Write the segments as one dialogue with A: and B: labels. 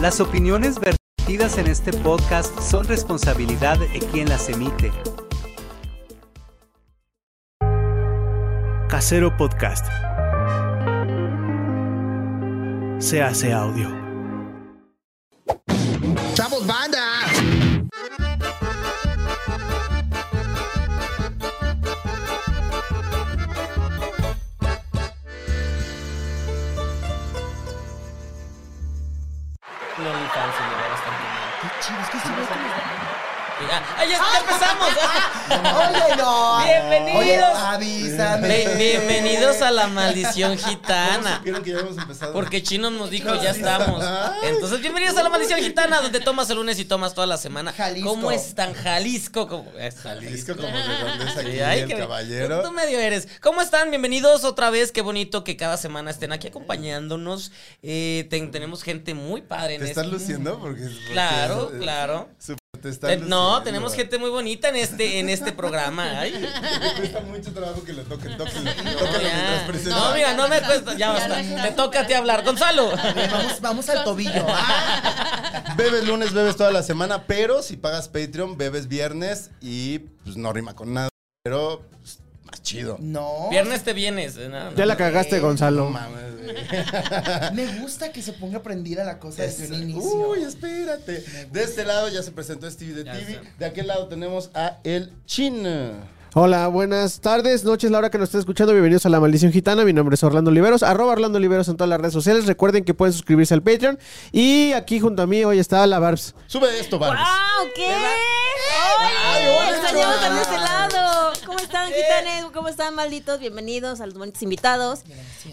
A: Las opiniones vertidas en este podcast son responsabilidad de quien las emite.
B: Casero Podcast. Se hace audio.
C: ¡Chavos, banda!
D: No, ni tan se lleva bastante mal.
C: Qué chido, es que este güey como-
D: Y- ah, ¡Ah, ya, ya empezamos!
C: Oye, no.
D: Bienvenidos.
C: Oye, avísame.
D: Be-
E: ah,
D: bienvenidos a la maldición gitana.
E: Supieron que ya habíamos empezado.
D: Porque Chino nos dijo, ya estamos. Entonces, bienvenidos a la maldición gitana, donde tomas el lunes y tomas toda la semana.
C: Jalisco.
D: ¿Cómo es tan Jalisco? como es
E: Jalisco, como de dónde es aquí
D: Sí, ay,
E: el
D: qué-
E: caballero.
D: Tú medio eres. ¿Cómo están? Bienvenidos otra vez. Qué bonito que cada semana estén aquí acompañándonos. Eh, ten- tenemos gente muy padre en
E: ¿Te
D: este-
E: estás luciendo? Porque, porque
D: Claro,
E: es- es-
D: claro.
E: súper, te estás
D: Te- No,
E: luciendo.
D: tenemos gente muy bonita en este, en este programa. Ay.
E: Me cuesta mucho trabajo que lo toquen, tóquenlo.
D: No,
E: Tóquenlo
D: ya.
E: mientras presentan.
D: No, mira, no me cuesta. Ya basta. Te toca a ti hablar. Gonzalo.
C: Vamos, vamos al tobillo. Ah,
E: Bebes lunes, bebes toda la semana, pero si pagas Patreon, bebes viernes y pues no rima con nada. Pero pues, más chido.
C: No.
D: Viernes te vienes. eh, no, no.
B: Ya la cagaste, Gonzalo.
E: Mames, güey.
C: Me gusta que se ponga prendida la cosa desde
E: Es-
C: un inicio.
E: Uy, espérate. De este lado ya se presentó Stevie de
D: Ya
E: TV.
D: sé.
E: De aquel lado tenemos a el Chin.
B: Hola, buenas tardes, noches, la hora que nos esté escuchando. Bienvenidos a La Maldición Gitana. Mi nombre es Orlando Oliveros, arroba Orlando Oliveros en todas las redes sociales. Recuerden que pueden suscribirse al Patreon. Y aquí junto a mí hoy está la Barbs.
E: Sube esto, Barbs.
F: ¡Wow! ¿Qué?
C: Ah,
E: Ay,
F: ¡Oye!
E: hola,
F: Extrañamos
E: chula.
F: a este lado. ¿Cómo están, gitanes? ¿Cómo están, malditos? Bienvenidos a los bonitos invitados.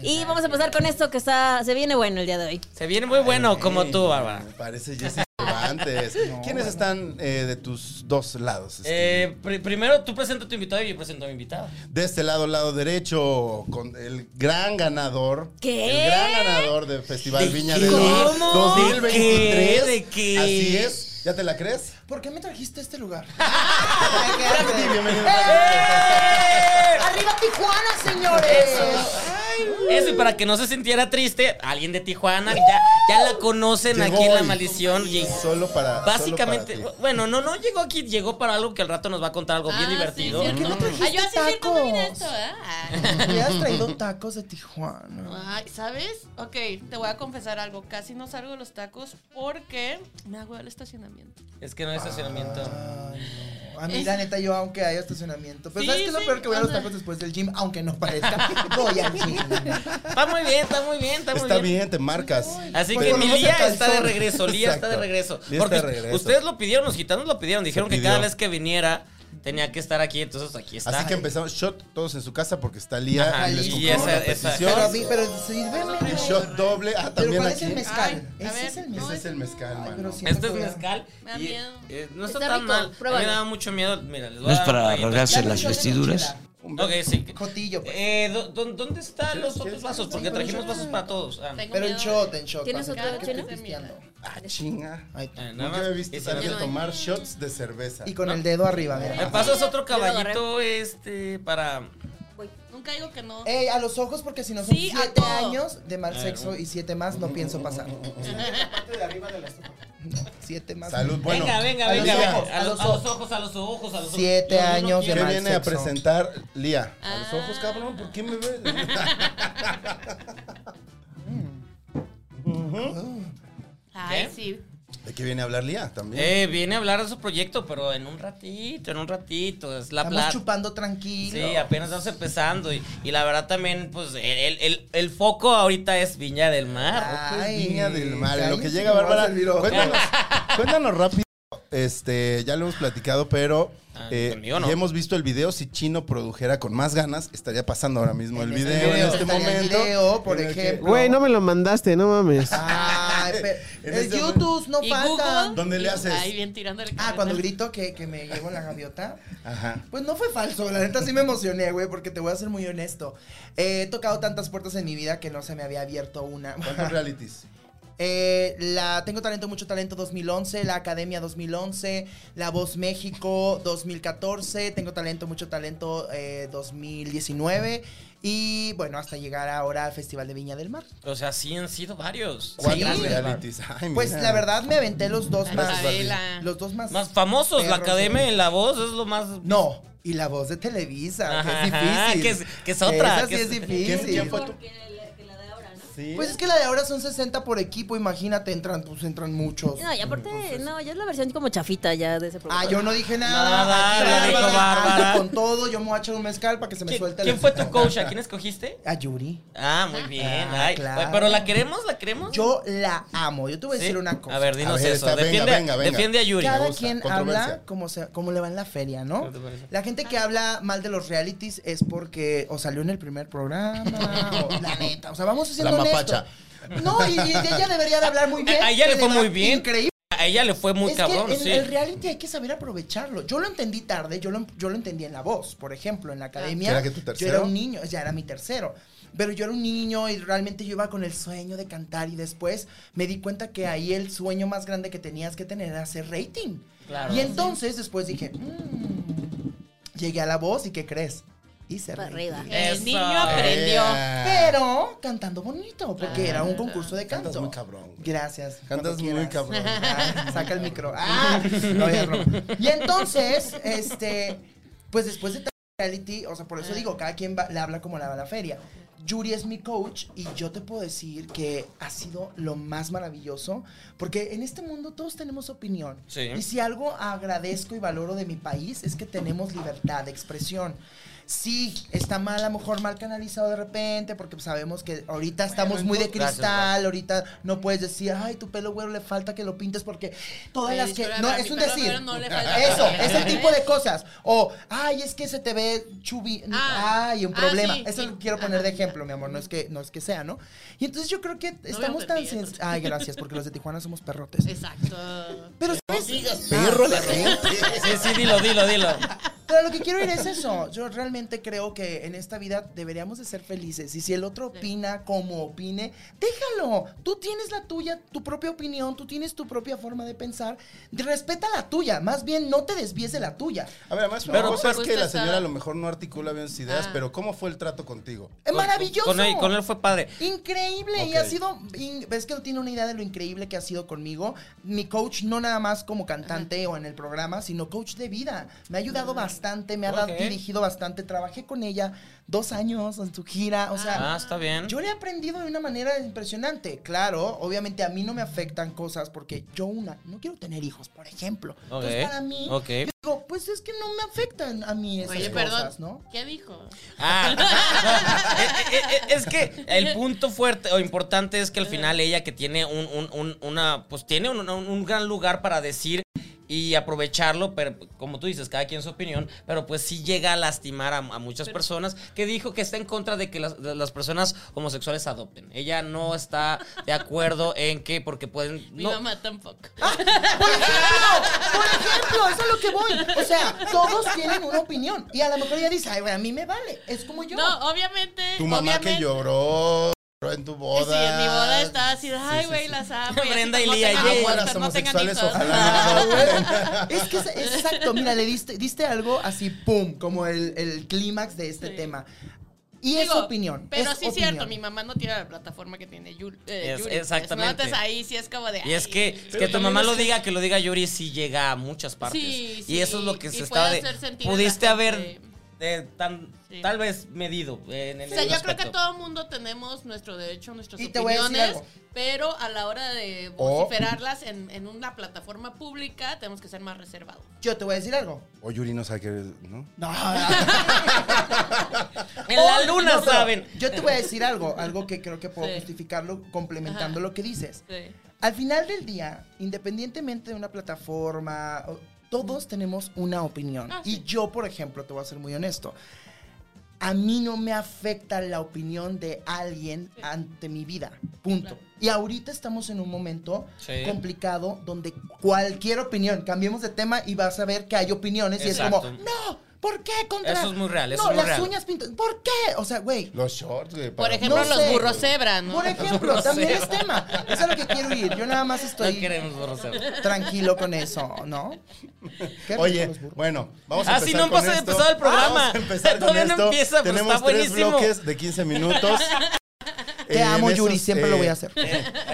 F: Y vamos a empezar con esto que está, se viene bueno el día de hoy.
D: Se viene muy bueno como tú, Bárbara.
E: Me parece Jessica Cervantes. ¿Quiénes están eh, de tus dos lados? Steve?
D: Eh, pri- primero tú presenta a tu invitado y yo presento a mi invitado.
E: de este lado, lado derecho, con el gran ganador.
F: ¿Qué?
E: El gran ganador del Festival Viña
D: qué?
E: del Mar
D: ¿Cómo?
E: 2023.
D: ¿De qué?
E: Así es. ¿Ya te la crees?
C: ¿Por qué me trajiste a este lugar?
E: Sí, bienvenido.
C: ¡Eh! ¡Arriba Tijuana, señores!
D: Eso, y para que no se sintiera triste, alguien de Tijuana, ya, ya la conocen
E: Llegó
D: aquí en La
E: hoy.
D: Maldición. y-
E: Solo para.
D: Básicamente,
E: solo para ti.
D: bueno, no, no llegó aquí, llegó para algo que al rato nos va a contar algo bien divertido.
G: Sí,
C: ¿Por qué no trajiste
G: Ah, yo así cierto
C: tacos?
G: no vine a esto, ¿eh?
F: Ah,
G: ¿verdad?
C: Me hubieras traído tacos de Tijuana.
G: Ah. Ay, ¿sabes? Ok, te voy a confesar algo. Casi no salgo de los tacos porque me hago el estacionamiento.
D: Es que no hay estacionamiento.
E: Ah.
C: Ay, no. A mí, la neta, yo, aunque haya estacionamiento. Pero
G: Sí,
C: ¿sabes qué es lo
G: sí,
C: peor que voy a los
G: o sea.
C: tacos después del gym? Aunque no parezca, voy al gym.
D: Está muy bien, está muy bien, está muy
E: Está bien, te marcas.
D: Así
E: Pues
D: que mi
E: volvemos al
D: Lía está de
E: calzón.
D: regreso, Lía está de
E: Exacto.
D: regreso.
E: Lía
D: Porque
E: está de regreso.
D: ustedes lo pidieron, los gitanos lo pidieron, dijeron que
E: pidió.
D: cada vez que viniera tenía que estar aquí, entonces aquí está.
E: Así que empezamos. Shot todos en su casa porque está Lía.
D: Ajá,
E: Ah, y les
D: y
E: compró
D: esa-
E: una
D: esa-
E: petición.
C: Pero a mí, pero sírveme.
E: Y shot doble. Ah,
C: ¿Pero
E: también
C: cuál es
E: aquí.
C: el mezcal?
G: Ay, a
C: Ese
G: ver,
C: es el
G: no,
C: mezcal.
E: Ese es el mezcal,
C: Ay,
E: mano.
C: pero siento
D: Este es
C: que-
D: mezcal.
G: Me da
D: y,
G: miedo.
D: eh, no está,
F: Está
D: tan
F: rico,
D: mal. A mí
F: pruébalo.
D: me daba mucho miedo. Mira, les voy
H: ¿No
D: a
H: es
D: dar
H: para
D: un traguito.
H: rasgarse
C: Ya me
H: las
C: dio de
H: vestiduras?
C: lonchera.
D: Ok, sí.
C: Jotillo. pues.
D: Eh, ¿dó- dó- ¿Dónde están los otros vasos? Porque
C: pero
D: trajimos
C: ya.
D: vasos para todos. Ah,
G: Tengo
C: Pero en
G: miedo de-
C: shot, en shot.
F: ¿Tienes
C: para
F: otro
C: que te
F: chino?
C: estés pisteando.
E: Ah, chinga.
C: Ay, tú.
D: eh, nada
E: Nunca
D: más.
E: había visto
D: Y si
E: tan de
D: no-
E: tomar shots de cerveza.
C: Y con el dedo arriba,
D: Me
C: mira.
D: pasas otro
F: Ya lo agarré.
D: caballito este para.
G: Nunca digo que no.
C: Ey, a los ojos, porque si no son
G: Sí, a
C: siete
G: todo.
C: años de mal
D: A ver,
C: sexo
D: un-
C: y siete más, no pienso pasar. No, Siete más.
E: Salud, bueno.
D: venga, venga,
C: a los
D: venga.
C: ojos,
D: venga. A, los, a los ojos, a los ojos, a los ojos.
C: Siete
D: Yo- yo no
C: años de
E: ¿Qué
D: quiero-
C: mal
E: viene a
C: sexo.
E: presentar Lía? A
C: Ah.
E: los ojos, cabrón, ¿por qué me ves?
G: Ay,
D: ¿Qué?
G: sí.
E: ¿De qué viene a hablar Lía también?
D: Eh, viene a hablar de su proyecto, pero en un ratito, en un ratito. Es la
C: Estamos
D: plata.
C: chupando tranquilo.
D: Sí, apenas estamos empezando. Y, y la verdad también, pues, el, el- el- el foco ahorita es Viña del Mar.
E: Ojo, es
C: Ah, Ay,
E: Viña del Mar, en lo que
C: cállense
E: llega
C: que me va a
E: Bárbara.
C: servir otra.
E: Cuéntanos, cuéntanos rápido. Este, ya lo hemos platicado, pero
D: Ah,
E: eh,
D: conmigo no.
E: ya hemos visto el video. Si Chino produjera con más ganas, estaría pasando ahora mismo el video en
C: video.
E: este
C: Estaría el
E: momento.
C: video, por
E: En el que-
C: ejemplo.
I: Güey, no me lo mandaste, no mames.
C: Ah, Ay, pero
E: En
C: el
E: este
C: YouTube no
G: ¿Y
C: falta.
G: Google?
E: ¿Dónde le
G: Y-
E: haces?
G: Ahí bien tirándole.
C: Ah, cuando
G: grita.
C: grito que, que me llevo la gaviota.
E: Ajá.
C: Pues no fue falso, la neta sí me emocioné, güey, porque te voy a ser muy honesto. Eh, he tocado tantas puertas en mi vida que no se me había abierto una.
E: ¿Cuántos realities?
C: Eh, la Tengo Talento, Mucho Talento 2011, La Academia 2011, La Voz México 2014, Tengo Talento, Mucho Talento eh, 2019 y bueno, hasta llegar ahora al Festival de Viña del Mar.
D: O sea, sí han sido varios.
E: ¿Cuántos
C: Sí.
E: realities? Ay,
C: Pues
E: mira.
C: la verdad me aventé los dos
G: La
C: más.
G: novela.
C: Los dos más.
D: Más famosos, la
C: perros, eh.
D: academia
C: güey.
D: en la voz es lo más.
C: No, y la voz de Televisa, que
D: Ajá,
C: es difícil.
D: que es- que es otra,
C: Esa
D: que
C: sí
D: es-
C: es difícil.
E: ¿Quién- quién fue tu-
F: Porque la- que la de ahora, ¿no?
E: Sí.
C: Pues es que la de ahora son 60 por equipo, imagínate, entran, pues entran muchos.
F: No, y aparte, no, ya es la versión como chafita ya de ese programa.
C: Ah, yo no dije nada.
D: Nada,
C: Aquí
D: lo
C: Bárbara
D: dijo Bárbara.
C: anda Con todo, yo me voy a echar un mezcal para que se me
D: ¿Qui-
C: suelte
D: ¿Quién
C: la-
D: fue tu coach? ¿A quién escogiste?
C: A Yuri.
D: Ah, muy bien.
C: Ah,
D: Ay,
C: claro.
D: Pero la queremos, la queremos.
C: Yo la amo. Yo te voy a
D: ¿Sí?
C: decir una cosa.
D: A ver, dinos
E: A ver,
D: eso.
E: está, venga,
D: defiende,
E: venga, venga.
D: defiende a Yuri.
E: me
C: Cada
E: gusta.
C: quien
E: Controversia.
C: habla como, se, como le va en la feria, ¿no?
D: ¿Cómo te parece?
C: La gente que habla mal de los realities es porque o salió en el primer programa, o la neta. O sea, vamos
E: La
C: haciendo
E: mapacha.
C: No, y, y ella debería de hablar muy bien.
D: A- a ella
C: que
D: le fue
C: va
D: muy bien.
C: Increíble.
D: A ella le fue muy
C: es
D: cabrón,
C: que el,
D: sí.
C: el reality hay que saber aprovecharlo. Yo lo entendí tarde, yo lo, yo lo entendí en la voz, por ejemplo, en la academia.
E: ¿Era que tu
C: yo
E: tercero?
C: era un niño, ya era mi tercero. Pero yo era un niño y realmente yo iba con el sueño de cantar y después me di cuenta que ahí el sueño más grande que tenías que tener era hacer rating.
D: Claro.
C: y entonces después dije, "Mm". llegué a la voz y ¿qué crees? Hice
F: Para
C: rating.
F: arriba.
D: Eso.
G: El niño aprendió.
E: Eh. Pero.
C: Pero cantando bonito, porque era un concurso de canto.
E: Cantas muy cabrón. güey.
C: Gracias.
E: Cantas
C: cuando
E: muy
C: quieras.
E: cabrón.
C: Ah, saca el micro. Ah, no, ya es broma. Y entonces, este, pues después de tal reality, o sea, por eso digo, cada quien va- le habla como la va a la feria. Yuri es mi coach y yo te puedo decir que ha sido lo más maravilloso porque en este mundo todos tenemos opinión.
D: Sí.
C: Y si algo agradezco y valoro de mi país es que tenemos libertad de expresión. Sí, está mal, a lo mejor mal canalizado de repente, porque sabemos que ahorita estamos muy de
D: Gracias,
C: cristal, ahorita no puedes decir, ay, tu pelo güero le falta que lo pintes porque todas
G: Oye,
C: las que...
G: disculpa,
C: No,
G: pero a
C: es
G: mi
C: un
G: pelo
C: decir.
G: güero no le falta
C: Eso,
G: pelo.
C: ese tipo de cosas. O, ay, es que se te ve chubi...
G: Ah,
C: ay, un
G: ah,
C: problema.
G: sí,
C: Eso
G: sí.
C: lo quiero poner de
G: Ajá.
C: ejemplo, mi amor, no es que, no es que sea, ¿no? Y entonces yo creo que estamos tan...
G: entendí,
C: sens- Ay, gracias, porque los de Tijuana somos perrotes.
G: Exacto.
C: Pero,
E: No
C: ¿sabes?
E: digas perro a la gente.
D: Sí, sí, dilo, dilo, dilo.
C: Pero lo que quiero ir es eso. Yo realmente creo que en esta vida deberíamos de ser felices. Y si el otro opina como opine, déjalo. Tú tienes la tuya, tu propia opinión, tú tienes tu propia forma de pensar. Respeta la tuya. Más bien, no te desvíes de la tuya.
E: A ver, además, una
D: Pero-
E: cosa es que
G: Justo
E: la
G: estaba-
E: señora a lo mejor no articula bien sus ideas,
G: Ah.
E: pero ¿cómo fue el trato contigo?
C: Es maravilloso.
D: Con él, con él fue padre.
C: Increíble, y
E: Ok.
C: ha sido, in- ves que no tiene una idea de lo increíble que ha sido conmigo. Mi coach no nada más como cantante o en el programa, sino coach de vida. Me ha ayudado bastante, me ha dado-
D: Ok.
C: dirigido bastante. Trabajé con ella dos años en su gira, o sea...
D: Ah, está bien.
C: Yo le he aprendido de una manera impresionante. Claro, obviamente a mí no me afectan cosas porque yo una, no quiero tener hijos, por ejemplo.
D: Ok.
C: Entonces para mí,
D: Ok.
C: yo digo, pues es que no me afectan a mí esas
G: Oye, perdón.
C: cosas, ¿no?
G: ¿Qué dijo?
D: Ah, eh, eh, eh, es que el punto fuerte o importante es que al final ella que tiene un, un- un- una, pues tiene un, un- un gran lugar para decir y aprovecharlo, pero como tú dices, cada quien su opinión, pero pues sí llega a lastimar a, a muchas personas que dijo que está en contra de que las, de las personas homosexuales adopten. Ella no está de acuerdo en que porque pueden...
G: Mi
D: no,
G: mamá tampoco.
C: Ah, Por ejemplo, por ejemplo, eso es lo que voy. O sea, todos tienen una opinión. Y a lo mejor ella dice, ay, güey, a mí me vale. Es como yo.
G: No, obviamente.
E: Tu mamá
G: obviamente,
E: que lloró, lloró en tu
G: Sí,
E: boda.
G: en mi boda estaba así, de, ay,
E: sí,
G: güey,
E: sí.
G: las amo. así,
D: Brenda y
G: no
D: Lía,
G: tengan
D: yeah.
G: hijos,
E: Las
G: no
E: homosexuales,
G: tengan hijos.
E: ojalá no la adopten.
C: Es que es, exacto, mira, le diste, diste algo así, pum, como el, el clímax de este
G: Sí.
C: tema. Y es
G: Digo,
C: opinión.
G: Pero
C: es
G: sí es
C: opinión.
G: cierto, mi mamá no tiene la plataforma que tiene Yul- eh,
D: Es-
G: Yuri. pues, ¿no?
D: exactamente.
G: Entonces ahí sí es como de.
D: Y es
G: ay,
D: que, es que tu mamá lo diga, que lo diga Yuri, sí llega a muchas partes.
G: Sí,
D: y eso es lo
G: sí,
D: que
G: y
D: se
G: puede
D: estaba de.
G: hacer sentir a la
D: Pudiste haber
G: gente.
D: eh, tan,
G: Sí.
D: tal vez medido eh, en el
G: O sea, yo creo
D: aspecto.
G: que todo el mundo tenemos nuestro derecho, nuestras
C: Y te voy a decir
G: opiniones,
C: algo.
G: pero a la hora de
E: O-
G: vociferarlas en, en una plataforma pública tenemos que ser más reservados.
C: Yo te voy a decir algo.
E: O Yuri no sabe qué eres, ¿no?
C: No,
D: En la
C: Oh,
D: luna
C: no, pero
D: saben.
C: Yo te voy a decir algo, algo que creo que puedo
G: Sí.
C: justificarlo complementando
G: Ajá.
C: lo que dices.
G: Sí.
C: Al final del día, independientemente de una plataforma, o- todos tenemos una opinión.
G: Mm. Ah,
C: Y
G: sí.
C: yo, por ejemplo, te voy a ser muy honesto. a mí no me afecta la opinión de alguien ante mi vida. Punto. Y ahorita estamos en un momento
D: Sí.
C: complicado donde cualquier opinión, cambiemos de tema y vas a ver que hay opiniones
D: Exacto.
C: y es como, no, ¿por qué contra?
D: Eso es muy real, eso
C: no,
D: es muy
C: las
D: real.
C: uñas pintadas, ¿por qué? O sea, güey,
E: Los shorts, güey.
G: Por
E: para-
C: No
G: ejemplo,
C: sé.
G: los burros cebra, ¿no?
C: por ejemplo, también es tema. Eso es lo que quiero ir. Yo nada más
D: No
C: estoy
D: queremos borrar.
C: tranquilo con eso, ¿no? Qué
E: Oye,
C: ricos los burros.
E: bueno, vamos a
D: Ah, sí,
E: empezar
D: no
E: con
D: hemos
E: esto.
D: empezado el programa.
E: Vamos a empezar
D: Todavía
E: con
D: no
E: esto.
D: empieza, pero
E: Tenemos
D: está
E: tres
D: buenísimo.
E: bloques de 15 minutos.
C: Te
E: Eh,
C: amo,
E: en esos,
C: Yuri, siempre lo
E: eh,
C: voy a hacer.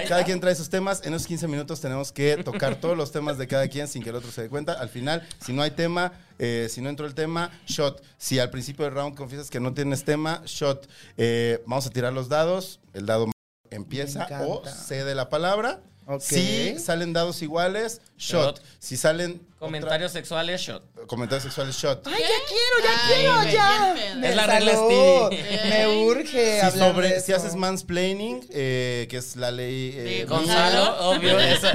E: Cada quien trae sus temas. En esos 15 minutos tenemos que tocar todos los temas de cada quien sin que el otro se dé cuenta. Al final, si no hay tema, eh, si no entró el tema, shot. Si al principio del round confiesas que no tienes tema, shot. Eh, vamos a tirar los dados. El dado empieza
C: Me
E: o
C: encanta.
E: cede la palabra.
C: Ok.
E: Si salen dados iguales, shot.
D: Shot.
E: Si salen
D: Comentarios sexuales, shot.
E: otra- comentarios sexuales, shot.
C: Ay, ya quiero, ya
G: Ay,
C: quiero,
G: güey,
C: ya.
G: bien pedo.
C: Me
D: Es la regla
C: salud.
D: Stevie.
C: Me urge
E: Si,
C: hablar
E: sobre-
C: de
E: si
C: eso.
E: haces mansplaining, eh, que es la ley eh,
G: De
E: mía,
D: Gonzalo, obvio, eso.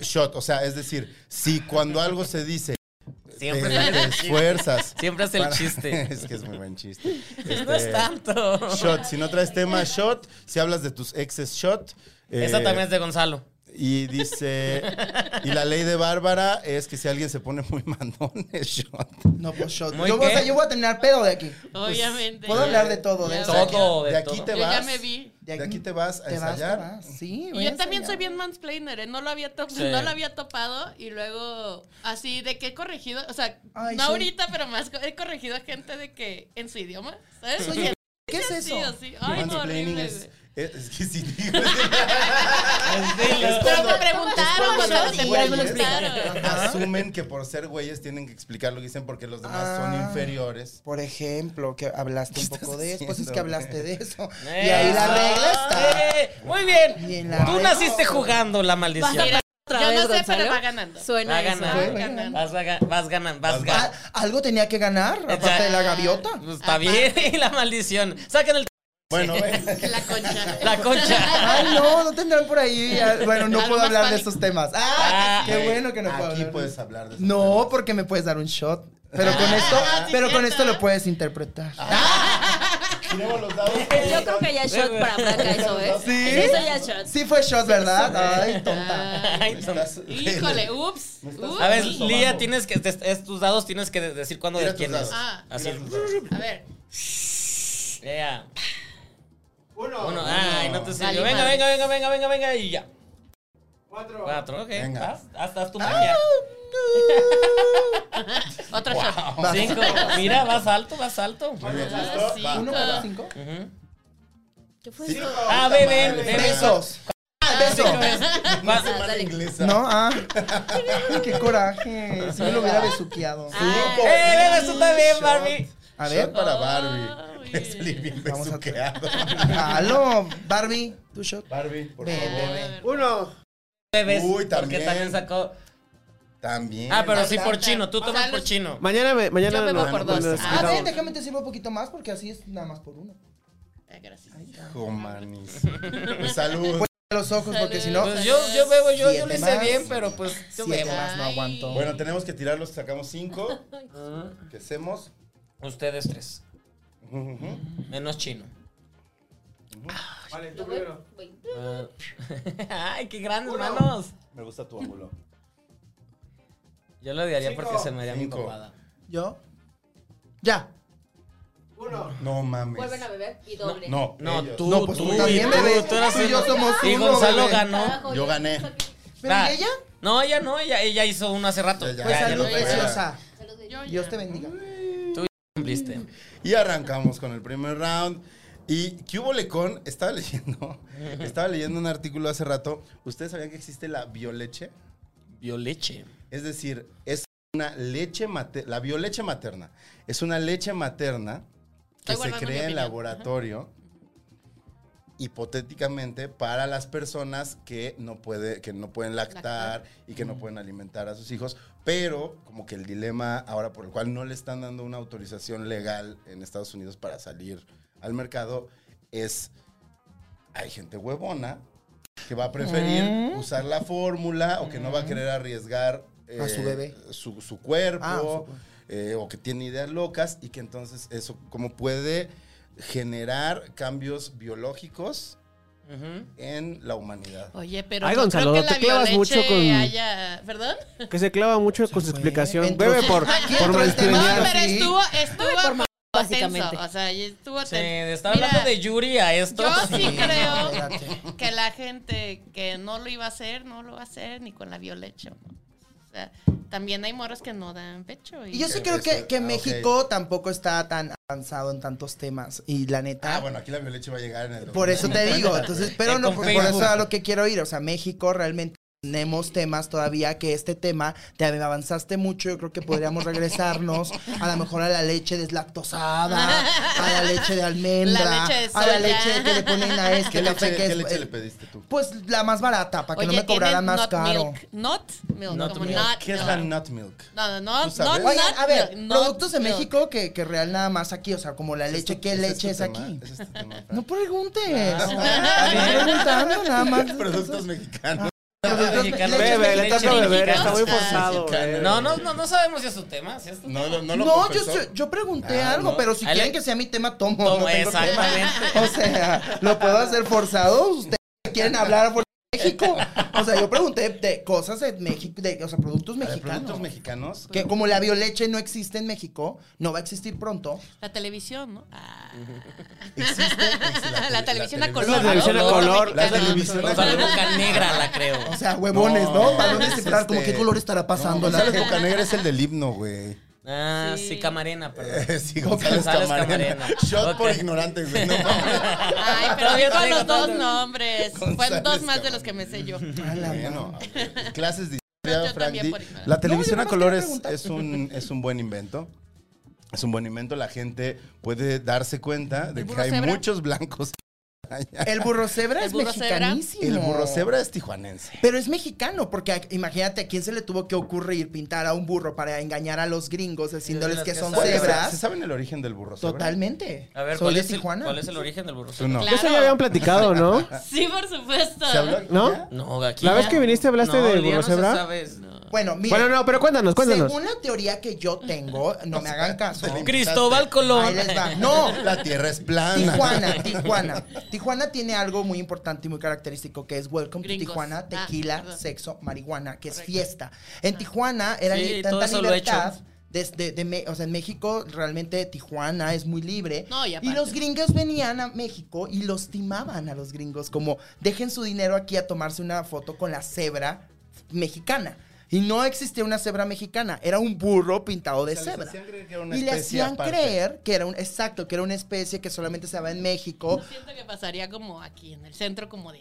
E: shot. O sea, es decir, si cuando algo se dice, te,
D: Siempre sale
E: te
D: el chiste.
E: esfuerzas.
D: Siempre es el
E: para-
D: chiste.
E: es que es muy buen chiste. Este,
D: No es tanto.
E: Shot. Si no traes tema, shot. Si hablas de tus exes, shot. Eh,
D: Esa también es de Gonzalo.
E: Y dice, y la ley de Bárbara es que si alguien se pone muy mandón, es shot.
C: No, pues shot.
D: ¿Muy
C: Yo, voy a-
D: qué?
C: yo voy a terminar pedo de aquí. Pues,
G: Obviamente.
C: Puedo hablar de todo, de
G: Ya
C: eso.
G: ves.
D: Todo, de
E: de aquí
D: todo.
E: te
G: Yo
E: vas.
G: ya me vi.
E: De aquí te vas a ensayar.
C: te vas. Sí,
G: Y
C: voy a
G: yo también
C: ensayar.
G: soy bien mansplainer, ¿eh? no lo había top-
D: Sí.
G: no lo había topado y luego así de que he corregido, o sea,
C: Ay,
G: no
C: sí.
G: ahorita, pero más co- he corregido a gente de que en su idioma, ¿sabes?
C: Oye, ¿Qué es
G: Sí,
C: eso?
G: así. Ay, no,
E: Mansplaining
G: horrible.
E: es,
G: güey.
E: es, es que si digo. es-
D: Dilo.
G: Pero
E: cuando-
G: te preguntaron,
E: cuando
G: Gonzalo,
E: los
G: te
E: güeyes
G: preguntaron.
E: Asumen que por ser güeyes tienen que explicar lo que dicen porque los demás son
C: Ah.
E: inferiores.
C: Por ejemplo, que hablaste un
E: ¿Qué
C: poco
E: estás
C: de eso. Pues es
E: haciendo,
C: que hablaste de
E: güey?
C: eso. Y ahí la regla está.
D: Eh, Muy bien.
C: Y en la
D: Tú
C: regla-
D: naciste jugando la maldición.
G: Mira,
F: Otra
G: yo
F: vez,
G: no sé, pero
F: Gonzalo.
G: va ganando.
F: Suena
D: Va a
F: eso.
D: ganar.
G: Va ganando.
D: Vas, a ga- vas ganando, vas
E: Vas-
D: ganando.
C: Ah, Algo tenía que ganar, aparte de la gaviota.
D: Pues está bien, y la maldición. Saquen el,
E: Bueno,
G: La concha.
D: la concha.
C: Ay, no, no tendrán por ahí. ah, Bueno, no
G: Algo
C: puedo
G: más
C: hablar de
G: pánico.
C: estos temas. ¡Ah!
D: Ah,
C: qué bueno que no puedo
E: aquí
C: hablar.
E: puedes hablar de eso.
C: No, porque me puedes dar un shot. Pero con esto,
G: Ah, sí,
C: pero con
G: cierto. Ah.
C: esto lo puedes interpretar.
E: Tiremos los dados.
F: Yo creo que ya es shot para Franca eso, ¿eh?
C: ¿Sí?
F: Eso ya es shot.
C: Ah, Sí fue shot, ¿verdad? Ay, tonta.
D: Ay, son-
E: Estás-
G: Híjole, ups.
E: Me estás-
G: ups.
D: A ver,
E: Eso,
D: Lía,
E: vamos.
D: tienes que. te- es tus dados tienes que de- decir cuándo de
E: Tira tus
D: quién es.
E: dados.
G: Ah,
D: Así.
G: a ver.
D: Lea.
B: Uno,
D: Uno. Ay, no te
G: Vale,
D: sirvió. Venga,
G: madre.
D: venga, venga, venga, venga, venga. Y ya.
B: cuatro.
D: Cuatro, ok.
E: Venga. Ah.
D: Vas, haz, haz tu magia.
G: Otro shot.
C: Vas.
D: Cinco. Mira, vas alto, vas alto.
E: Muy bien,
G: Ah,
E: ¿listo? Va.
G: cinco.
C: ¿Uno cada cinco?
D: Ujú.
F: ¿Qué fue eso?
D: Ah, ve, ve, ve,
E: madre.
D: ve.
C: Besos. Ah, beso.
D: Va-
F: Ah, dale.
E: Inglesa.
C: No, ah. Qué coraje. Si me lo hubiera besuqueado.
F: Ah,
D: ¡Eh, venga, tú también,
E: Shot.
D: Barbie!
C: A ver.
E: Shot para Barbie.
G: Ay.
E: Que salí bien
C: Vamos a tra-
E: besuqueado.
C: Aló, Barbie, tu shot.
E: Barbie, por
C: Ven,
E: favor.
C: ven, ven.
B: Uno.
D: Bebes,
E: Uy,
D: porque
E: también.
D: también sacó.
E: También.
D: Ah, pero sí
G: bastante.
D: por chino, tú tomas
G: Gonzalo.
D: por chino.
B: Mañana me, mañana
G: Yo bebo
B: no-
G: por
B: no-
G: dos.
B: no-
G: Ah,
C: A
G: no.
C: ver, déjame te sirvo un poquito más porque así es nada más por uno.
G: Ah, Gracias.
E: Hijo, manis. Pues, salud.
C: Los ojos, porque si no.
D: Pues yo, yo bebo, yo, yo
C: Siete
D: lo hice
C: más.
D: bien, pero pues yo
C: Siete
D: bebo.
C: más no aguanto.
E: Bueno, tenemos que tirarlos. Sacamos cinco.
D: Ujú.
E: ¿Qué hacemos?
D: Ustedes tres.
E: Ujú, ujú.
D: Menos chino.
B: Vale, tú primero.
D: Ah. Ay, qué grandes manos.
E: Me gusta tu ángulo.
D: Yo lo odiaría porque se me haría mi
E: Cinco.
D: copada.
C: ¿Yo? Ya.
B: Uno.
E: No mames.
F: Vuelven a beber y doble.
E: No,
D: No,
E: ellos.
D: tú,
C: No, pues
D: tú,
C: tú también,
D: y
C: bebé.
D: tú, tú eras
C: Tú y yo
D: uno.
C: somos
D: Y
C: uno,
D: Gonzalo
C: bebé.
D: ganó.
F: Carajo,
E: Yo gané.
C: ¿Pero
E: Ah.
D: Va.
C: ¿y ella?
D: No, ella no, ella, ella hizo uno hace rato.
E: Ya, ya.
C: Pues
D: Ya, ya
C: salud,
D: no fue.
C: preciosa.
G: Yo ya.
C: Dios te bendiga.
D: Cumpliste.
E: Y arrancamos con el primer round. Y ¿qué hubo Lecon? Estaba leyendo, estaba leyendo un artículo hace rato. ¿Ustedes sabían que existe la bioleche?
D: Violeche.
E: Es decir, es una leche materna, la bioleche materna. Es una leche materna que
G: Estoy
E: se
G: guardando mi
E: crea en
G: opinión.
E: laboratorio hipotéticamente para las personas que no puede que no pueden lactar, y que no pueden alimentar a sus hijos, pero como que el dilema ahora por el cual no le están dando una autorización legal en Estados Unidos para salir al mercado es hay gente huevona que va a preferir usar la fórmula o que no va a querer arriesgar
C: A su bebé.
E: su, su cuerpo
C: Ah, su cuerpo.
E: eh, o que tiene ideas locas y que entonces eso como puede generar cambios biológicos
D: Ujú.
E: en la humanidad.
G: Oye, pero
B: Ay,
G: no
B: Gonzalo,
G: creo que
B: te
G: la
B: clavas mucho
G: Violeche
B: con-
G: haya... ¿Perdón?
B: Que se clava mucho con su
C: fue.
B: explicación.
C: Entró-
B: Bebe por,
C: Aquí
B: por
C: entró el tema,
G: No,
B: mansplainear.
G: pero
C: sí.
G: estuvo, estuvo
F: básicamente.
G: tenso, o sea, y estuvo
D: Sí,
G: tenso.
D: está
G: Mira,
D: hablando de Yuri a esto.
G: Yo sí
C: no,
G: creo
C: espérate.
G: que la gente que no lo iba a hacer, no lo va a hacer ni con la violecha. ¿no? O sea, también hay morros que no dan pecho. Y,
C: Y yo sí creo que, que
E: Ah, ok.
C: México tampoco está tan avanzado en tantos temas. Y la neta.
E: Ah, bueno, aquí la violencia va a llegar en el...
C: Por eso te digo, entonces, pero
D: Eh,
C: no,
D: con
C: por, por
D: Facebook.
C: eso es a lo que quiero ir. O sea, México realmente tenemos temas todavía que este tema te avanzaste mucho. Yo creo que podríamos regresarnos a lo mejor a la leche deslactosada, a la leche de almendra,
G: La leche de
C: a la
G: soya.
C: leche que le ponen a este
E: ¿Qué
C: café
E: leche,
C: que
E: qué
C: es,
E: leche
C: eh,
E: le pediste tú?
C: Pues la más barata, para que
G: Oye,
C: no me cobraran
G: tienen
C: más
G: nut
C: caro.
G: Milk. Not milk.
D: Nut
G: como
D: milk.
G: nut
E: ¿Qué es
G: milk.
E: la nut milk?
G: No, no, no.
E: ¿Tú sabes?
G: not-
C: Oigan,
G: not
C: a ver,
G: milk, not
C: productos de
G: milk.
C: México que, que real nada más aquí, o sea, como la
E: este
C: leche, ¿qué leche es aquí? No preguntes. No preguntando nada más.
E: Productos mexicanos.
D: Mexicano,
B: Bebe, le
D: leche
B: toca
D: mexicana.
B: beber, está muy
G: Ah, sí,
B: forzado. bebe.
D: No, no, no, no sabemos si es su tema. Si es tu
E: Pues No,
D: tema.
E: lo- no, lo
C: No, yo,
E: confesó.
C: sé- yo pregunté
E: Ah,
C: algo,
E: no.
C: pero si
D: Ahí
C: quieren
D: le-
C: que sea mi tema, tomo.
D: Tomo,
C: no tengo
D: exactamente.
C: tema. O sea, lo puedo hacer forzado. Ustedes quieren hablar por México. O sea, yo pregunté de cosas de México, de, o sea, productos
E: A ver,
C: mexicanos.
E: productos mexicanos.
C: que como la bioleche no existe en México, no va a existir pronto.
G: La televisión, ¿no? Ah.
E: Existe, existe la
G: La,
E: tele-
G: televisión
E: la televisión.
G: a
B: La
G: color.
B: televisión a color.
E: La
G: La
E: televisión
G: televisión
E: a
D: O sea, boca negra la creo.
C: O sea, huevones, ¿no?
E: No,
C: Para no
E: es
C: descifrar como
E: este-
C: qué color estará pasando
E: No,
C: la
E: González Bocanegra es el del himno, güey.
D: Ah, sí,
G: Sí.
D: Camarena, perdón.
E: Sí, González
D: González
E: Camarena.
D: Camarena.
E: Shot por
D: Ok.
E: ignorante, güey. No mames.
G: Ay, pero
D: Todavía
G: dijo
D: traigo
G: los dos
D: todo.
G: nombres. Fueron dos más de los que me sé yo.
C: A la
E: Bueno,
C: madre.
E: a ver, clases de
G: Yo
E: historia, Frank
G: también
E: D.
G: por ignorante.
E: La televisión
C: No,
E: a
C: yo nomás
E: color
C: quería
E: es,
C: preguntar.
E: es un, es un buen invento. Es un buen invento. La gente puede darse cuenta de
G: ¿El
E: que
G: burro
E: hay
G: cebra?
E: muchos blancos. allá.
C: El burro cebra
G: El
C: es
G: burro cebra.
C: mexicanísimo.
E: El burro cebra es tijuanense.
C: Pero es mexicano, porque a- imagínate a quién se le tuvo que ocurrir pintar a un burro para engañar a los gringos diciéndoles que son
D: ¿Cuál es?
E: ¿Se
C: cebras.
E: saben el origen del burro cebra?
C: Totalmente.
D: A ver,
C: Soy
D: ¿cuál
C: de
D: es, el,
C: Tijuana.
D: ¿cuál es el origen del burro?
E: Tú no.
G: Claro.
B: Eso ya habían platicado, ¿no?
G: Sí, por supuesto.
E: ¿Se habló?
B: ¿No?
E: ¿Ya?
D: No, aquí.
B: La
D: ya-
B: vez que viniste hablaste
D: no,
B: de
D: ya
B: burro
D: no se
B: cebra.
D: sabe, no.
C: Bueno, mira.
B: Bueno, no, pero cuéntanos, cuéntanos.
C: Según la teoría que yo tengo, no me hagan caso.
E: Te limpiaste.
D: Cristóbal Colón.
C: Ahí les va. No,
E: La tierra es plana.
C: Tijuana, Tijuana. Tijuana tiene algo muy importante y muy característico que es Welcome
G: Gringos.
C: to Tijuana,
G: Ah,
C: tequila,
G: perdón.
C: sexo, marihuana, que es
G: Correcto. Ah.
C: fiesta. En Tijuana era
D: Sí,
C: li-
D: todo
C: tanta
D: eso lo he
C: libertad.
D: hecho.
C: Desde, de Me- o sea, en México realmente Tijuana es muy libre.
G: No, y aparte.
C: los gringos venían a México y los timaban a los gringos, como dejen su dinero aquí a tomarse una foto con la cebra mexicana. Y no existía una cebra mexicana, era un burro pintado de
E: O sea, les
C: cebra.
E: hacían creer que era una
C: y le
E: especie
C: hacían
E: aparte.
C: creer que era un, exacto, que era una especie que solamente se daba en México.
G: Siento que pasaría como aquí, en el centro, como de.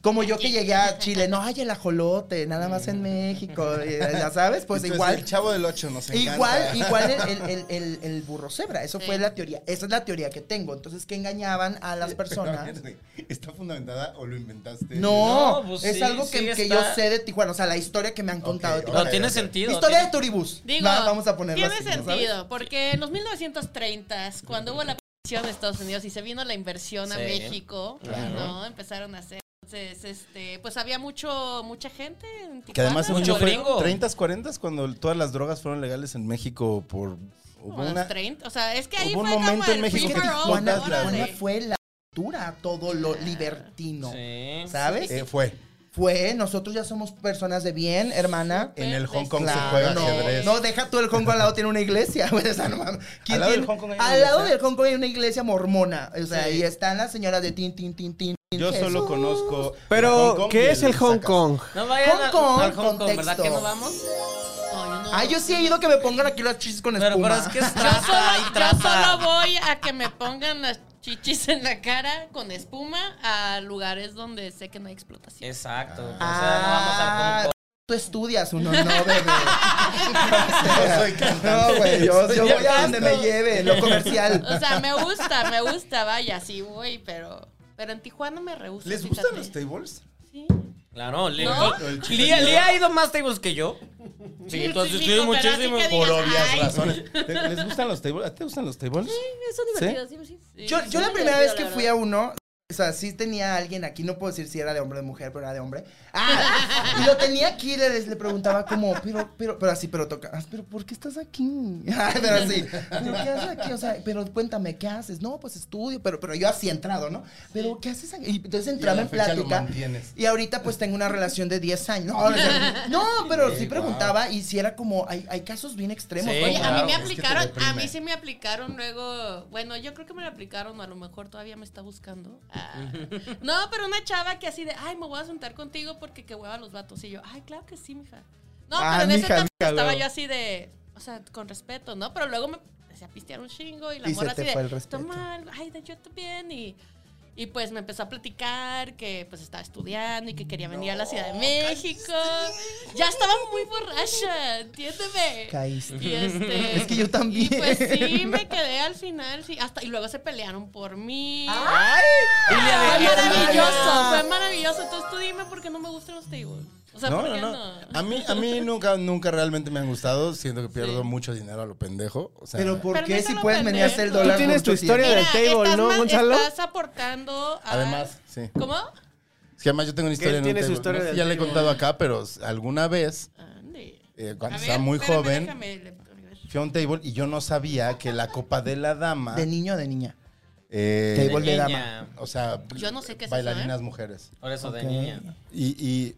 C: Como yo que llegué a Chile, no hay el ajolote, nada más en México, eh, ya sabes, pues
E: Entonces,
C: igual.
E: El chavo del 8 nos encanta.
C: Igual, igual el, el- el- el- el burro cebra, eso
G: Sí.
C: fue la teoría, esa es la teoría que tengo, entonces que engañaban a las personas.
E: Pero, ¿Está fundamentada o lo inventaste?
C: No,
D: No, pues
C: es
D: sí,
C: algo que,
D: sí
C: que
D: está.
C: yo sé de Tijuana, o sea, la historia que me han contado de
D: No,
E: ok.
C: Tijuana.
E: Ahora,
D: tiene
E: ok.
D: sentido.
C: Historia de
D: tiene-
C: Turibús.
G: Digo,
C: Va- vamos a ponerlo
G: tiene
C: así, ¿no sabes?
G: sentido, porque en los 1930s, cuando hubo la presión de Estados Unidos y se vino la inversión a
D: Sí,
G: México,
D: claro.
G: ¿no? Empezaron a hacer. Entonces, este, pues había mucho, mucha gente en Tijuana.
E: Que además
G: se
D: mucho
E: mucho
G: volvió-
E: fue
D: gringo.
E: 30s, 40s cuando todas las drogas fueron legales en México por hubo
G: como a los
E: una-
G: 30. O sea, es que ahí
E: hubo un
G: fue como
E: momento en
G: el
E: México
G: free
E: que
G: for all,
C: Tijuana,
E: Todas las-
C: Tijuana
G: órale.
C: fue la cultura, todo lo libertino,
D: Sí.
C: ¿sabes?
E: eh, fue
C: Fue, nosotros ya somos personas de bien, hermana.
E: en el Hong Kong se
C: Claro,
E: juega
C: no,
E: ajedrez.
C: no, deja tú el Hong Kong al lado tiene una iglesia. güey, o sea, no mames. ¿Quién
E: Al lado del
C: tiene-
E: Hong Kong hay una
C: al lado
E: iglesia.
C: del Hong Kong hay una iglesia mormona. O sea,
D: Sí.
C: ahí están las señoras de tin, tin, tin, tin. tin,
E: Yo solo
C: Jesús.
E: conozco el Hong
B: Pero,
E: Kong y
B: ¿qué es el Hong
E: sacas.
B: Kong?
D: No vayan
C: Hong
D: a-
C: Kong,
D: al Hong Kong, ¿verdad
C: contexto.
D: que no vamos?
G: No, yo no-
C: Ah, yo sí he ido que me pongan aquí las chichis con
D: Pero,
C: espuma.
D: pero es que es
G: Yo
D: trata
G: solo,
D: y
G: yo
D: trata.
G: solo voy a que me pongan las chichis en la cara con espuma a lugares donde sé que no hay explotación.
D: Exacto. O sea, no vamos al Hong
C: Ah,
D: Kong.
C: Tú estudias uno, no, bebé.
E: Yo soy cantante.
C: No, güey, yo,
E: Soy
C: yo voy a
E: artista.
C: donde me lleve, lo comercial.
G: O sea, me gusta, me gusta, vaya, sí voy, pero pero en Tijuana me rehúso.
E: ¿Les
G: fíjate.
E: gustan los tables?
G: Sí.
D: Claro, le,
G: ¿No?
D: le- le- le ha ido más tables que yo. Sí, entonces sí,
G: sí, pero así
D: muchísimo.
G: que
E: Por
G: Digas,
E: obvias
G: ay.
E: razones. ¿Te- ¿Les gustan los tables? ¿A ti te gustan los tables?
F: Son divertidos, sí, sí.
G: Sí,
C: Yo,
G: sí
C: yo la
F: me
G: me
C: primera
F: divertido,
C: vez
F: la
C: que fui a uno, O sea, sí tenía a alguien aquí, no puedo decir si era de hombre o de mujer, pero era de hombre. ¡Ah! Y lo tenía aquí, le, le preguntaba como, pero, pero, pero así, pero toca, "Ah, pero ¿por qué estás aquí? Ah, pero así, ¿pero qué haces aquí? O sea, pero cuéntame, ¿qué haces? No, pues estudio, pero, pero yo así entrado, ¿no? Pero ¿qué haces aquí? Y entonces entraba
E: la
C: en
E: fecha lo
C: plática.
E: mantienes.
C: Y ahorita pues tengo una relación de 10 años. No, o sea, no, pero sí preguntaba y si era como, hay, hay casos bien extremos.
D: Sí,
C: Oye,
G: Oye,
D: claro.
G: a mí me
E: es que te
G: aplicaron, a
E: deprime.
G: mí sí me aplicaron luego, bueno, yo creo que me lo aplicaron, a lo mejor todavía me está buscando. Ah. No, pero una chava que así de, ay, me voy a sentar contigo porque que huevan los vatos. Y yo, ay, claro que sí, mija. No,
C: Ah,
G: pero en ese
C: mija,
G: entonces
C: mija,
G: estaba
C: luego.
G: yo así de, o sea, con respeto, ¿no? Pero luego me empecé a pistear un chingo y la
C: Y se
G: morra
C: te
G: así de,
C: fue el respeto.
G: toma, algo, ay, de- yo también. Y, y pues me empezó a platicar que pues estaba estudiando y que quería venir a la Ciudad de México. Ya estaba muy borracha, entiéndeme.
C: Caíste.
G: Y este,
C: Es que yo también.
G: Y pues sí, me quedé al final, sí, hasta y luego se pelearon por mí.
D: Y le
G: Fue
D: aventaron-
G: maravilloso, fue maravilloso. Entonces tú dime por qué no me gustan los tables. O sea,
E: No,
G: ¿por
E: no,
G: qué no?
E: no. A mí, a mí nunca, nunca realmente me han gustado. Siento que pierdo mucho dinero a lo pendejo. O sea,
C: Pero ¿por
G: Pero
C: qué
G: no
C: si
G: lo
C: puedes
G: pendejo.
C: menearse el
G: Tú
C: dólar?
B: tienes
C: mucho
B: tu historia
C: tiempo?
B: del table,
G: estás
B: ¿no,
G: más-
B: Gonzalo?
G: Estás aportando a-
E: Además, sí.
G: ¿Cómo?
E: Es que además yo tengo una historia.
B: él
E: en
B: tiene
E: un
B: su historia
E: table. No sé
B: del
E: si ya le he
B: table.
E: contado acá, pero s- alguna vez,
G: Ande.
E: eh, cuando
G: A ver,
E: estaba muy
G: espérame,
E: joven,
G: déjame le- ver.
E: fui a un table y yo no sabía que la copa de la dama.
C: ¿De niño o de niña?
E: eh,
C: Table. Gol de
D: niña.
C: dama.
E: o sea,
G: Yo no sé qué es eso, ¿eh?
E: bailarinas mujeres.
D: Por eso,
C: Ok.
D: de niña.
E: Y, y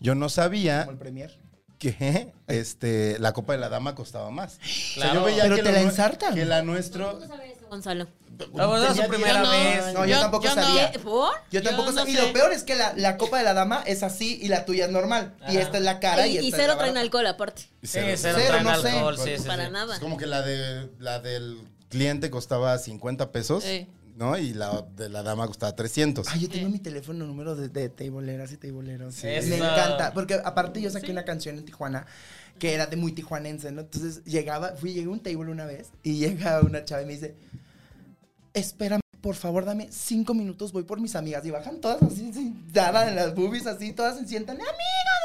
E: yo no sabía
C: Como el premier.
E: que este, la copa de la dama costaba más. O sea,
D: Claro.
E: yo veía
C: Pero
E: que
C: te
E: lo
C: la
E: nue-
C: ensartan.
E: Que la nuestro.
F: Gonzalo.
D: La verdad es
E: tenía
D: su primera
G: no.
D: vez.
C: No, yo tampoco
G: yo no.
C: sabía.
F: Eh, ¿Por?
C: Yo tampoco
G: no
C: sabía. Y
G: sé.
C: lo peor es que la, la copa de la dama es así y la tuya es normal. Y
D: Ajá.
C: esta es la cara. Y,
F: y, y
C: esta es
F: cero
C: la
F: traen
C: barba.
F: alcohol aparte.
E: Y
D: Sí,
E: cero.
D: cero
C: Cero,
D: traen
C: no sé.
D: alcohol, sí, sí, sí.
F: Para nada.
E: Es como que la de la del cliente costaba 50 pesos,
G: Sí.
E: ¿no? Y la de la dama costaba 300.
C: Ay, Ah, yo tengo mi teléfono número de, de tableeras y tableros.
D: Sí.
C: Me
D: Eso.
C: encanta. Porque aparte yo saqué una canción en Tijuana que era de muy tijuanense, ¿no? Entonces llegaba, fui, llegué a un table una vez y llega una chava y me dice, espérame, por favor, dame cinco minutos, voy por mis amigas. Y bajan todas así, sí, dadas en las boobies, así, todas se sientan, amiga,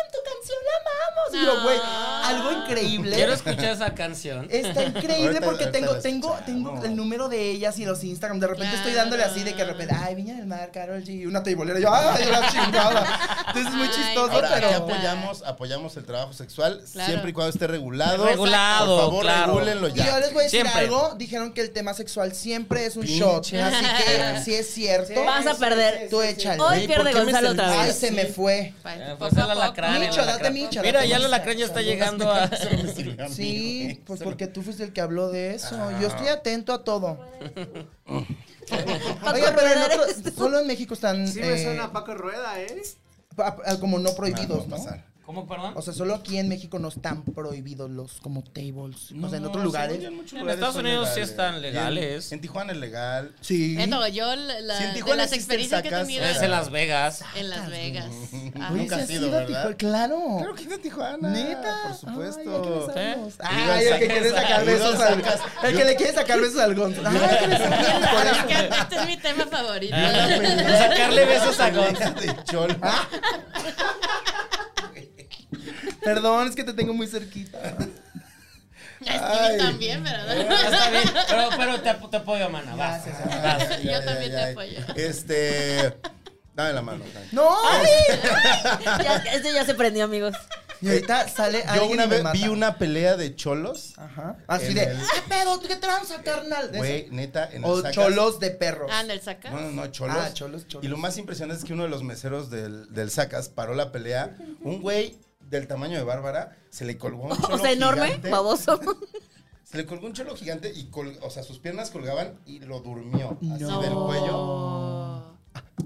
C: en tu canción la amamos. Y yo, güey, algo increíble.
D: Quiero escuchar esa canción.
C: Está increíble
E: Ahorita-
C: porque
E: ahorita
C: tengo,
E: lo
C: tengo, tengo
E: escuchamos.
C: el número de ellas y los Instagram. De repente estoy dándole así de que de repente, ay, Viña del Mar, Carol G, una teibolera. Yo, ay, la chingada. Entonces es muy
G: Ay,
C: chistoso,
E: Ahora, aquí
C: pero.
E: apoyamos, apoyamos el trabajo sexual
G: Claro.
E: siempre y cuando esté regulado.
D: Regulado,
E: Por favor,
D: claro.
E: regúlenlo
C: Y yo
E: ya.
C: les voy a decir
D: Siempre.
C: algo. Dijeron que el tema sexual siempre es un
E: Pinche.
C: shot. Así que si es cierto.
F: Vas a perder.
C: Tú échale.
F: Hoy
E: Güey, ¿por
F: pierde
E: qué me
F: Gonzalo otra
C: Ay,
F: vez.
C: se me fue.
D: Eh,
G: Poco
D: pues el
G: a poco.
D: alacrán, el
C: Micho, date
D: alacrán.
C: micho,
D: Mira,
C: date
D: ya el
C: micho.
D: alacrán ya está llegando a...
C: Sí, pues porque tú fuiste el que habló de eso. Yo estoy atento a todo.
F: Paco
C: Oiga, pero en
F: Rueda,
C: otro-
F: eres-
C: solo en México están
B: Sí me
C: eh,
B: suena a Paco Rueda, ¿eh?
C: pa- pa- como no
E: Ah, no,
C: prohibidos, ¿no?
E: pasar.
D: ¿Cómo, perdón?
C: O sea, solo aquí en México no están prohibidos los como tables. o sea, en otros lugares.
E: según yo, muchos
D: En
E: lugares
D: Estados
E: son
D: Unidos sí están
E: Y en-
D: legales.
E: En, Tijuana es legal.
C: Sí.
G: Eh, no, yo la, la-
E: Si en
G: de
E: Tijuana
G: las
E: existe el
G: experiencias que he
E: sacas,
G: tenido
D: Es en Las Vegas.
G: en Las Vegas. Ah,
E: Nunca
C: ¿sí
E: has ido,
C: a
E: ¿verdad?
C: Tijuana? Claro.
E: Claro que es de Tijuana.
C: Neta.
E: Por
C: Ay, ¿a qué le
E: supuesto.
C: sabemos?
E: ¿Eh?
C: Ay, el que quiere sacar besos al El que le quiere sacar besos al Gonzalo. Ay, ¿a qué le sabemos? Por eso.
G: que Este es mi tema favorito.
E: Ah, pues,
D: Sacarle besos a Gonz. Ah.
E: Gonzalo. de Cholo.
C: Perdón, es que te tengo muy cerquita.
G: Stevie también, ¿verdad?
D: Está bien, pero, pero te, ap- te apoyo, mana. Vas.
C: Gracias,
D: Vas.
E: Ay,
G: Yo
E: ay, ay,
G: también te
E: ay.
G: apoyo.
E: Este. Dame la mano, Tania.
C: No.
F: Ya, este ya se prendió, amigos.
C: Y ahorita sale
E: Yo
C: alguien
E: una
C: y me
E: vez
C: mata.
E: vi una pelea de cholos.
C: Ajá. Así
E: En
C: de,
E: el-
C: ah, pero ¿qué tranza, carnal? De
E: Güey, neta, en
C: esas.
E: el
C: O
E: Sacas-
C: cholos de perros.
G: Ah, en el saca.
E: No, no, no, cholos.
C: Ah, cholos, cholos.
E: Y lo más impresionante es que uno de los meseros del, del Sacas paró la pelea. Un güey del tamaño de Bárbara se le colgó un cholo
F: O sea, enorme,
E: gigante.
F: baboso.
E: Se le colgó un cholo gigante y, col- o sea, sus piernas colgaban y lo durmió. Así
C: No.
E: del cuello.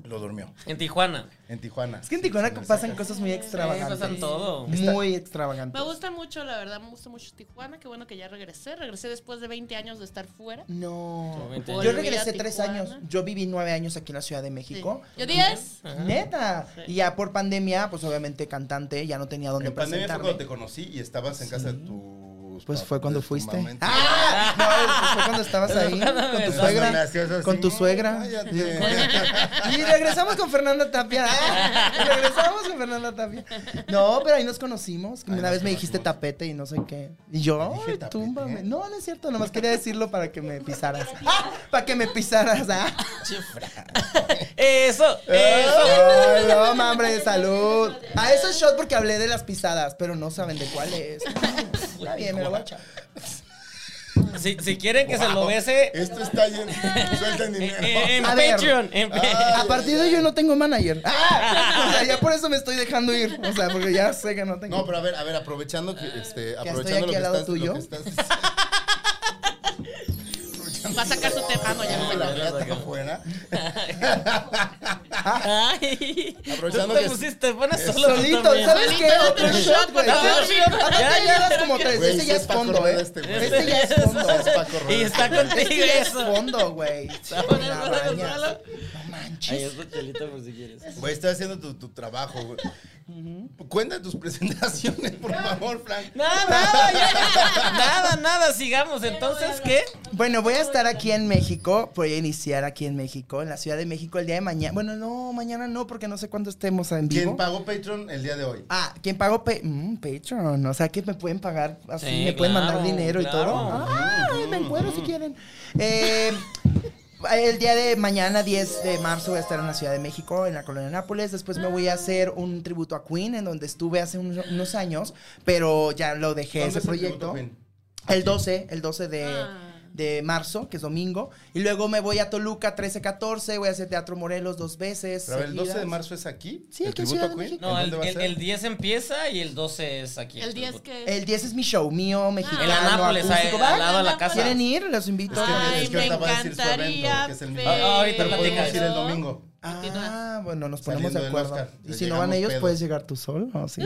E: Lo durmió.
D: En Tijuana.
E: En Tijuana.
C: Es que en Tijuana pasan cosas muy
D: Eh,
C: extravagantes.
D: pasan todo.
C: Muy
G: Me
C: extravagantes.
G: gusta mucho, la verdad, me gusta mucho Tijuana. Qué bueno que ya regresé. Regresé después de 20 años de estar fuera.
C: No.
D: Obviamente.
C: Yo
G: Volver
C: regresé
G: a
C: tres
G: Tijuana.
C: años. Yo viví nueve años aquí en la Ciudad de
G: Sí.
C: México.
G: Yo 10.
C: Neta.
G: Sí.
C: Y ya por pandemia, pues obviamente cantante, ya no tenía dónde
E: En pandemia fue
C: presentarme.
E: cuando te conocí y estabas en casa de tu tus
C: Pues
E: pap-
C: fue cuando
E: de tu
C: fuiste.
E: mamá en tu-
C: ¡Ah! No, pues fue cuando estabas ahí. Con tu
E: Entonces, me
C: suegra.
E: hacías así,
C: Con tu
E: "No,
C: suegra.
E: cállate".
C: Y regresamos con Fernanda Tapia. Ah, regresamos con Fernanda Tapia. No, pero ahí nos conocimos.
E: Ahí
C: Una
E: nos
C: vez me dijiste
E: conocimos.
C: tapete y no sé qué. Y yo,
E: Dije
C: ay,
E: tapete.
C: túmbame. No, no es cierto. Nomás quería decirlo para que me pisaras. Ah, para que me pisaras. Ah.
D: Eso, eso.
C: Ay, no, ma, hombre, salud. A eso es shot porque hablé de las pisadas, pero no saben de cuál es. Está bien, me lo voy a echar.
D: Si, si quieren que se lo bese, eh,
E: Esto está lleno. Suelten dinero.
D: eh, en
C: A ver.
D: Patreon. en Patreon.
C: A partir de hoy yo no tengo manager. ¡Ah! O sea, ya por eso me estoy dejando ir. O sea, porque ya sé que no tengo.
E: No, pero a ver, a ver, aprovechando que este, aprovechando
C: aquí al lado
E: lo
C: tuyo.
E: que estás, lo que estás
G: Va a sacar su
D: Ah,
G: tema. Ah, No, ya no
E: diciendo,
G: me
E: la
G: acuerdo.
E: gata afuera.
D: Ay,
E: Aprovechando
D: tú te
E: que-
D: pusiste buena solo. tú
C: Solito,
D: también.
C: ¿sabes qué?
G: Solito,
C: Otro
G: otro
C: shot,
G: shot,
C: güey.
G: por favor.
C: Aparte
D: Ya,
C: ya
D: ya.
C: llevas como tres.
E: Güey,
C: Ese
E: sí
C: ya
E: es
C: es
E: Paco
C: fondo,
E: Rueda
C: ¿eh?
E: este, güey.
C: Este ya es fondo.
E: Es Paco Rueda.
D: Y está
C: Este
D: contigo
C: ya es
D: eso.
C: fondo, güey.
D: poner
C: La
D: Paco
C: bañas.
D: Rueda.
C: No
D: Ay,
C: manches.
D: es cochelito por si quieres.
E: Güey, estoy haciendo tu, tu trabajo, güey. Cuenta tus presentaciones, por favor, Frank.
D: Nada, nada, ya. nada, nada. Sigamos. Entonces, ¿qué?
C: Bueno, voy a estar aquí en México. Voy a iniciar aquí en México, en la Ciudad de México, el día de mañana. Bueno, no, mañana no, porque no sé cuándo estemos en vivo.
E: ¿Quién pagó Patreon el día de hoy?
C: Ah, ¿quién pagó pa- mm, Patreon? O sea, que me pueden pagar así,
D: Sí,
C: me pueden mandar
D: claro,
C: dinero y
D: claro.
C: todo. Ah, me encuentro si quieren. Eh, el día de mañana, 10 de marzo, voy a estar en la Ciudad de México, en la colonia Nápoles. Después me voy a hacer un tributo a Queen, en donde estuve hace un- unos años, pero ya lo dejé
E: ¿Dónde
C: ese
E: es el tributo,
C: proyecto.
E: Queen?
C: El 12, el 12 de,
G: Ah.
C: de marzo, que es domingo. Y luego me voy a Toluca, 13-14, voy a hacer Teatro Morelos dos veces.
E: Pero a ver, el 12 de
C: seguidas.
E: marzo es aquí.
C: Sí,
E: ¿El
C: aquí en
E: tributo
C: Ciudad
E: a
C: de
E: Queen?
C: México.
D: No,
E: ¿En
D: el,
E: dónde va a
D: el-
E: ser?
D: el 10 empieza y el 12 es aquí.
G: El 10 que.
E: Eh,
C: El 10 es mi show mío, mexicano.
D: En Anápolis, ahí,
C: acústico.
D: al lado de la casa.
C: ¿Quieren ir? Los
E: Es
C: invito.
E: que,
G: Ay,
E: es que ahorita
G: me
E: va a decir su evento,
G: encantaría,
E: que es el
G: pero-
E: mismo.
D: Ah, ahorita
E: Pero podemos ir
D: platicas.
E: el domingo.
C: Ah, bueno, nos ponemos
E: Saliendo
C: de
E: del
C: acuerdo.
E: Oscar,
C: Y
E: les
C: si no van
E: llegamos
C: ellos,
E: pedo.
C: puedes llegar tú solo. así.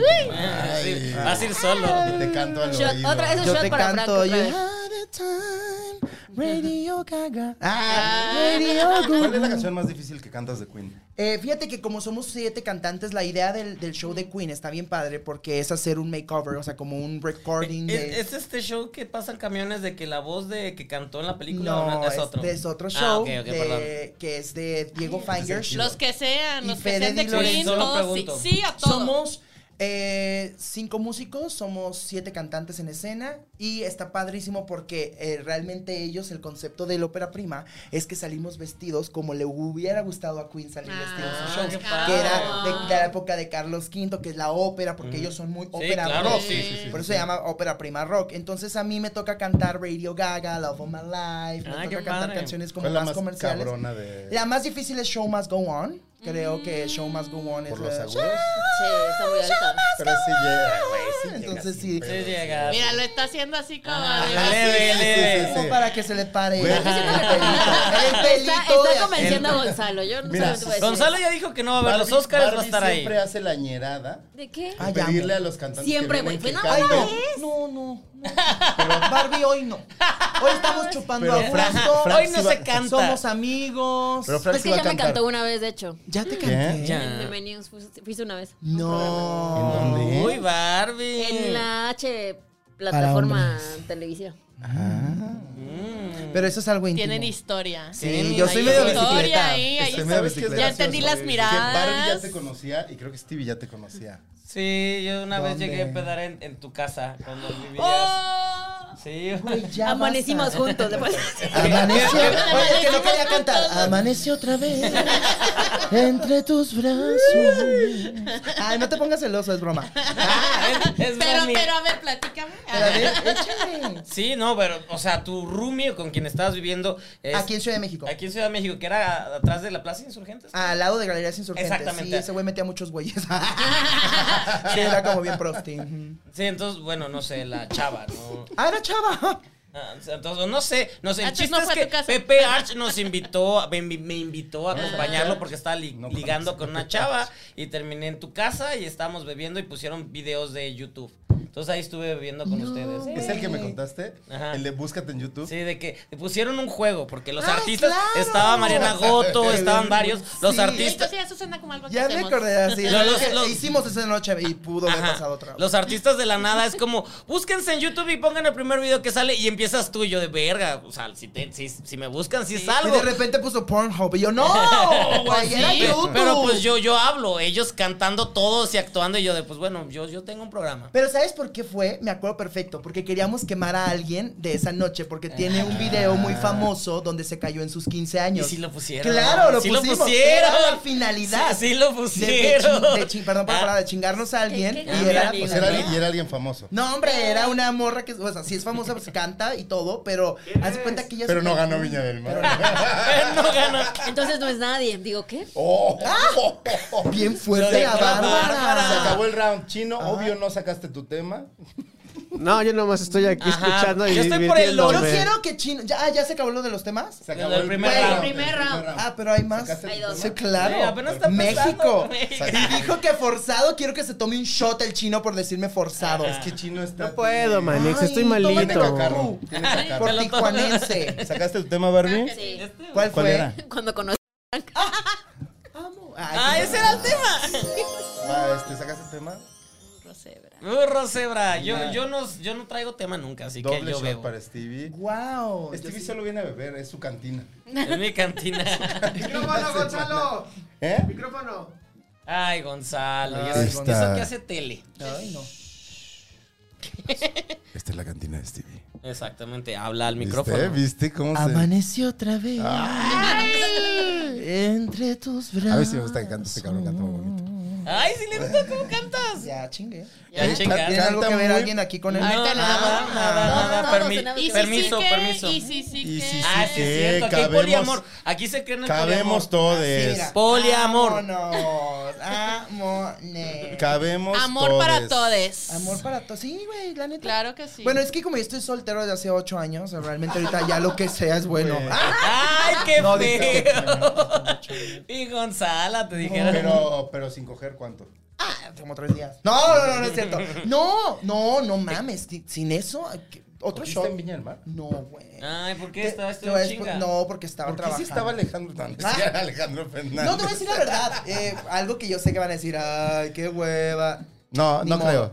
D: Sí, Vas a ir solo.
E: Y te canto al
F: Shot,
E: oído.
F: otra, eso es
C: Yo
F: shot
C: te
F: para Franco,
C: canto.
F: otra
C: You
F: vez.
C: had a time, Radio Gaga. Ah, Radio
E: ¿Cuál es la
C: Gaga.
E: canción más difícil que cantas de Queen?
C: Eh, fíjate que como somos siete cantantes, la idea del, del show de Queen está bien padre porque es hacer un makeover, o sea, como un recording de...
D: ¿Es, es este show que pasa en camiones de que la voz de que cantó en la película o
C: no,
D: no, es otro?
C: show
D: Ah, ok, ok,
C: de-
D: perdón.
C: que es de Diego Fingers.
G: Los que sean,
C: Y
G: los que
C: Fede
G: sean de
C: Di Lorenzo.
G: Queen,
D: Solo
G: todos sí,
D: pregunto.
G: sí, a todos.
C: Somos eh, cinco músicos, somos siete cantantes en escena y está padrísimo porque eh, realmente ellos, el concepto del ópera prima es que salimos vestidos como le hubiera gustado a Queen salir vestidos
D: Ah,
C: a shows,
D: qué
C: que
D: padre.
C: era de, de la época de Carlos V, que es la ópera, porque ellos son muy ópera
D: claro,
C: rock.
D: Mm. sí, sí, sí,
C: por eso se llama ópera prima rock. Entonces a mí me toca cantar Radio Gaga, Love of My Life, me
D: Ah,
C: toca
D: qué
C: cantar
D: padre.
C: canciones como
E: ¿Cuál es la
C: más,
E: más
C: comerciales.
E: cabrona de...?
C: La más difícil es Show Must Go On. Creo que Show Must Go On es
E: ¿Por los
C: Pues la-
E: agudos?
F: Sí, está muy alto.
E: Pero sí llega, güey. sí llega
C: Entonces
E: sin
C: sí.
E: pedos.
D: Sí, llega.
G: Mira, lo está haciendo así como.
D: Ah,
G: de-
D: leve,
G: así.
D: leve.
E: sí, sí.
C: Como para que se le pare.
E: Güey.
C: El pelito. Ah, El pelito
F: Está,
C: de
F: está
C: acá.
F: convenciendo a Gonzalo. Yo no sé
E: Mira,
F: lo que voy a decir.
D: Gonzalo ya dijo que no va a ver los
E: Barbie-
D: Oscars, va a
E: Barbie
D: estar ahí.
E: siempre hace la ñerada
F: ¿De qué?
C: Ah,
E: de
C: ya,
E: pedirle
C: güey.
E: a los cantantes
F: Siempre,
E: que
F: güey.
E: vengan y
F: Fue
E: que
F: nada
E: canten.
F: más.
C: No, no. no. Barbie, hoy no. Hoy estamos chupando
E: Pero
C: a
E: Fran-
C: gusto.
E: Fran
D: Hoy no
E: sí va-
D: se canta.
C: Somos amigos.
E: Pero Frank
F: Es
E: sí
F: que
E: va
F: ya
E: a
F: me
E: cantar.
F: cantó una vez, de hecho.
C: ya te canté.
D: Ya.
F: En Bienvenidos, fuiste fuiste una vez.
C: No.
E: ¿En dónde?
D: Uy, Barbie.
F: En la H plataforma televisiva.
C: Pero eso es algo íntimo.
G: Tienen historia.
C: Sí, yo soy
G: Hay
C: medio
G: historia
C: bicicleta.
G: ahí, ahí
E: Estoy
G: está.
E: medio bicicleta.
G: Ya entendí las
E: Que Barbie ya
G: miradas.
E: te conocía y creo que Stevie ya te conocía.
D: Sí, yo una
C: ¿Dónde?
D: vez llegué a pedar en, en tu casa cuando vivías.
G: Oh,
D: Sí,
C: Güey, ya
F: Amanecimos
C: basta.
F: juntos después.
C: Amaneció. Oye, que no quería cantar. Ah. Amaneció otra vez. Entre tus brazos. Ay, no te pongas celoso, es broma.
D: es
G: Ah. Pero,
D: Barbie.
G: pero, a ver, platícame. Ah,
C: Pero a ver, échale.
D: Sí, no, pero, o sea, tu rumio con quien estabas viviendo es-
C: Aquí en Ciudad de México.
D: aquí en Ciudad de México, que era atrás de la Plaza Insurgentes.
G: Ah,
C: Al lado de Galerías Insurgentes.
D: Exactamente.
C: Sí, ese güey metía muchos güeyes. sí, era como bien prosti. Ujú.
D: Sí, entonces, bueno, no sé, la chava, ¿no?
C: ¡Ah, era chava!
D: Ah, Entonces, no sé, no sé, el
G: Antes
D: chiste
G: no
D: es
G: fue a
D: que
G: tu casa. Ah.
D: Pepe Arch nos invitó, me, me invitó a acompañarlo porque estaba li-
E: No
D: ligando
E: conozco
D: con
E: a
D: una
E: Pepe Arch.
D: chava y terminé en tu casa y estábamos bebiendo y pusieron videos de YouTube. Entonces ahí estuve bebiendo con ustedes.
E: ¿Es el que me contaste?
D: Ajá.
E: El de búscate en YouTube.
D: Sí, de que le pusieron un juego, porque los
C: ¡Ah,
D: artistas,
C: claro!
D: estaba Mariana Goto, estaban varios, los
C: Sí.
D: artistas,
G: Entonces eso suena como algo que
C: Ya me
G: hacemos.
C: acordé así.
D: Los-
C: es
D: los-
C: que
D: los-
C: Hicimos esa noche y pudo haber
D: Ajá.
C: pasado otra.
D: Los artistas de la nada es como, búsquense en YouTube y pongan el primer video que sale y empiezas tú y yo de verga. O sea, si, te- si, si me buscan, si
C: y
D: salgo.
C: de repente puso Pornhub y yo, ¡no! güey, era
D: Sí,
C: YouTube.
D: pero pues yo, yo hablo, ellos cantando todos y actuando y yo de, pues bueno, yo, yo tengo un programa.
C: Pero ¿sabes por qué fue? Me acuerdo perfecto, porque queríamos quemar a alguien de esa noche, porque tiene un video muy famoso donde se cayó en sus 15
D: Ah. Y
C: años.
D: sí lo pusieron.
C: Claro, lo
D: sí
C: pusimos.
D: lo pusieron.
C: Era la finalidad.
D: Sí, sí lo
C: De- de
D: pusieron. Ah.
C: chin- de chin- perdón por la palabra, de chingarnos a alguien.
G: qué
C: y era,
E: Pues
C: pues,
E: era,
C: era-
E: y era alguien famoso.
C: No, hombre, era una morra que, o sea, sí es famosa, pues canta y todo, pero haz de cuenta que ella...
E: Pero no ganó Viña del Mar.
D: Ah, no ganó.
F: Entonces no es nadie. Digo, ¿qué?
E: Oh, oh, oh, oh.
C: Bien
D: Lo
C: fuerte
D: de
C: la
D: Bárbara.
E: Se
C: Bárbara.
E: acabó el round chino. Obvio no sacaste tu tema.
B: No, yo nomás estoy aquí
D: Ajá.
B: escuchando y
D: Yo estoy por el
C: Yo
B: divirtiéndome.
C: quiero que Chino... ¿Ya, ah, ¿ya se acabó lo de los temas?
E: Se
D: Del
E: acabó
D: primer
E: round.
D: round.
E: Del
F: Primer round.
C: Ah, pero hay más.
E: Sacaste
F: Hay
E: tu
F: dos.
C: Sí,
E: tema.
C: claro.
D: Sí, apenas está
C: México.
D: empezando, México.
C: Y dijo que forzado, quiero que se tome un shot el chino por decirme forzado.
E: Es que chino está.
B: No puedo, manix,
C: Ay,
B: estoy
C: toma
E: Tiene
B: malito.
E: cacarro. Tiene
C: Por
E: cacarro.
C: tijuanense.
E: ¿Sacaste tu tema, Barbie?
F: Sí.
C: ¿Cuál fue?
E: ¿Cuál era?
F: Cuando conocí.
C: Amo.
D: Ah,
C: Ay,
D: ese era el tema.
E: Ah, este, ¿Sacaste el tema?
G: Rosebra.
D: Uh, Rosebra, yo, yo, no, yo no traigo tema nunca, así que
E: Doble
D: yo
E: shot
D: bebo.
E: para Stevie.
C: Wow.
E: Stevie solo viene a beber, es su cantina.
D: En mi cantina.
B: Micrófono, Gonzalo.
E: ¿Eh?
B: Micrófono.
D: Ay, Gonzalo. ya
E: Ay,
D: sé-
E: Gonzalo.
D: Eso que hace tele.
C: Ay, no.
E: Esta es la cantina de Stevie.
D: Exactamente, habla al
E: ¿Viste?
D: micrófono.
E: ¿Viste cómo se.?
C: Amaneció otra vez. Entre tus brazos.
E: A ver si me gusta que cante este cabrón, canta muy bonito.
D: Ay, sí le gusta cómo cantas.
C: Ya, chingue.
D: Ya
E: Eh,
D: chingaste.
C: ¿Tiene algo
E: Canta
C: que ver
E: muy-
C: alguien aquí con Ah, el
D: No,
G: Ahorita
D: nada,
G: nada,
D: nada,
F: no,
D: nada.
F: no,
D: permi-
F: no, no,
G: Y si sí
D: permiso,
G: que,
D: permiso.
G: y si sí
E: Y
G: que.
E: si sí
D: Ah, sí,
E: que,
D: es cierto. Aquí hay
E: cabemos-
D: poliamor. Aquí se creen en el
E: Cabemos
D: poliamor.
E: todos.
C: Mira,
D: Poliamor.
C: Vámonos. Amone.
E: Cabemos
G: Amor para todos.
C: Amor para todos. Sí, güey, la neta.
G: Claro que sí.
C: Bueno, es que como yo estoy soltero desde hace ocho años, o sea, realmente ahorita ya lo que sea es bueno.
E: Güey.
C: ¡Ah!
D: Ay, qué
E: No, dice que
D: feo. Y Gonzala, te dijeron.
E: Pero, pero sin coger cuánto.
C: Como tres días. No, no, no, no es cierto. No, no, no mames. ti- Sin eso, ¿qué? otro
E: ¿Cogiste
C: shot.
E: en Viña del Mar?
C: No, güey.
D: Ay, ¿por qué
C: Te-
D: estaba
C: te voy a
D: esto
C: explicar-
D: chinga?
C: No, porque estaba
E: ¿Por qué sí estaba
C: trabajando.
E: Alejandro? No, no, sí
C: Ah.
E: era Alejandro Fernández.
C: No, te voy a decir la verdad. eh, algo que yo sé que van a decir, ay, qué hueva.
E: No,
C: Ni
E: no
C: modo.
E: creo.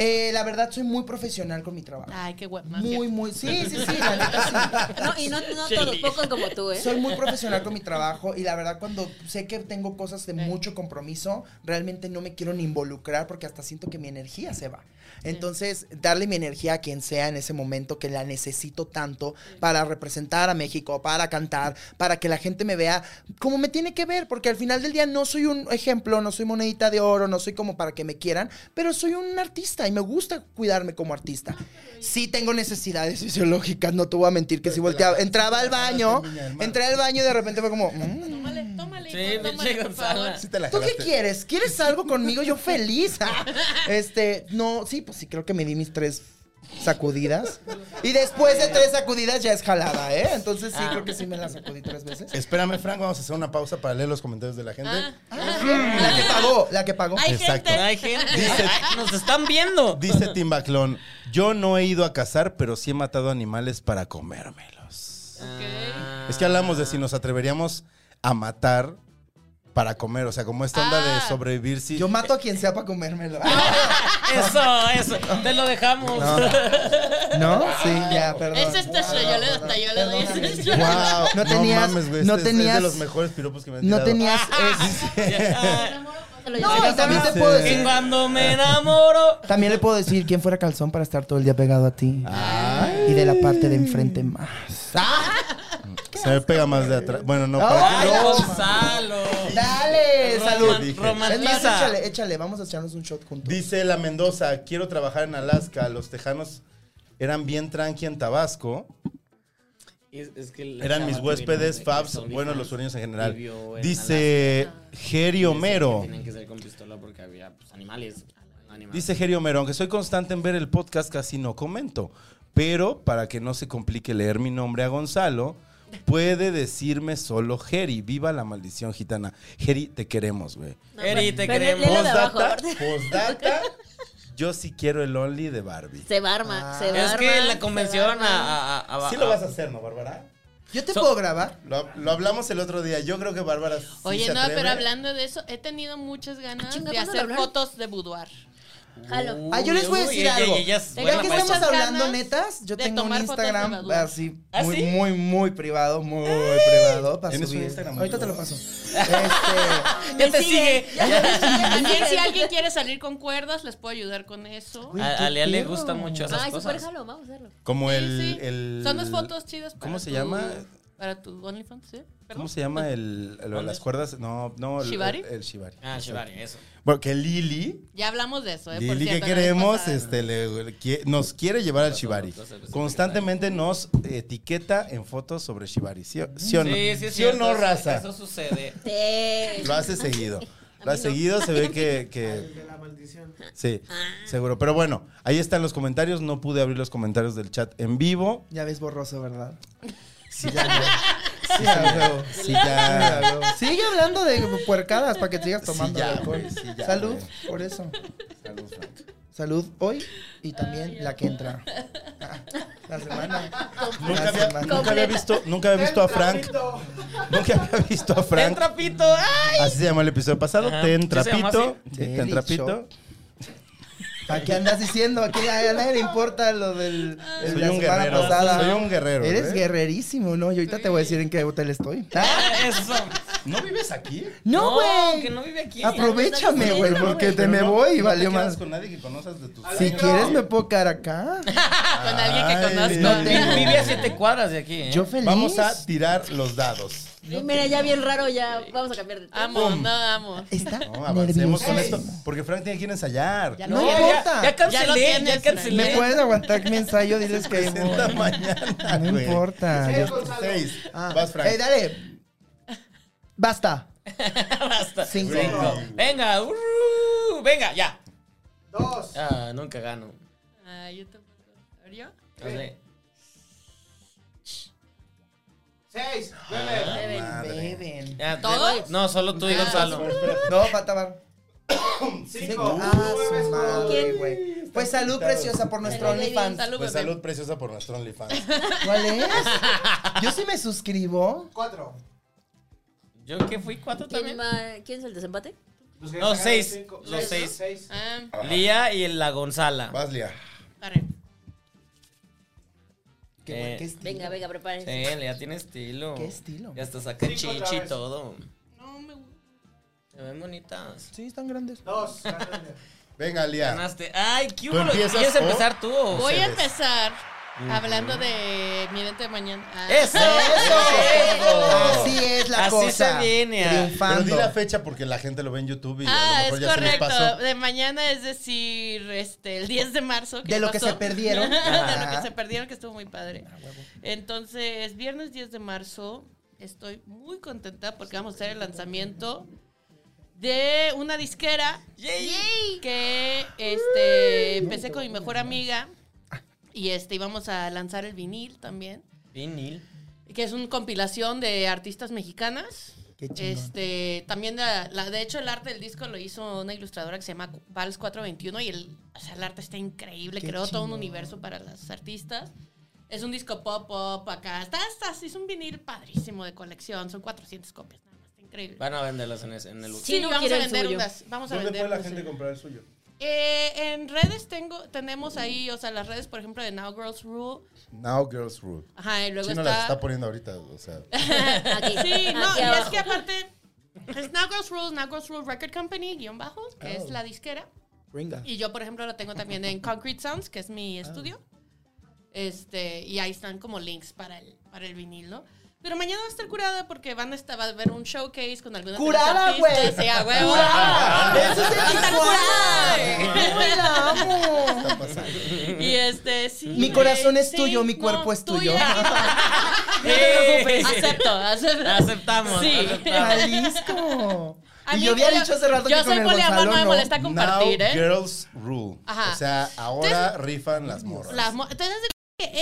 C: Eh, la verdad, soy muy profesional con mi trabajo.
G: Ay, qué guapo.
C: Muy, muy. Sí, sí, sí, la neta sí.
F: No, y no, no todos, pocos como tú, ¿eh?
C: Soy muy profesional con mi trabajo y la verdad cuando sé que tengo cosas de mucho compromiso, realmente no me quiero ni involucrar porque hasta siento que mi energía se va. Entonces, darle mi energía a quien sea en ese momento que la necesito tanto para representar a México, para cantar, para que la gente me vea como me tiene que ver, porque al final del día no soy un ejemplo, no soy monedita de oro, no soy como para que me quieran, pero soy un artista y me gusta cuidarme como artista. Sí tengo necesidades fisiológicas, no te voy a mentir que si volteaba, entraba al baño, Oh, entré al baño y de repente fue como, "Mm,
G: Tómale, tómale.
D: Sí,
G: hijo, tómale,
D: pinche
G: por favor.
D: Gonzala.
E: Sí te la
C: ¿Tú qué
E: jalaste.
C: quieres? ¿Quieres algo conmigo? Yo feliz. Ah, Este, no, sí, pues sí, creo que me di mis tres sacudidas. Y después de tres sacudidas ya es jalada, ¿eh? Entonces sí, creo que sí me la sacudí tres veces.
E: Espérame, Frank, vamos a hacer una pausa para leer los comentarios de la gente.
G: Ah.
C: Mm, La que pagó, la que pagó.
G: Hay
E: Exacto.
G: gente.
D: Hay gente. Ay, nos están viendo.
E: Dice Timbaclón, yo no he ido a cazar, pero sí he matado animales para comérmelos.
G: Ok.
E: Es que hablamos de si nos atreveríamos a matar para comer, o sea, como esta onda de
G: Ah.
E: sobrevivir si...
C: Yo mato a quien sea para comérmelo.
D: Eso, eso. Te lo dejamos.
C: ¿No? Sí, ya, perdón.
G: Ese está yo, yo le doy, hasta yo le doy ese.
C: Perdóname.
G: Yo-
E: Wow,
C: No tenías-
E: güey,
C: no
E: este es-
C: tenías-
E: es de los mejores piropos que me han
C: No
E: tirado.
C: tenías
F: Solo yo
C: No,
F: sé.
C: y también te puedo
D: Que
C: decir.
D: cuando me enamoro.
C: También le puedo decir quién fuera calzón para estar todo el día pegado a ti. Y de la parte de enfrente más.
E: Se me pega más de atrás. Bueno, no, para
D: Ay,
E: que-
D: Gonzalo.
C: Dale,
D: Roman-
C: salud. Es más,
D: Romantiza.
C: échale, échale, vamos a echarnos un shot juntos.
E: Dice la Mendoza, quiero trabajar en Alaska. Los tejanos eran bien tranqui en Tabasco.
D: Es- es que la
E: Eran
D: chava
E: mis
D: que vino
E: huéspedes,
D: de-
E: fabs,
D: de
E: buenos los
D: OnlyFans
E: sureños en general.
D: vivió en
E: Dice Geri Homero.
D: Tenían que ser con pistola porque había pues, animales. animales.
E: Dice Geri Homero, aunque soy constante en ver el podcast, casi no comento. Pero para que no se complique leer mi nombre a Gonzalo, puede decirme solo Geri. Viva la maldición gitana. Geri, te queremos, güey.
D: Eri, te
F: Pero
D: queremos.
F: léelo de abajo,
E: Postdata,
F: aparte.
E: postdata, Yo sí quiero el Only de Barbie.
F: Se va a armar,
C: Ah.
F: se va a
D: Es que
F: armar,
D: la
F: se
D: convención
F: va a armar.
D: a,
G: Ah,
D: a- a-
E: Sí lo vas a hacer, ¿no, Bárbara?
C: Yo te
D: So-
C: puedo grabar.
E: Lo, lo hablamos el otro día. Yo creo que Bárbara. sí
G: Oye,
E: se
G: no,
E: atreve.
G: pero hablando de eso, he tenido muchas
F: Ah,
G: ganas
F: chinga,
G: de
F: ¿cuándo
G: hacer
F: lo hablaron?
G: fotos de boudoir.
F: Jalo.
C: Ah, yo les voy a
D: uh, Uy,
C: decir
D: ella-
C: algo.
D: ella es
C: Ya
G: Ya
D: buena
C: que
D: para eso.
C: estamos hablando
G: Ganas
C: netas, yo
G: de
C: tengo un
G: tomar fotos de
C: Instagram
G: madura.
C: así
D: ¿Ah,
C: muy,
D: sí?
C: muy, muy privado, muy privado para
E: ¿Tienes un
C: subir.
E: Instagram,
C: Ahorita te
E: amigo?
C: lo paso. Este,
D: Ya te
F: sigue.
D: sigue.
G: También si alguien quiere salir con cuerdas, les puedo ayudar con eso.
C: Uy,
D: A,
C: qué
D: a Lea le
C: perro.
D: gustan mucho esas
F: Ay, super
D: cosas.
F: jalo, vamos a hacerlo.
E: Como
G: Sí,
E: el,
G: sí.
E: el-
G: Son las fotos chidas. para
E: ¿Cómo se
G: tu-
E: llama?
G: Para tu OnlyFans, ¿sí?
E: ¿Cómo se llama el, lo de las cuerdas? No, no. el-
G: ¿Shibari?
E: El, el shibari.
D: Ah, Shibari, eso.
E: Porque Lili,
G: Ya hablamos de eso, ¿eh? Por
E: Lili que
G: cierto, la vez
E: queremos,
G: pasada.
E: este, le- le qui- nos quiere llevar al Shibari. Constantemente nos etiqueta en fotos sobre Shibari. ¿Sí, o- sí o no?
D: Sí, sí, es
E: ¿Sí o
D: cierto,
E: no,
D: eso-
E: raza?
D: Eso sucede.
F: Sí.
E: Lo hace seguido. Lo
F: no.
E: hace seguido, se ve que... que-
B: De la maldición.
E: sí, seguro. Pero bueno, ahí están los comentarios. No pude abrir los comentarios del chat en vivo.
C: ya ves borroso, ¿verdad?
E: Sí, ya. Sí, ya. Sí, ya.
C: Sigue hablando de puercadas para que te sigas tomando
E: ya,
C: alcohol.
E: güey, sí, ya,
C: Salud,
E: güey.
C: por eso. Salud hoy y también la que entra. Ah, la semana.
E: Nunca
C: La
E: había,
C: semana.
E: nunca había visto, nunca había visto a Frank. Nunca había visto a
D: ¡Ten
E: Frank.
D: trapito! ¡Ay!
E: Así se llamó el episodio pasado.
D: Ajá.
E: Ten
D: ¿Sí se llama así?
E: trapito. Sí,
C: Te he
E: ten
C: dicho.
E: trapito.
C: ¿Para qué andas diciendo? Aquí a nadie le importa lo del de
E: Soy
C: la
E: un
C: semana
E: guerrero.
C: pasada.
E: Soy un guerrero.
C: Eres
E: ¿eh?
C: guerrerísimo, ¿no? Yo ahorita te voy a decir en qué hotel estoy. Ah,
D: Eso.
E: ¿No vives aquí?
C: No, güey.
D: que no vive aquí.
C: Ah, Aprovechame, güey, porque te me voy y valió más.
E: con nadie que conozcas de tus
C: Si quieres me puedo quedar acá.
G: Ah, Con alguien que
E: Ay,
G: conozco.
E: no
D: Vi-
E: tengo.
D: Vive a siete cuadras de aquí, ¿eh?
C: Yo feliz.
E: Vamos a tirar los dados.
F: Y mira, ya bien raro, ya vamos a cambiar de tema.
G: Amo, no amo.
C: Está
E: No, avancemos con esto.
C: nerviosísimo.
E: Porque Frank tiene que ir a ensayar.
G: Ya
C: No
G: lo tienes.
C: importa.
D: Ya, ya cancelé,
G: Ya lo
D: ya,
G: tienes,
D: cancelé.
C: ¿Me puedes aguantar mi ensayo? Diles que voy.
E: Presenta mañana.
C: No
E: güey.
C: importa. yo-
E: Seis.
C: Ah,
E: Vas, Frank.
C: eh, dale. Basta. Basta. Cinco.
E: Cinco.
D: Venga, urru, venga, ya.
B: Dos.
D: Ah, nunca gano.
G: Ah, yo tampoco. ¿A ver, yo?
D: No sé.
B: Seis. Nueve.
C: Beben.
D: Ya, te-
G: ¿Todos? Ah.
D: No, solo tú y Gonzalo.
E: Pues
C: No, faltaba.
B: Cinco.
C: Ah, su madre, güey. Pues salud preciosa por nuestro
F: Salud,
C: OnlyFans.
G: Salud,
E: Pues
G: bebé.
E: salud preciosa por nuestro OnlyFans.
C: ¿Cuál es? Yo sí me suscribo.
B: Cuatro.
D: Yo que fui cuatro
F: ¿Quién,
D: también.
F: va- quién es el desempate?
D: No,
B: este,
D: seis. Los seis.
G: Ah,
D: Lía y la Gonzala.
E: Vas, Lía.
G: pare.
C: Qué,
D: Eh,
C: buen- qué estilo.
F: Venga, venga, prepárense.
D: Sí, Lía tiene estilo.
C: Qué estilo.
D: Ya hasta saca chichi y todo.
G: No me gusta.
D: Se ven bonitas.
C: Sí, están grandes.
B: Dos.
E: Venga, Lía.
D: Ganaste. Ay, ¿qué
E: ¿Tú
D: hubo?
E: empiezas
D: ¿Quieres
E: o-
D: empezar tú o-
G: Voy a
E: Ustedes.
G: empezar hablando de mi evento de mañana. Ah,
D: ¡Eso! ¡Eso!
C: Así es la
D: Así
C: cosa.
D: se viene. ah.
E: Pero di
C: Triunfando.
E: la fecha porque la gente lo ve en YouTube y
G: Ah,
E: a
G: es
E: lo mejor ya se les
G: correcto.
E: pasó.
G: De mañana, es decir, este, el 10 de marzo.
C: De lo que
G: pasó.
C: se perdieron.
G: de lo
C: Ah.
G: que se perdieron, que estuvo muy padre.
E: Ah,
G: Entonces, viernes 10 de marzo, estoy muy contenta porque vamos a hacer el lanzamiento de una disquera que este, empecé con mi mejor amiga
E: Ah.
G: y este íbamos a lanzar el vinil también
D: Vinil.
G: que es una compilación de artistas mexicanas.
C: Qué chingón.
G: Este, también la, la- de hecho el arte del disco lo hizo una ilustradora que se llama Vals 421 y el, o sea, el arte está increíble,
C: Qué
G: creó todo un
C: chingón.
G: universo para las artistas. Es un disco pop pop acá, está, está, es un vinil padrísimo de colección, son 400 copias, nada más, está increíble.
D: Van a venderlas en, ese- en el
G: Sí,
F: Sí, no
G: vamos
F: quiero
G: a
F: el
G: vender
F: suyo.
G: unas, vamos a
E: ¿Dónde
G: vender
E: puede la
G: unas,
E: gente
G: eh.
E: comprar el suyo?
G: Eh, en redes tengo tenemos ahí, o sea, las redes, por ejemplo, de Now Girls Rule.
E: Now Girls Rule.
G: Ajá, y luego
E: Chino
G: está
E: las está poniendo ahorita, o sea.
F: Aquí.
G: Sí, no,
F: aquí
G: y es
F: abajo.
G: que aparte es Now Girls Rule, Now Girls Rule Record Company, guión bajo, que
C: Oh.
G: es la disquera.
C: Venga.
G: Y yo, por ejemplo, lo tengo también en Concrete Sounds, que es
C: Ah.
G: mi estudio. Este, y ahí están como links para el, para el vinil, ¿no? Pero mañana va a estar curada porque van a estar, va a haber un showcase con algunas de las
C: ¡Curada,
G: artistas.
C: güey!
G: Sí, a huevo.
C: ¡Curada! ¡Eso es
G: Va a estar
C: sensual!
G: curada, güey.
C: ¡Ay, la amo!
G: Y este, sí.
C: Mi corazón
G: güey,
C: es tuyo, mi cuerpo es tuyo.
G: No te preocupes. Acepto, acepto.
D: Aceptamos.
G: Sí.
D: aceptamos.
C: Jalisco.
G: A
C: y
G: mí
C: yo había
G: polio-
C: dicho hace rato
G: yo
C: que
G: soy
C: con el
G: poliamor,
C: Gonzalo
G: no me
C: no.
G: molesta compartir,
E: Now
G: ¿eh?
E: Girls Rule.
G: Ajá.
E: O sea, ahora rifan las morras.
G: Las mo- ¿Te das cuenta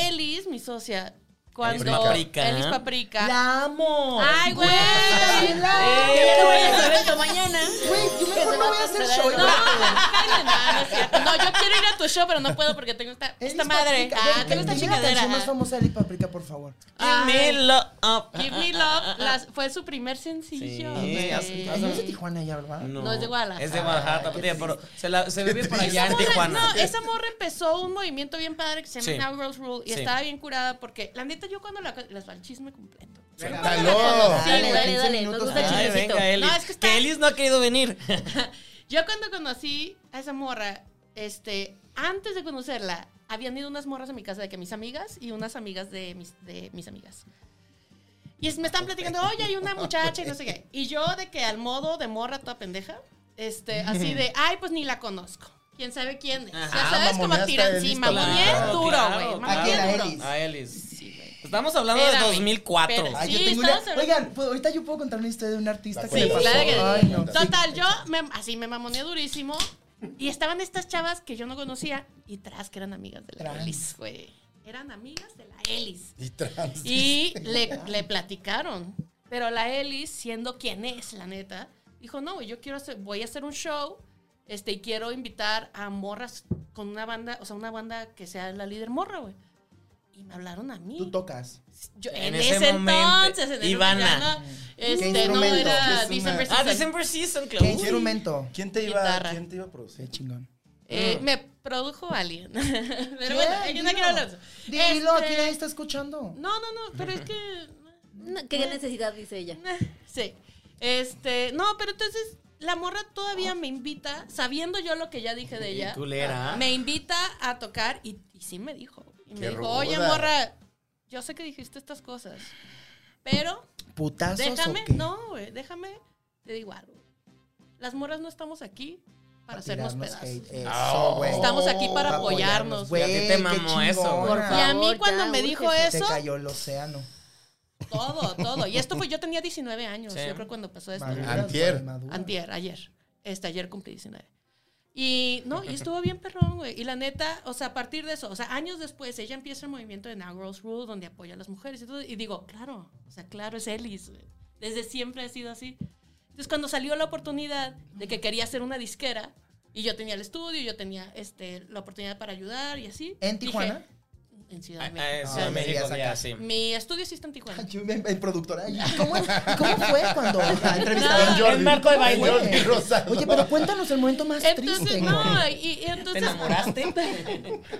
G: que Elis, mi socia, cuando
E: Elis Paprika.
G: Elis Paprika.
C: La amo.
G: Ay, güey.
F: ¿Qué te voy a saber yo mañana?
C: Güey, yo mejor no voy a hacer show.
G: No, no, no, no es cierto. No, yo quiero show, pero no puedo porque tengo esta,
C: Elis
G: esta madre.
C: Paprika,
G: Ah,
C: ven, ven,
G: tengo esta
C: dime la
G: chingadera.
C: canción más famosa de Eli Paprika, por favor.
D: Give me love.
G: Give Me Love las- fue su primer sencillo.
D: Sí,
G: güey.
D: hace-
C: Ay, no es de Tijuana ya, ¿verdad?
G: No, es de Guadalajara.
D: Es de Guadalajara, Tapatía, pero se, la, se vive por allá
G: Esa
D: en
G: morra-
D: Tijuana.
G: No, esa morra empezó un movimiento bien padre que se llama
D: Sí.
G: Now Girls Rule y
D: Sí.
G: estaba bien curada porque, la neta, yo cuando la, les va el chisme completo.
E: ¡Suéltalo!
G: Sí,
F: Dale,
G: güey.
F: dale, dale.
C: 15
F: Nos
C: minutos.
F: gusta el
D: Ay,
F: chismecito.
D: venga, Elis.
G: No, es que
D: que,
G: está-
D: Elis no ha querido venir.
G: Yo cuando conocí a esa morra, este, antes de conocerla, habían ido unas morras a mi casa de que mis amigas y unas amigas de mis, de mis amigas. Y es- me están platicando, oye, hay una muchacha y no sé qué. Y yo de que al modo de morra toda pendeja, este, así de, ay, pues ni la conozco. ¿Quién sabe quién es?
D: Ajá,
G: ya
C: Ah,
G: sabes, como
E: mamoneaste
G: tiran
E: a
G: sí,
E: Elis
G: mamoneé
D: Claro,
G: duro,
D: claro,
G: güey.
D: claro.
G: mamoneé
C: Aquí la
G: duro.
C: Elis.
D: A Elis.
G: Sí, güey.
D: Estamos hablando de
G: Espérame,
D: 2004.
G: espérame.
C: Ay,
G: Sí,
C: yo tengo
G: estamos
C: una-
G: hablando-
C: Oigan, ¿puedo- pues, ahorita yo puedo contar una historia de un artista
E: Sí,
C: que me
G: Sí,
C: pasó.
G: claro que sí.
C: Ay, no.
G: Total, yo me- así me mamoneé durísimo. Y estaban estas chavas que yo no conocía y tras que eran amigas de la
C: Tras.
G: Elis, güey. Eran amigas de la Elis.
E: Y trans.
G: Y le, le platicaron. Pero la Elis, siendo quien es, la neta, dijo, no, güey, yo quiero hacer, voy a hacer un show este, y quiero invitar a morras con una banda, o sea, una banda que sea la líder morra, güey. Y me hablaron a mí.
C: Tú tocas.
G: Yo-
D: En
G: en,
D: ese
G: ese,
D: momento,
G: entonces, en ese
D: Ivana.
G: momento, este, no,
C: instrumento?
G: era
E: Es una-
G: December
D: Ah,
G: Season.
D: December Season,
C: ¿Qué
D: Clau.
C: instrumento?
E: ¿Quién te iba,
G: Guitarra.
E: ¿Quién te iba a
C: Qué
E: producir?
C: chingón.
D: Ah.
G: Eh, Me produjo alguien. Pero
C: ¿Quién?
G: bueno, yo no
C: Dilo.
G: quiero hablar de eso.
C: Dilo, aquí
G: Este,
C: nadie está escuchando.
G: No, no, no, pero es que.
F: No, ¿Qué necesidad dice ella?
G: nah, Sí. Este. No, pero entonces la morra todavía me invita, sabiendo yo lo que ya dije de ella,
D: Culera.
G: me invita a tocar y, y sí me dijo. Y me
E: Qué
G: dijo,
E: ruda.
G: oye, morra, yo sé que dijiste estas cosas, pero
C: ¿Putazos
G: Déjame,
C: o qué?
G: no, güey, déjame, te digo algo. Las moras no estamos aquí para hacernos
C: tirarnos
G: pedazos.
C: hate. Eh,
E: Ah,
C: Eso, güey.
G: Estamos aquí para
C: Para
G: apoyarnos, güey.
D: ¿Y a ti
C: Güey,
D: te
C: qué
D: mamó
C: chingón.
D: eso, güey?
C: Por
G: Y a mí
F: favor,
G: cuando
F: ya,
G: me dijo
C: Se
G: eso,
C: cayó el océano.
G: todo, todo. Y esto fue, yo tenía 19 años,
D: Sí.
G: yo creo cuando pasó esto.
C: Maduras,
E: Antier.
C: güey, maduras.
G: Antier, ayer. Este, ayer cumplí 19. Y no, y estuvo bien perrón, güey. Y la neta, o sea, a partir de eso, o sea, años después, ella empieza el movimiento de Now Girls Rule, donde apoya a las mujeres y todo. Y digo, claro, o sea, claro, es Ellis, güey. Desde siempre ha sido así. Entonces, cuando salió la oportunidad de que quería hacer una disquera, y yo tenía el estudio, yo tenía este, la oportunidad para ayudar y así.
C: ¿En
G: dije,
C: Tijuana?
G: en Ciudad
D: Ah,
G: de
D: ah,
G: México.
D: Ciudad de
C: Ah, sí,
D: México,
C: ya
D: ya,
C: saca.
D: sí.
G: Mi estudio sí está en Tijuana.
C: Yo me- el productor ahí. ¿Cómo, cómo fue cuando la entrevistaron?
G: Ah,
D: No, el marco de baile.
C: Güey.
E: Jordi Rosado.
C: Oye, pero cuéntanos el momento más
G: Entonces,
C: triste. güey.
G: no, y, y entonces...
D: ¿Te enamoraste?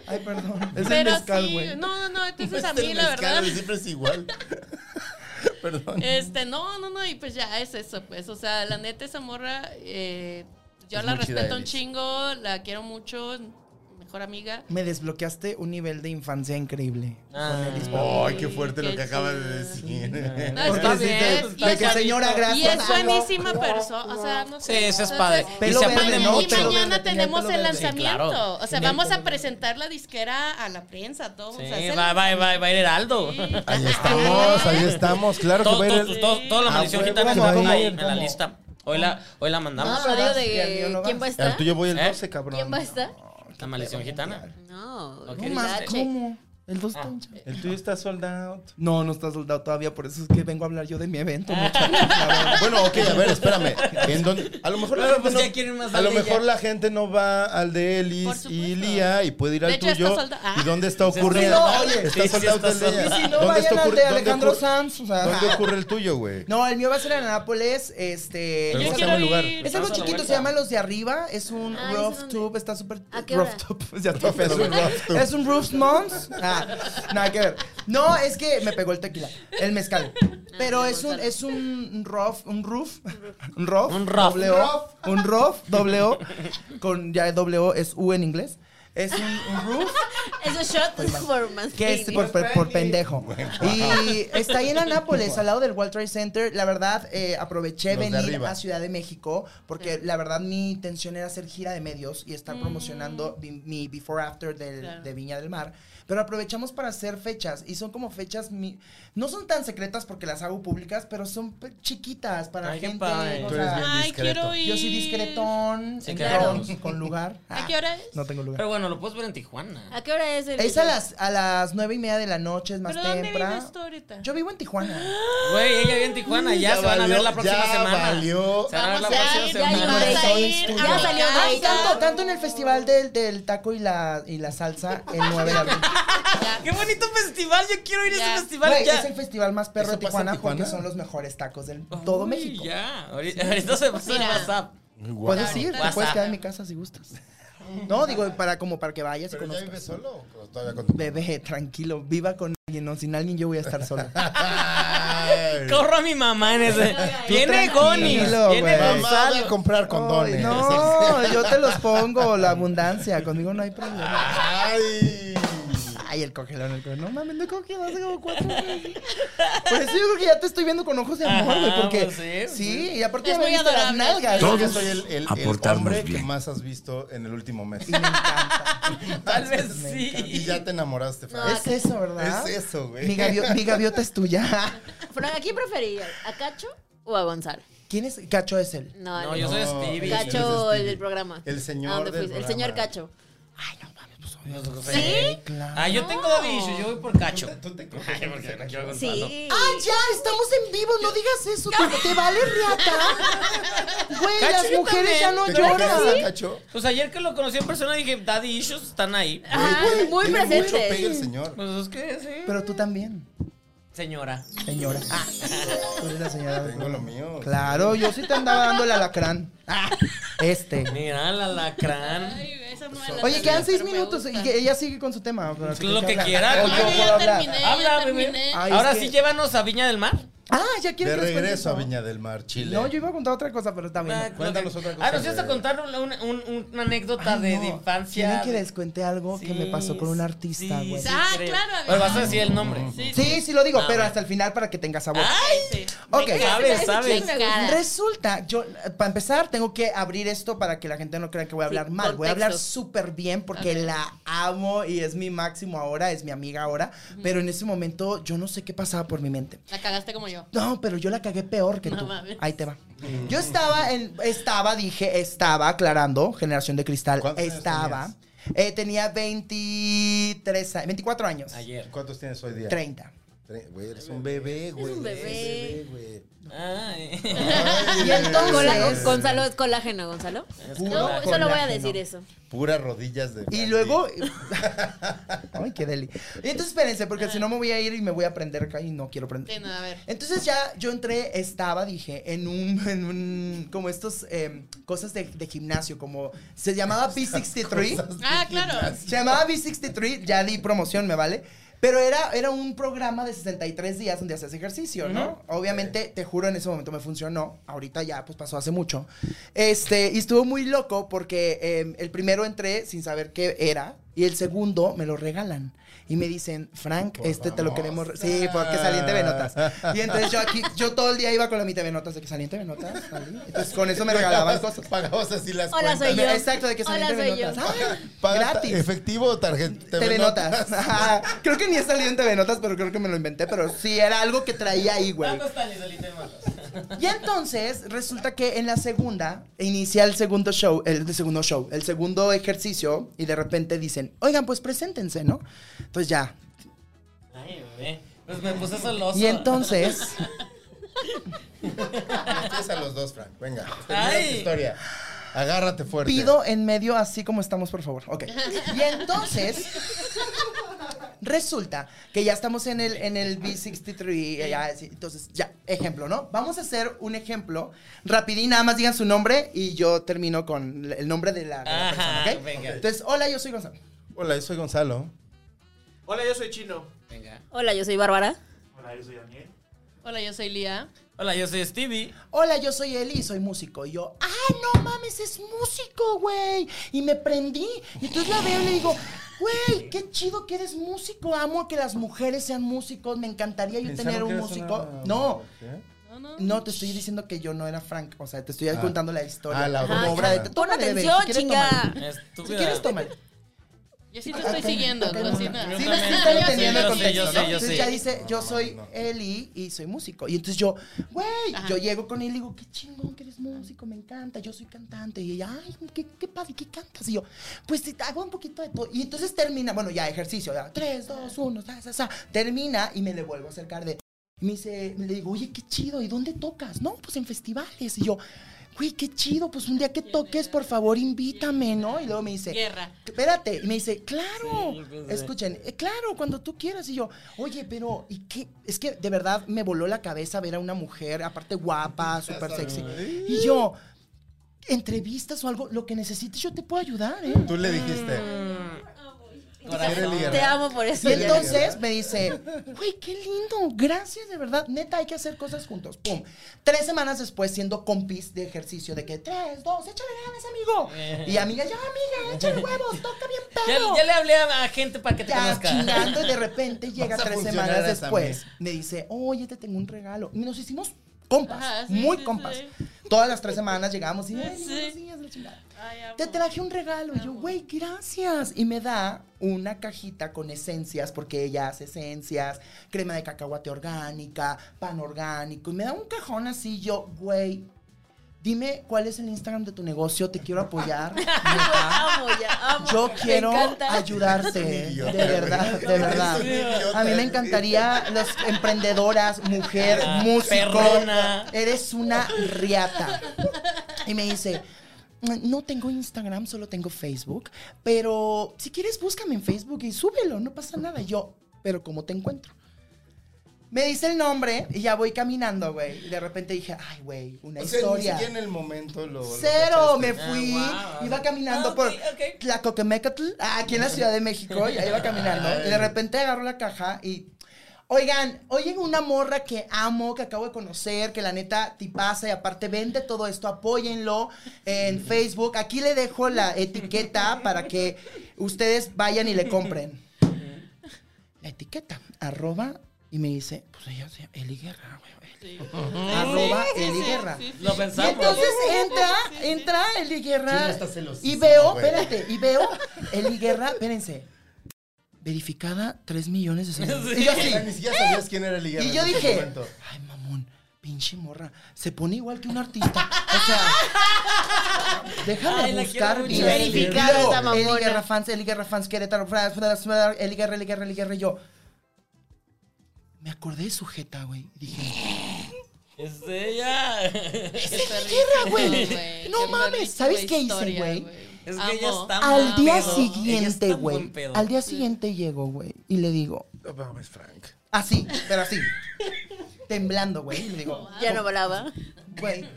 C: Ay, perdón. Es el
G: pero
C: mezcal,
G: sí,
C: güey.
G: no, no, no, entonces a
E: Este
G: mí la
E: mezcal
G: verdad,
E: Siempre es igual. Perdón.
G: este, no, no, no, y pues ya es eso, pues, o sea, la neta esa morra, eh, yo
E: Es
G: la
E: muy chida,
G: respeto un
E: Elis.
G: chingo, la quiero mucho, es mi mejor amiga.
C: Me desbloqueaste un nivel de infancia increíble.
D: Ah.
E: Ay, qué fuerte lo
G: qué
E: que acabas de
G: chido.
E: decir.
G: No,
C: Porque
G: está
C: sí
G: bien,
C: te-
G: es-
C: de que,
G: es-
C: señora,
G: Y
C: gracias.
G: es buenísima persona, o sea, no
D: Sí,
G: sé.
D: eso es
G: entonces,
D: padre. Y
C: Pelo
D: se
C: verde,
D: aprende
G: Mañana,
C: ¿no?
G: y
D: mucho.
C: Pelo
G: mañana
C: verde, tenía
G: tenemos
C: pelo
G: el
C: verde. Sí,
G: lanzamiento.
D: claro.
G: O sea, vamos a presentar la disquera a la prensa, todo.
D: Sí,
G: o sea, es el
D: va, va, va, va a ir Heraldo.
G: Sí.
E: Ahí estamos, ahí estamos. Claro que
D: Todo,
E: va a ir
D: todo,
E: el-
D: todo- toda la
E: Ah,
D: maldición
E: huevo,
D: gitana
E: ¿cómo?
D: está ahí
E: ¿Cómo?
D: en la lista. Hoy la, hoy la mandamos.
F: No, digo
C: Y al mío
F: de
C: no
F: quién va a
C: vas.
F: estar.
E: Al tuyo voy el
D: ¿Eh?
E: 12, cabrón.
F: ¿Quién va a estar?
D: La maldición gitana.
F: No,
D: Ok.
F: olvídate.
C: No mames, ¿cómo? El dos
D: Ah.
C: toncha.
E: El tuyo está sold out.
C: No, no está soldado todavía, por eso es que vengo a hablar yo de mi evento. muchachos, la verdad.
E: Bueno, ok, a ver, espérame. ¿En dónde? A lo mejor la
D: Claro,
E: gente
D: pues, ya quieren más
E: no, a lo
D: al de
E: mejor
D: ella.
E: la gente no va al de
G: Por
E: Elis
G: supuesto.
E: y Lía y puede ir al
G: De hecho,
E: tuyo.
G: está sold out.
E: ¿Y dónde está
D: Ah. Sí,
E: ocurriendo?
C: sí, oye.
D: Sí, sí,
E: está sold out
D: está
E: el de
D: sold
E: ella.
D: out.
C: Y si
E: ¿Dónde
C: no,
E: está
C: vayan al
E: ocurri-
C: de
E: dónde
C: Alejandro
E: ocurre-
C: Sanz. O sea,
E: ¿Dónde ocurre el tuyo, güey?
C: No, el mío va a ser en Nápoles. Este.
E: Pero
G: Yo
E: ¿cómo se
G: quiero
E: llama el lugar?
G: ir.
C: Es algo
D: Damos la
C: chiquito,
D: vuelta.
C: se llama Los de Arriba. Es un
F: Ah, ¿ese
C: rooftop,
F: dónde?
C: está súper.
F: ¿A qué hora?
C: Rooftop, ya está
E: Es
C: pedo.
E: un rooftop.
C: Es un roof mons. Ah, nada que ver. No, es que me pegó el tequila, el mezcal. Pero
F: Ah,
C: es un,
F: Gonzalo.
C: es un roof, un roof, un roof,
D: Un roof.
C: doble O, un roof, doble O, con ya doble O es U en inglés. Es un, un roof
F: Es un shot for Mancini.
C: que es por, por- por pendejo. Y está ahí en Anápolis, al lado del World Trade Center. La verdad, eh, aproveché
E: Los de
C: venir
E: arriba.
C: a Ciudad de México porque la verdad mi intención era hacer gira de medios y estar promocionando mi, mi Before After del-
G: Mm. Claro.
C: de Viña del Mar. Pero aprovechamos para hacer fechas y son como fechas, mi- no son tan secretas porque las hago públicas, pero son pe- chiquitas para
D: Ay, qué
C: gente.
D: padre.
C: o
E: Tú eres
C: sea,
E: bien
G: Ay,
E: discreto.
G: quiero ir.
C: yo soy discretón,
D: Sí,
C: en
D: claro.
C: Bronx, con lugar.
G: ¿A qué hora es?
C: No tengo lugar.
D: Pero bueno, lo puedes ver en Tijuana.
F: ¿A qué hora hora es el.?
C: Es a las, a las nueve y media de la noche, es más
G: ¿Pero dónde
C: temprano.
G: vives tú ahorita?
C: Yo vivo en Tijuana.
D: Güey, ella vive en Tijuana, ya, se van a ver la próxima
E: ya
D: semana.
E: valió. Ah,
D: Se van a ver la
G: Vamos a
D: próxima
G: ir, ya
D: semana.
C: hay
G: vas a ir
C: Son
G: a
F: Ya
G: mi
F: salió
G: casa.
C: Ay, tanto, tanto en el festival del, del taco y la, y la salsa, el 9 de abril.
G: Ya.
D: Qué bonito festival, yo quiero ir a
G: Ya.
D: ese festival
C: Güey,
D: ya.
C: es el festival más perro de
E: ¿Eso pasa en
C: Tijuana, porque
E: Tijuana?
C: son los mejores tacos del todo
D: Uy,
C: México.
D: Ya, ahorita, ahorita se pasó en
G: Mira.
D: WhatsApp.
C: Puedes ir, te
D: WhatsApp.
C: puedes quedar en mi casa si gustas. No, digo, para como para que vayas y
E: ¿Pero ya vive
C: conozcas.
E: solo o todavía con tu
C: Bebé, tranquilo, viva con alguien, no, sin alguien yo voy a estar sola.
E: Ay.
D: Corro a mi mamá en ese. Viene
C: tranquilo,
D: Gonis, viene
E: Mamá,
C: güey.
E: voy a
D: Gonzalo.
E: comprar condones.
C: Ay, no, yo te los pongo, la abundancia, conmigo no hay problema.
E: Ay.
C: Ay, el congelón, el congelón. No mames, no he cogido hace como cuatro meses. Por eso yo creo que ya te estoy viendo con ojos de amor, güey,
D: Ajá,
C: porque...
D: pues sí, pues
C: sí, y aparte
G: Es
C: ya me
G: muy
C: viste las
G: adorable.
C: nalgas.
E: Creo que soy el, el- el
H: Aportarnos
E: hombre que
H: bien.
E: más has visto en el último mes.
C: Y me encanta.
D: Tal vez
C: Me
E: Y
D: sí.
E: ya te enamoraste, Fran.
C: Es eso, ¿verdad?
E: Es eso, güey.
C: Mi, gavio- mi gaviota es tuya.
F: Frank, ¿a quién preferirías? ¿A Cacho o a Gonzalo?
C: ¿Quién es? Cacho es él.
F: No,
D: No,
F: el-
D: yo soy
E: No,
D: Stevie.
E: Cacho.
F: Cacho,
E: Stevie.
F: el del programa.
E: El señor
F: ¿A dónde
E: del
F: fuiste? El señor
E: programa.
F: Cacho.
D: ¿Sí? Ah, yo tengo daddy issues, yo voy por cacho. Ay, porque no quiero a Gonzalo.
F: Sí.
C: Ah, ya, estamos en vivo, no digas eso. ¿Te, te vale, Riata? Güey,
D: Cacho,
C: las
D: yo también.
C: mujeres ya no
E: ¿Te crees,
C: lloran.
E: Cacho?
D: Pues ayer que lo conocí en persona dije, daddy issues están ahí.
F: Ajá, muy
E: Tiene mucho
F: presente.
E: pegue el señor.
D: Pues es que sí.
C: Pero tú también,
D: Señora.
C: señora. Ah, tú eres la señora. del
E: Tengo lo
C: programa.
E: mío.
C: Claro, yo sí te andaba dando el alacrán. Ah, este.
D: Mira, la lacrán.
G: Ay, esa no me la
C: Oye,
G: sabía,
C: quedan seis
G: pero me
C: minutos
G: gusta.
C: y que ella sigue con su tema. pero
D: Es
C: que
D: lo
C: te
D: que
C: habla.
D: quiera.
C: O yo
G: Ay, yo
D: Ay,
C: puedo
G: ya
C: hablar.
G: terminé,
D: Habla,
G: ya terminé.
C: bebé. Ay,
D: Ahora
C: es
D: sí
C: que-
D: llévanos a Viña del Mar.
C: Ah, ya
E: De
C: quieres
E: regreso a Viña del Mar, Chile.
C: No, yo iba a contar otra cosa, pero está bien.
E: Cuéntanos otra cosa,
D: Ah, nos ibas a
E: güey.
D: contar una, una- un- una anécdota
C: Ay,
D: de,
C: no.
D: de infancia.
C: ¿Quieren que les cuente algo que me pasó con un artista, güey?
G: sí. Ah,
D: creo.
G: claro, a
D: Pues
G: ver.
D: vas a decir el nombre.
G: Sí,
C: Sí, sí lo digo,
D: Ah,
C: pero
D: bueno.
C: hasta el final para que tenga sabor.
G: sí.
C: Ok.
D: Sabes, sabes.
C: Resulta, yo, eh, para empezar, tengo que abrir esto para que la gente no crea que voy a hablar mal. Voy a hablar
F: contexto.
C: súper bien porque la amo y es mi máximo ahora, es mi amiga ahora. Pero en ese momento yo no sé qué pasaba por mi mente.
G: La cagaste como yo.
C: No, pero yo la cagué peor que
G: No
C: tú.
G: mames.
C: Ahí te va.
E: Mm.
C: Yo estaba en. Estaba, dije, estaba aclarando, generación de cristal.
E: ¿Cuántos años
C: Estaba. eh, tenía 23 años, 24 años.
D: Ayer.
E: ¿Cuántos tienes hoy día?
C: 30.
E: Tre- Güey, eres un bebé, güey.
F: un bebé.
E: Eres un bebé, güey.
D: Ay.
C: Y entonces.
F: Cola- Gonzalo es colágeno, Gonzalo.
C: Puro
F: No, solo voy a
C: colágeno.
F: decir eso.
E: Puras rodillas de.
C: Y luego. Ay, qué deli. Y entonces espérense, porque si no me voy a ir y me voy a prender acá y no quiero prender.
G: Sí, no, a ver.
C: Entonces ya yo entré, estaba, dije, en un, en un como estos eh, cosas de, de gimnasio, como se llamaba B63.
G: Ah, claro.
C: Se llamaba B63, ya di promoción, me vale. Pero era, era un programa de 63 días donde hacías ejercicio, ¿no? Obviamente, te juro, en ese momento me funcionó. Ahorita ya, pues pasó hace mucho. Este, y estuvo muy loco porque eh, el primero entré sin saber qué era y el segundo me lo regalan. Y me dicen, Frank, este te lo queremos. re- Sí, porque salí en TV Notas. Y entonces yo aquí, yo todo el día iba con la mitad de Notas de que salí en TV Notas. salí. Entonces pues, con eso me regalaban cosas.
E: Pagabas así las
F: Hola,
E: cuentas.
F: soy yo.
C: Exacto, de que salí
F: Hola,
C: en TV
F: soy yo.
C: Notas. Ah,
E: Pagas ta-
C: gratis.
E: ¿Efectivo o tarjeta?
C: Telenotas. Ajá. creo que ni he salido en Telenotas, pero creo que me lo inventé. Pero sí, era algo que traía ahí, güey.
D: ¿Cuántos años saliste en Matas?
C: Y entonces, resulta que en la segunda, inicia el segundo show, el segundo show, el segundo ejercicio, y de repente dicen, oigan, pues preséntense, ¿no? Entonces ya.
D: Ay, bebé. Pues me puse celoso.
C: Y entonces,
E: Tienes a los dos, Frank. Venga. termina
D: Ay.
E: tu historia. Agárrate fuerte.
C: pido en medio así como estamos, por favor. Ok. Y entonces. Resulta que ya estamos en el, en el B63. eh, ya, sí, entonces, ya, ejemplo, ¿no? Vamos a hacer un ejemplo. Rapidín, nada más digan su nombre y yo termino con l- el nombre de la, de la
D: Ajá,
C: persona, ¿ok?
D: venga.
C: Entonces, hola, yo soy Gonzalo.
E: Hola, yo soy Gonzalo.
B: Hola, yo soy chino.
D: Venga.
F: Hola, yo soy Bárbara.
G: Hola, yo soy Lía.
D: Hola, yo soy Stevie.
C: Hola, yo soy Eli y soy músico. Y yo, ah, no mames, es músico, güey. Y me prendí. Y entonces la veo y le digo, güey, qué chido que eres músico. Amo que las mujeres sean músicos. Me encantaría yo
E: Pensaron
C: tener
E: que
C: un
E: eras
C: músico.
E: una-
C: No.
E: ¿Qué?
G: No, no.
C: No, te estoy diciendo que yo no era Frank. O sea, te estoy contando la historia.
E: Ah, la
C: como
E: obra.
C: obra de
E: Pon
C: tómale, bebé, si
F: atención,
C: quieres,
F: chinga.
C: tómale. Si
D: Estúpida.
C: quieres, tómale.
G: Yo sí te estoy siguiendo, Lucina.
C: Sí,
D: Yo
C: no
D: también.
C: estoy
D: Yo sé,
C: entendiendo el
D: yo sé,
C: contexto,
D: yo sé,
C: ¿no?
D: yo
C: Entonces
D: sé.
C: ya dice, yo soy
E: no.
C: Eli y soy músico. Y entonces yo, güey,
G: Ajá.
C: yo llego con él y digo, qué chingón que eres músico, me encanta, yo soy cantante. Y ella, ay, qué, qué padre, ¿qué cantas? Y yo, pues sí, hago un poquito de todo. Y entonces termina, bueno, ya ejercicio, ya, tres, dos, uno, sa, sa, sa. Termina y me le vuelvo a acercar de, me dice, le digo, oye, qué chido, ¿y dónde tocas? No, pues en festivales. Y yo, güey, qué chido, pues un día que toques, por favor, invítame, ¿no? Y luego me dice,
G: Guerra.
C: Espérate, y me dice, claro, escuchen, eh, claro, cuando tú quieras. Y yo, oye, pero, ¿y qué? Es que de verdad me voló la cabeza ver a una mujer, aparte guapa, súper sexy. Y yo, entrevistas o algo, lo que necesites, yo te puedo ayudar, ¿eh?
E: Tú le dijiste. "Eres
D: Mm. Corazón.
E: líder".
F: Te amo por
C: Y
F: eso.
C: entonces me dice, güey, qué lindo, gracias de verdad, neta, hay que hacer cosas juntos. Pum. Tres semanas después, siendo compis de ejercicio, de que tres, dos, échale ganas, amigo. Y amiga, ya, amiga, échale huevos, toca bien
D: Ya,
C: pedo.
D: ya le hablé a, a gente para que te
C: Ya
D: conozca.
C: chingando y de repente llega
E: Vas a
C: tres
E: funcionar
C: semanas
E: hasta
C: después. Me dice, oye, te tengo un regalo. Y nos hicimos compas,
G: Ajá, sí,
C: muy
G: sí,
C: compas.
G: sí.
C: Todas las tres semanas llegamos y "Ay,
G: Sí.
C: buenos días, la chingada.
G: Ay, amo.
C: Te traje un regalo. Y yo,
G: Amo.
C: güey, gracias. Y me da una cajita con esencias, porque ella hace esencias, crema de cacahuate orgánica, pan orgánico. Y me da un cajón así, yo, güey. Dime cuál es el Instagram de tu negocio, te quiero apoyar. neta.
F: Amo, ya, Ah, amo.
C: Yo
F: Me
C: quiero
F: encanta.
C: ayudarte,
E: Es un
C: de
E: idiota,
C: verdad,
E: güey.
C: de verdad.
E: Es un idiota,
C: A mí me
E: güey.
C: encantaría las emprendedoras, mujer,
D: Ah,
C: músico.
D: perrona.
C: Eres una riata. Y me dice, no tengo Instagram, solo tengo Facebook, pero si quieres búscame en Facebook y súbelo, no pasa nada. Y Yo, pero ¿cómo te encuentro? Me dice el nombre y ya voy caminando, güey. Y de repente dije, ay, güey, una
E: O sea, ni
C: historia.
E: siquiera en el momento lo. lo
C: Cero,
E: cachaste.
C: me fui,
D: Ah, wow.
C: iba caminando
D: Ah, ok,
C: por
D: ok.
C: Tlacoquemecatl, ah, aquí en la Ciudad de México, ya iba caminando, y de repente agarro la caja y, oigan, oigan una morra que amo, que acabo de conocer, que la neta tipaza y aparte vende todo esto, apóyenlo en Facebook, aquí le dejo la etiqueta para que ustedes vayan y le compren. La etiqueta, arroba, y me dice, pues ella se llama Eli Guerra, güey,
G: Sí.
C: Eli. arroba
G: Sí,
C: Eli
G: sí,
C: Guerra.
G: sí, sí.
D: Lo
C: Y
D: pensamos.
C: entonces entra, entra Eli
E: Sí, ya
C: Guerra.
E: está celosísimo,
C: Y veo,
E: güey.
C: espérate, y veo Eli Guerra, espérense. Verificada 3 millones de seguidores. Y yo
E: O sea, ni
C: así.
E: siquiera sabías quién era el líder.
C: Y
E: en
C: yo
E: ese
C: dije,
E: momento.
C: ay mamón, pinche morra. Se pone igual que un artista. O sea. Déjame
D: Ay, la
C: buscar
D: quiero
C: bien.
D: mucho.
F: Verificada
C: Y luego,
F: esa mamona.
C: Eli Guerra fans, Eli Guerra fans, Querétaro fans, Eli Guerra, Eli Guerra, Eli Guerra. Y yo. Me acordé de su jeta, güey. y Dije,
D: Es ella. Es
G: Qué
C: Guerra, güey.
G: rico, güey.
C: No mames,
G: bonita
C: ¿sabes qué hice,
G: historia,
C: güey?
D: que
G: Amo.
D: ella está
C: al
D: mal pedo.
C: día
D: Ah, Ella
C: siguiente,
D: está
C: güey.
D: buen pedo.
C: Al día siguiente llego, güey. Y le digo,
E: No mames, Frank.
C: así, pero así. temblando, güey. Y le digo,
F: Ya no volaba.
C: güey. te-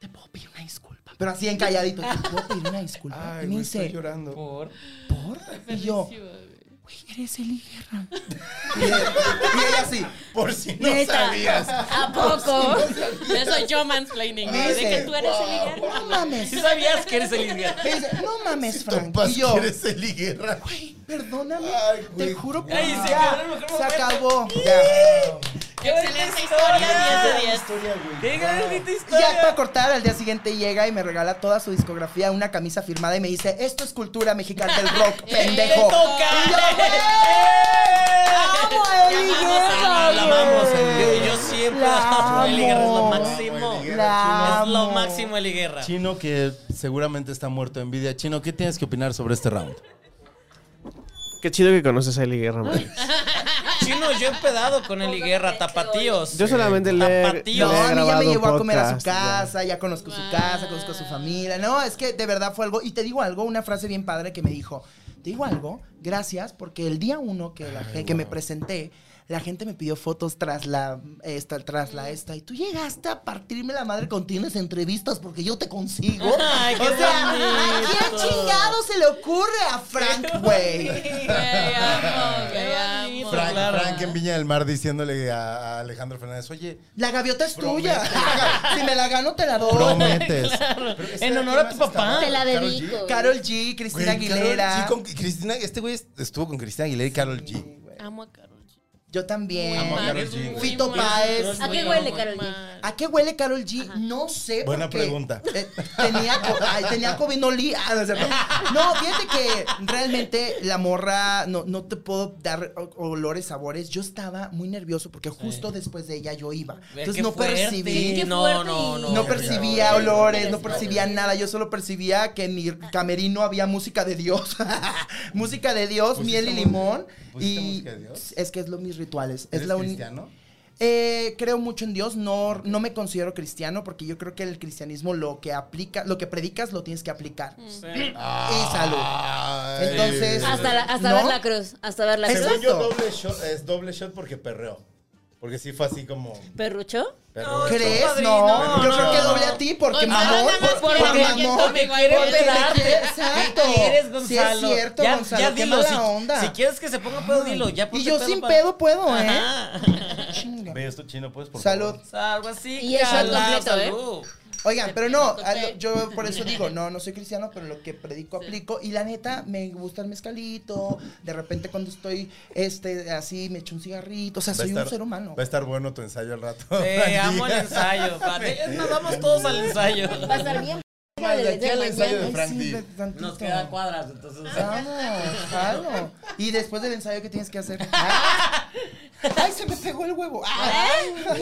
C: Te puedo pedir una disculpa. Pero así en calladito. Te puedo pedir una disculpa.
E: Ay,
C: y me
E: güey, estoy
C: dice,
E: llorando.
D: Por-
C: ¿por? Y yo,
G: Buenísimo, güey.
C: güey, eres Eli Guerra. y ella y ella así.
E: Por si no
F: Neta.
E: sabías.
F: ¿A poco?
G: Eso soy yo mansplaining, güey, de que
C: Dice,
G: tú eres el líder.
C: No mames.
D: ¿Sí sabías que eres el líder?
C: Me dice, no mames, Frank.
E: Topas
C: Y yo,
E: que eres el guerra.
C: güey, perdóname.
E: Ay, güey.
C: te juro que
D: Ay, se
C: ya,
D: quebró el mejor
C: se
D: momento.
C: acabó. Ya.
D: ¡Qué bonita
G: Excelente historia, 10 de 10.
E: historia, güey.
D: ¡Qué bonita
C: Y ya para
D: historia!
C: cortar, al día siguiente llega y me regala toda su discografía, una camisa firmada y me dice, esto es cultura mexicana del rock, pendejo.
D: ¡Te toca!
C: Y yo,
D: ¡Eh!
C: ¡Amo a Eli Guerra,
D: La amamos,
C: güey!
D: yo, yo siempre
C: La
D: la amo. Eli Guerra es lo
C: amo.
D: máximo.
E: Eli
C: La
D: Es lo
C: amo.
D: máximo Eli Guerra.
E: Chino que seguramente está muerto de envidia. Chino, ¿qué tienes que opinar sobre este round?
B: Qué chido que conoces a Eli Guerra, man.
D: Chino, yo he pedado con Eli Guerra, tapatíos.
B: Yo solamente le, le he
D: Tapatío.
C: No, a mí ya
B: grabado
C: me
B: un
C: llevó a comer a su
B: podcast,
C: casa, ya conozco su casa, conozco a su familia. No, es que de verdad fue algo. Y te digo algo, una frase bien padre que me dijo: Te digo algo, gracias, porque el día uno que, la, que me presenté, la gente me pidió fotos tras la esta, tras la esta. Y tú llegaste a partirme la madre con tienes entrevistas porque yo te consigo.
D: Ay, qué
C: o sea, ¿a
D: bonito.
C: quién chingado se le ocurre a Frank, güey?
G: Güey, amo, güey,
D: Qué
G: amo.
D: bonito.
E: Frank,
D: claro.
E: Frank en Viña del Mar diciéndole a, a Alejandro Fernández, oye,
C: La gaviota es tuya. si me la gano, te la doy.
E: prometes.
D: En honor a tu papá.
F: Te la dedico.
C: Carol G, Cristina
E: Güey,
C: Aguilera.
E: Karol G con- Cristina, este güey estuvo con Cristina Aguilera y Karol G.
G: Amo a Carol G.
C: Yo también.
E: Amo a Karol G,
C: Fito
G: mal,
C: Páez.
G: muy
F: ¿A qué
G: mal,
F: huele,
G: muy
F: Karol G?
G: mal.
C: ¿A qué huele Carol G? No sé.
E: Buena
C: porque,
E: pregunta.
C: eh, tenía, co- ay, tenía COVID, no olí. Ah, no, es cierto. No, fíjate que realmente la morra, no, no te puedo dar o- olores, sabores. Yo estaba muy nervioso porque justo después de ella yo iba. Entonces
D: Qué
C: no
D: fuerte.
C: percibí.
F: Qué
D: No,
F: fuerte
D: no,
F: y-
D: no.
C: No
E: Qué
C: percibía
E: horror.
C: olores, no percibía nada. Yo solo percibía que en mi camerino había música de Dios. música de Dios,
E: ¿Pusiste
C: miel y
E: música-
C: limón.
E: pusiste
C: Y
E: pues música de Dios?
C: es que es lo mis rituales. Es
E: ¿Eres
C: la única.
E: cristiano?
C: Eh, creo mucho en Dios, no, no me considero cristiano porque yo creo que el cristianismo lo que aplica, lo que predicas lo tienes que aplicar.
D: Ah.
C: Y salud.
E: Ay.
C: Entonces-
F: Hasta, la- hasta
C: ¿No?
F: ver la cruz. Hasta ver la
C: Exacto.
E: Según
F: cruz.
E: yo, doble shot, es doble shot porque perreó. Porque sí fue así como.
F: ¿Perrucho?
E: perreo.
C: ¿Crees?
D: padre,
C: No,
D: no,
C: yo
D: no.
C: creo que doble a ti porque
G: No,
C: mamón.
G: nada más
C: por-
G: por
C: porque
G: la
C: mamón.
G: mañana me quiere
C: porque te
D: pelar.
C: quiere- Exacto.
D: ¿Qué quieres,
C: Sí
D: Gonzalo?
C: es cierto,
D: ya,
C: Gonzalo.
D: ya
C: qué
D: dilo.
C: mala
D: si,
C: onda.
D: si quieres que se ponga pedo, dilo. Ya
C: y
D: ponte
C: yo sin
D: para-
C: pedo puedo, ¿eh?
D: Ajá.
C: Chinga.
E: Ve esto chino, pues por
C: Salud.
E: favor?
D: O sea, algo así.
F: Y el shot
D: cala,
F: completo, ¿eh?
D: salud.
C: Oigan, pero no,
G: Te
C: a lo-
G: toqué.
C: yo por eso digo, no, no soy cristiano, pero lo que predico aplico. Y la neta, me gusta el mezcalito. De repente cuando estoy este, así, me echo un cigarrito. O sea,
E: Va a
C: Ah, soy un
E: estar-
C: ser humano.
E: Va a estar bueno tu ensayo al rato.
D: Te amo el ensayo. padre. Es Nos vamos todos al ensayo.
F: Va a estar bien.
E: De aquí al ensayo de
C: Ay,
E: Frank
C: sí,
E: D.
C: ve tantito.
D: Nos queda cuadras, entonces.
C: Ah, Vamos, claro. Y después del ensayo, ¿qué tienes que hacer? ¡Ah! ¡Ay, se me pegó el huevo!
G: ¿Eh?
C: ¡Ah!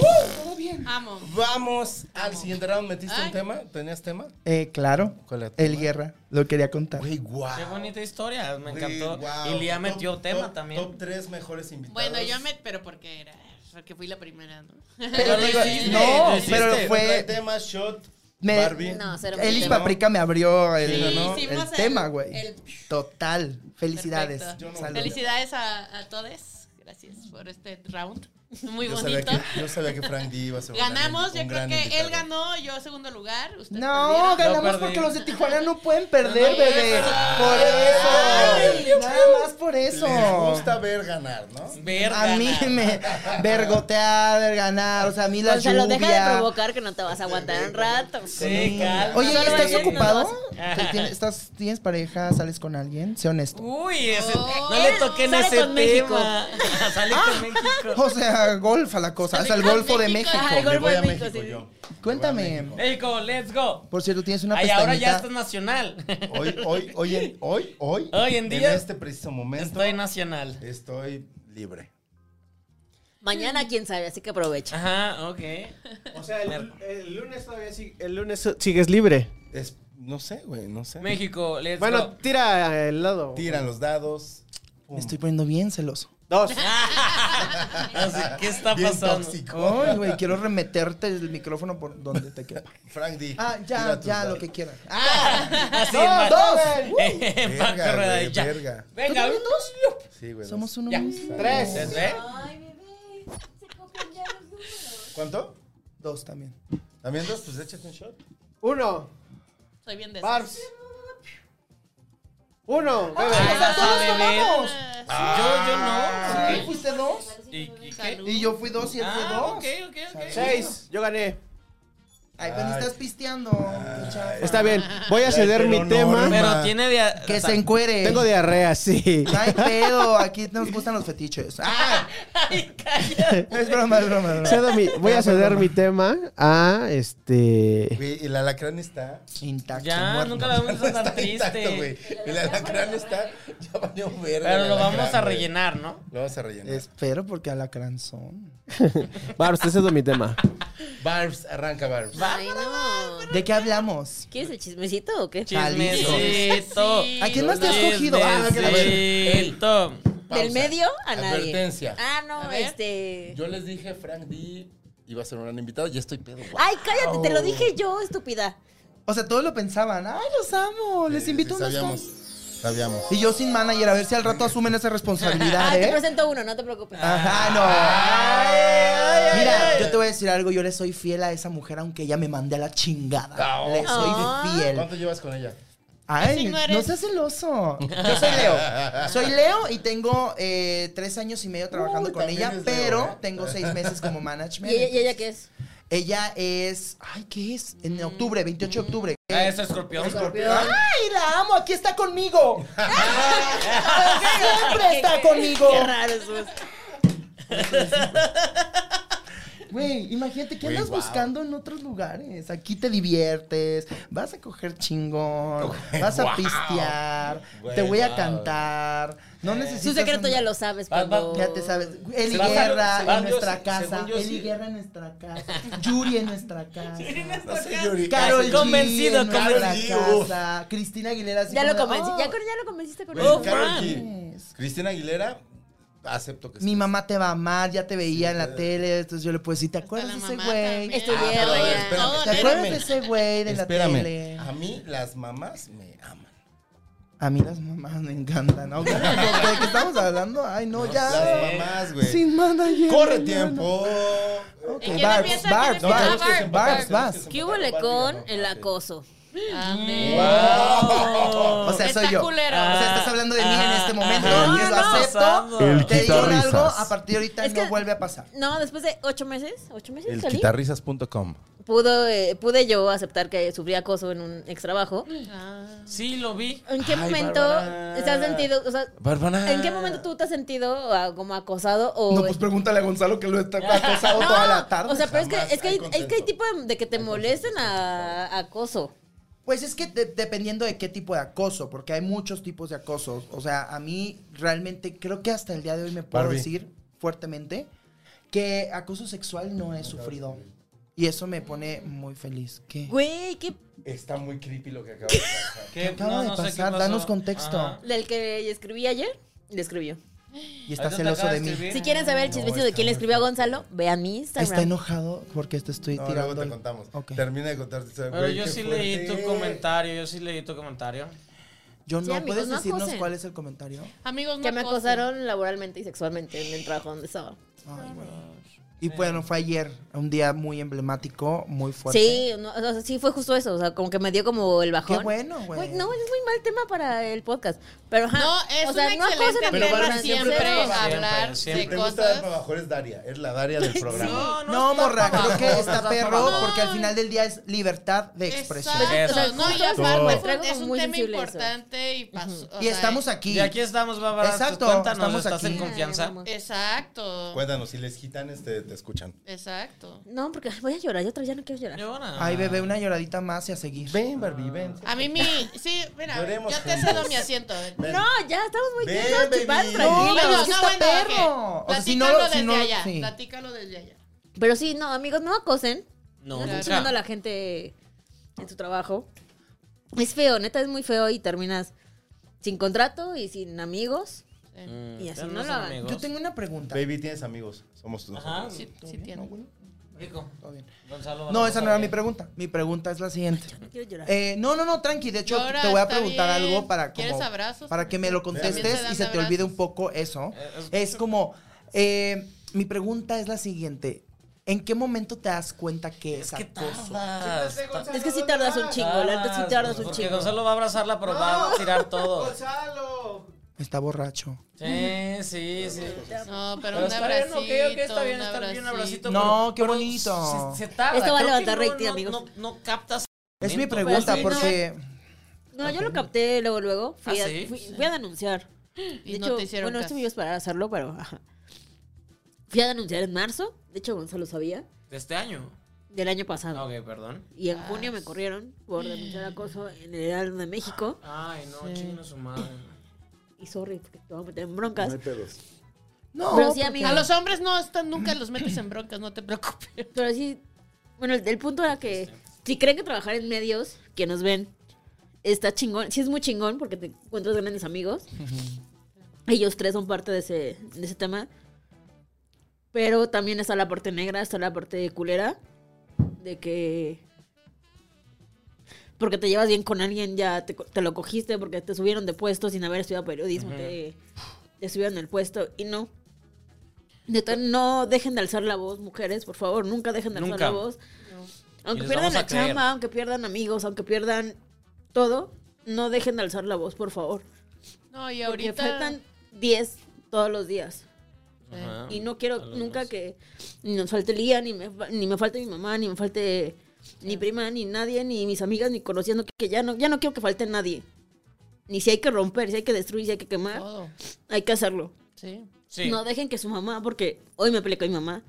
C: Todo bien.
G: Amo.
E: Vamos al siguiente round. ¿Metiste
G: Ay.
E: un tema? ¿Tenías tema?
C: Eh, claro.
E: ¿Cuál era tu
C: El
E: tema?
C: guerra. Lo quería contar.
E: Güey, guau.
D: Qué bonita historia, me
E: Güey,
D: encantó.
E: Ah. guau.
D: Y Lía
E: Top-
D: metió
E: top-
D: tema también.
E: Top 3 mejores invitados.
G: Bueno, yo me. Pero porque era. Porque fui la primera, ¿no?
C: Pero
D: lo
C: digo,
D: hiciste,
C: no,
D: lo hiciste.
C: pero
E: No trae
C: fue.
E: tema, shot,
C: Me-
E: Barbie.
F: No, cero.
C: Elis
F: Sí,
C: Paprika me abrió el,
G: Sí,
C: ¿no?
G: hicimos
C: el
G: el-
C: tema, güey.
G: el-
C: Total. Felicidades.
G: Perfecto.
E: Yo no-
C: Salud.
G: Felicidades a, a todos. Gracias por este round. Muy
E: Yo sabía,
G: bonito.
E: que, yo sabía que Frank D iba a ser un gran
G: Ganamos,
E: invi-
G: yo
E: un
G: creo
E: gran
G: que él
E: invitado.
G: ganó, yo segundo lugar. Ustedes
C: No,
G: perdieron.
C: ganamos
D: Yo perdí.
C: porque los de Tijuana no pueden perder,
D: No, no,
C: bebé. Eh, Por eso. Nada más por eso.
E: Les gusta ver ganar, ¿no?
D: Verga.
C: A mí me vergotear, verganar, o sea, a mí la
F: Gonzalo,
C: lluvia.
F: deja de provocar que no te vas a aguantar un rato.
D: Sí, calma.
C: Oye,
F: Gonzalo,
C: ¿estás
F: bien, no
C: ocupado?
F: lo
D: vas-
C: ¿Tienes, estás- ¿Tienes pareja? ¿Sales con alguien? Sé honesto.
D: Uy, ese,
G: Oh.
D: no le toqué en
F: Sale
D: ese
F: con México.
D: tema. Salí
C: Ah.
D: con México.
C: O sea, golf a la cosa, hasta el Golfo de México.
F: Ajá, el
E: Me
F: golpe
E: voy
F: de
E: a
F: México,
E: México
F: sí.
E: yo.
C: Cuéntame.
E: Me voy a México.
D: México, let's go.
C: Por cierto, tienes una
D: Ay, ahora ya
C: pestañita.
D: estás nacional.
E: Hoy, hoy, hoy, en, hoy, hoy.
D: Hoy en día
E: En este preciso momento.
D: Estoy nacional.
E: estoy libre.
F: Mañana, quién sabe, así que aprovecha.
D: Ajá, ok.
B: O sea, el, el lunes todavía sí- el lunes sigues libre.
E: Es, no sé, güey, no sé.
D: México, let's
B: Bueno,
D: go.
B: tira el lado.
E: Tiran los dados.
C: Me estoy poniendo bien celoso.
B: Dos.
D: Así, Ah, ¿Qué está
E: Bien
D: pasando?
E: tóxico.
C: Ay, güey, quiero remeterte el micrófono por donde te quepa.
E: Frank D.
C: Ah, ya,
E: tira tus
C: ya, lo
E: dados.
C: que quieran.
D: Así, en
C: ¡Ah! ¡Dos! ¡Dos!
D: Eh, Paco
E: Verga,
D: Rueda,
E: güey,
D: ya.
E: verga.
D: Venga,
E: Sí, güey.
C: Somos uno
D: Ya.
C: mismo.
D: ¿Ves,
B: Tres.
D: ve?
C: Ah,
F: Ay, bebé. Se copian ya los números.
E: ¿Cuánto?
C: Dos también.
E: ¿También dos? Pues échate un shot.
B: Uno.
G: Soy bien de esas.
B: Barbs. Uno. Bebe.
D: Ahí
C: sea,
D: vas
C: todos
D: a beber.
C: tomamos.
E: Ah.
D: Yo, yo no.
C: Sí, fuiste dos.
D: ¿Y, y qué?
G: Salud.
C: Y yo fui dos y él fue
D: Ah,
C: dos.
D: ok, ok, ok.
B: Seis. Yo gané.
C: Ay, pues ni
E: Ay. Ah,
C: estás pisteando. chafa.
B: Está bien. Voy a
E: Ay,
B: ceder
E: pero
B: mi
E: no,
B: tema.
E: no.
D: Pero tiene de.
C: Que se encuere.
B: Tengo diarrea, sí.
C: No hay pedo, aquí nos gustan los fetiches. ¡Ah!
D: Ay, cállate.
C: Es broma, es broma. es broma.
B: Cedo mi- voy a ceder mi tema a este.
E: Güey, el alacrán está.
C: Intacto.
D: Ya,
C: muerto.
D: nunca la vamos a
E: está
D: tan
E: intacto,
D: triste.
E: güey. El alacrán está. Ya valió verga.
D: Pero
E: el
D: lo
E: alacrán,
D: vamos a
E: güey.
D: rellenar, ¿no?
E: Lo vamos a rellenar.
C: Espero porque alacrán son.
B: Barbs, te cedo mi tema.
E: Barbs, arranca Barbs.
F: Ay, no.
C: ¿De qué hablamos?
F: ¿Quieres el chismecito o qué?
C: Chalizo.
D: Chismecito.
G: Sí.
C: ¿A quién más te has cogido? Ah, que la-
D: Chismecito.
F: ¿Del
E: Pausa.
F: medio? A nadie.
E: Advertencia.
F: Ah, no,
G: A ver.
F: este.
E: Yo les dije, Frank D iba a ser un gran invitado. Ya estoy pedo,
C: Ah,
E: güey.
F: Ay, cállate,
E: Oh.
F: te lo dije yo, estúpida.
C: O sea, todos lo pensaban. ¡Ay, los amo! pues Les
E: Sí,
C: invito
E: sí,
C: a unos
E: Sabíamos.
C: tacos.
E: Sabíamos.
C: Y yo sin manager, a ver si al rato asumen esa responsabilidad,
F: Ay, Ah, te
C: ¿eh? Ah,
F: presento uno, no te preocupes.
C: Ajá, no. Mira, yo te voy a decir algo. Yo le soy fiel a esa mujer, aunque ella me mande a la chingada.
E: Ah,
C: Le soy
F: Ay.
C: fiel.
E: ¿Cuánto llevas con ella?
C: Ay,
G: Así no
C: no,
G: eres.
C: seas celoso. Yo soy Leo. Soy Leo y tengo eh, tres años y medio trabajando
E: Uy,
C: con
E: también
C: ella,
E: es Leo,
C: pero
E: ¿eh?
C: tengo seis meses como
F: ¿Y
C: management.
F: ella, y ella qué es?
C: Ella es. Ay, ¿qué es? En octubre, 28 de octubre. ¿Qué?
D: Mm. Ah, es escorpión.
C: ¡Ay, la amo! ¡Aquí está conmigo! ¡Siempre está conmigo!
F: Qué raro eso es.
C: Güey, imagínate que
E: Güey,
C: andas
E: wow.
C: buscando en otros lugares. Aquí te diviertes, vas a coger chingón,
E: Güey,
C: vas
E: wow.
C: a pistear,
E: Güey,
C: te voy a
E: wow.
C: cantar.
D: Eh.
C: No necesitas.
F: Su secreto
C: un-
F: ya lo sabes,
D: Va, va.
F: cuando-
C: Ya te sabes. Eli
D: Se va a-
C: Guerra
D: se va-
C: en
D: yo
C: nuestra
D: se-
C: casa.
D: según yo
C: Eli
D: sí.
C: Guerra en nuestra casa. Yuri en nuestra casa.
E: No sé, Yuri.
C: Carol G
D: Convencido,
C: en nuestra
E: Karol G, uf.
C: casa. Cristina Aguilera. así
F: Ya lo
C: como de,
F: convenci-
C: "Oh,
F: ya, con- ya lo convenciste con
E: Güey,
D: Oh,
F: eso.
E: Karol G.
C: mames".
E: Cristina Aguilera, acepto que
C: Mi
E: estés.
C: mamá te va a amar, ya te veía en la
E: eh.
C: tele, entonces yo le puedo decir, ¿te acuerdas de
G: la
C: ese
G: mamá
C: güey?
G: también.
F: Este
G: Ah,
F: hierro
E: pero
F: ya.
E: espérame,
G: Todo,
C: ¿Te
G: espérame.
C: acuerdas de ese güey de la
E: Espérame,
C: tele?
E: a mí las mamás me aman.
C: A mí las mamás me encantan, ¿no? ¿De qué estamos hablando? Ay, no,
E: Las
C: ya.
E: mamás, güey.
C: Sin manager.
E: Corre
C: no, no.
E: tiempo.
C: Ok,
G: ¿Y quién
C: Barbs,
G: empieza?
C: Barbs,
G: ¿Quién
C: Barbs,
G: empieza? Ah,
C: Barbs,
G: Barbs,
C: Barbs, Barbs.
F: ¿Qué hubo con el acoso?
G: Amén.
C: O sea, soy
G: Está
C: yo.
G: culera.
C: O sea, estás hablando de mí
F: Ah,
C: en este momento.
D: Ajá.
C: y eso
D: No, no.
C: acepto.
D: El
C: te digo
E: quitarrisas.
C: algo, a partir de ahorita
F: Es
C: no
F: que-
C: vuelve a pasar.
F: No, después de ocho meses, ocho meses
E: El
F: salí,
E: guitarrisas.com.
F: pudo, eh, pude yo aceptar que sufrí acoso en un ex trabajo.
G: Ah.
D: Sí, lo vi.
F: ¿En qué
E: Ay,
F: momento
E: Bárbara.
F: te has sentido, o sea,
E: Bárbara.
F: en qué momento tú te has sentido ah, como acosado o
C: No, pues pregúntale a Gonzalo que lo está acosado toda la tarde.
F: Ah. O sea, pero es que,
E: Jamás
F: es que,
E: hay
F: hay, es que hay
E: consenso.
F: tipo de, de que te molesten a, a acoso.
C: Pues es que de- dependiendo de qué tipo de acoso, porque hay muchos tipos de acosos. O sea, a mí realmente creo que hasta el día de hoy me puedo
E: Barbie.
C: decir fuertemente que acoso sexual no he sufrido. Y eso me pone muy feliz. ¿Qué?
F: Güey, que
E: Está muy creepy lo que acaba de pasar.
D: ¿Qué
C: acaba de pasar? Danos contexto.
F: del que escribí ayer, le escribió.
C: Y está celoso de mí.
F: Si quieren saber el chismecito de quién le escribió a Gonzalo, vean mi Instagram.
C: Está enojado porque te estoy
E: No,
C: tirando.
E: luego te
C: el-
E: contamos.
C: Ok.
E: Termina de contarte. esa-
D: Pero
E: güey,
D: yo
E: qué
D: sí leí tu
E: fuerte.
D: comentario, yo sí leí tu comentario.
C: Yo no,
F: Sí, amigos,
C: ¿puedes
F: no
C: decirnos
F: acosen.
C: cuál es el comentario?
G: Amigos,
F: Que
G: no
F: me
G: acosen.
F: acosaron laboralmente y sexualmente en el trabajo donde estaba.
C: Ay, güey. y bueno, fue ayer, un día muy emblemático, muy fuerte.
F: Sí, no, o sea, sí fue justo eso. O sea, como que me dio como el bajón.
C: Qué bueno, güey.
F: Güey, no, es muy mal tema para el podcast. Pero ajá,
G: No, es
F: o sea,
G: una
F: no acosen
G: excelente
F: a
E: Pero
G: manera
E: Barbie
G: siempre,
E: siempre trabaja.
G: hablar
D: Siempre,
G: de
E: Me gusta dar
G: cosas.
E: para abajo, es Daria. Es la Daria del programa.
D: No,
C: No, morra, creo que
D: No,
C: está
D: no,
C: perro
D: no.
C: porque al final del día es libertad de expresión.
G: Exacto.
D: Eso.
G: No, y
F: Justo
G: aparte
F: me
G: es un-
F: traigo
G: es
F: como
G: un
F: muy
G: tema
F: sensible eso.
G: importante y pasó. o
C: Y
G: sea,
C: estamos aquí.
D: Y aquí estamos, Bárbara. Exacto.
C: Exacto,
D: Cuéntanos,
C: estamos
D: ¿estás
C: aquí.
D: en confianza?
F: Ay,
G: Exacto.
E: Cuéntanos, si les gitanes te, te escuchan.
G: Exacto.
F: No, porque ay, voy a llorar, yo otra vez ya no quiero llorar.
D: Llora.
C: Ay, bebé, una lloradita más y a seguir.
E: Ven, Barbie, ven.
G: A mí mi. Sí, mira,
E: Lloremos
G: yo te cedo
E: juntos.
G: mi asiento.
E: Ven.
F: No, ya estamos muy
E: Ven,
F: quietos,
E: baby.
F: chupados,
E: No,
F: tranquilos.
C: pero es que está
G: ok.
C: perro. O sea, si no
G: Platícalo
C: lo- si
G: desde
C: no lo-
G: allá.
C: sí.
G: Platícalo desde allá.
F: Pero sí, no, amigos, no acosen.
D: No,
F: No,
D: nunca.
F: a la gente en su trabajo. Es feo, neta, es muy feo y terminas sin contrato y sin amigos.
D: Mm,
F: Y así
D: ya
F: no
D: son
F: lo hagan.
D: amigos.
C: Yo tengo una pregunta.
E: Baby, tienes amigos. Somos tus
D: Ajá.
E: amigos.
G: Sí, sí tiene.
D: Rico.
C: Todo bien.
D: Gonzalo,
C: No,
D: vamos
C: esa
D: a
C: no era
D: ver.
C: mi pregunta. Mi pregunta es la siguiente.
F: No quiero llorar.
C: Eh, no, no, no, tranqui. De hecho,
G: Llora,
C: te voy a
G: está
C: preguntar
G: bien.
C: algo para como,
G: ¿Quieres abrazos?
C: para que me lo
G: También se
C: contestes
G: dan
C: y se te olvide
G: abrazos.
C: un poco eso.
D: Eh,
C: Es como, eh, mi pregunta es la siguiente. ¿En qué momento te das cuenta que es,
D: ¿Qué
C: acoso?
D: tardas?
F: es que sí tardas un chingo, la neta sí tardas un
D: Ah, pues, Porque
F: chingo.
D: Gonzalo va a abrazarla, pero va a tirar todo.
C: Está borracho.
D: Sí, sí, sí.
G: No, pero,
D: Pero
G: un
D: está bien,
G: abracito.
D: ok, ok, está bien,
G: un
D: está bien un abracito.
C: No,
D: pero-
C: qué
D: pero
C: bonito.
D: Se, se tarda.
F: Esto
D: Creo
F: va a
D: que
F: levantar
D: no-
F: rating,
D: no-
F: amigos.
D: No, no captas.
C: Es mi
D: momento,
C: pregunta
F: sí, no.
C: porque...
F: No, yo lo capté luego, luego. Fui,
D: ¿Ah,
F: a,
D: sí?
F: fui, fui a denunciar.
G: Y
F: De
G: no
F: hecho,
G: te hicieron
F: bueno,
G: caso.
F: esto me iba a esperar a hacerlo, pero... ajá. Fui a denunciar en marzo. De hecho, Gonzalo sabía.
D: De este año.
F: Del año pasado.
D: Ah, Ok, perdón.
F: Y en junio me corrieron por denunciar acoso en el Heraldo de México.
D: Ay, no, chinga su madre.
F: Y sorry, porque te voy a meter en broncas.
E: pedos.
C: No,
F: Pero sí,
C: porque-
F: amiga.
G: A los hombres no están, nunca los metes en broncas, no te preocupes.
F: Pero sí, bueno, el, el punto era que si creen que trabajar en medios que nos ven está chingón, sí es muy chingón porque te encuentras grandes amigos. Ellos tres son parte de ese, de ese tema. Pero también está la parte negra, está la parte culera de que porque te llevas bien con alguien ya te, co- te lo cogiste porque te subieron de puesto sin haber estudiado periodismo, te, te subieron el puesto y no. Neta, no dejen de alzar la voz, mujeres, por favor, nunca dejen de alzar
D: Nunca.
F: la voz. Aunque
D: les
F: pierdan
D: vamos a
F: la chamba,
D: creer.
F: aunque pierdan amigos, aunque pierdan todo, no dejen de alzar la voz, por favor.
G: No, y
F: Porque
G: ahorita.
F: faltan 10 todos los días.
D: Ajá.
F: Y no quiero
D: a Ah, los
F: nunca
D: dos.
F: que ni nos falte Lía, ni me, fa- ni me falte mi mamá, ni me falte ni prima, ni nadie, ni mis amigas, ni conociendo, que ya no, ya no quiero que falte nadie. Ni si hay que romper, si hay que destruir, si hay que quemar,
G: Todo.
F: hay que hacerlo.
G: Sí.
D: Sí.
F: No dejen que su mamá, porque hoy me peleé con mi mamá.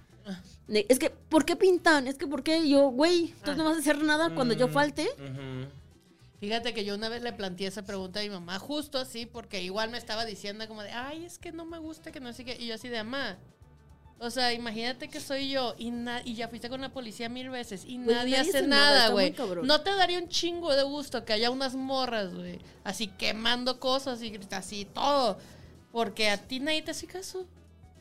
F: De- Es que, ¿por qué pintan? Es que, ¿por qué yo, güey? Tú
D: Ah.
F: no vas a hacer nada cuando
D: Mm.
F: yo falte.
D: Ujú.
G: Fíjate que yo una vez le planteé esa pregunta a mi mamá, justo así, porque igual me estaba diciendo como de, ay, es que no me gusta, que no sé qué. Y yo así de, mamá, o sea, imagínate que soy yo y, na- y ya fuiste con la policía mil veces y
F: Güey,
G: nadie hace nada,
F: está muy
G: güey.
F: cabrón.
G: No te daría un chingo de gusto que haya unas morras, güey, así quemando cosas y grita- así todo, porque a ti nadie te hace caso.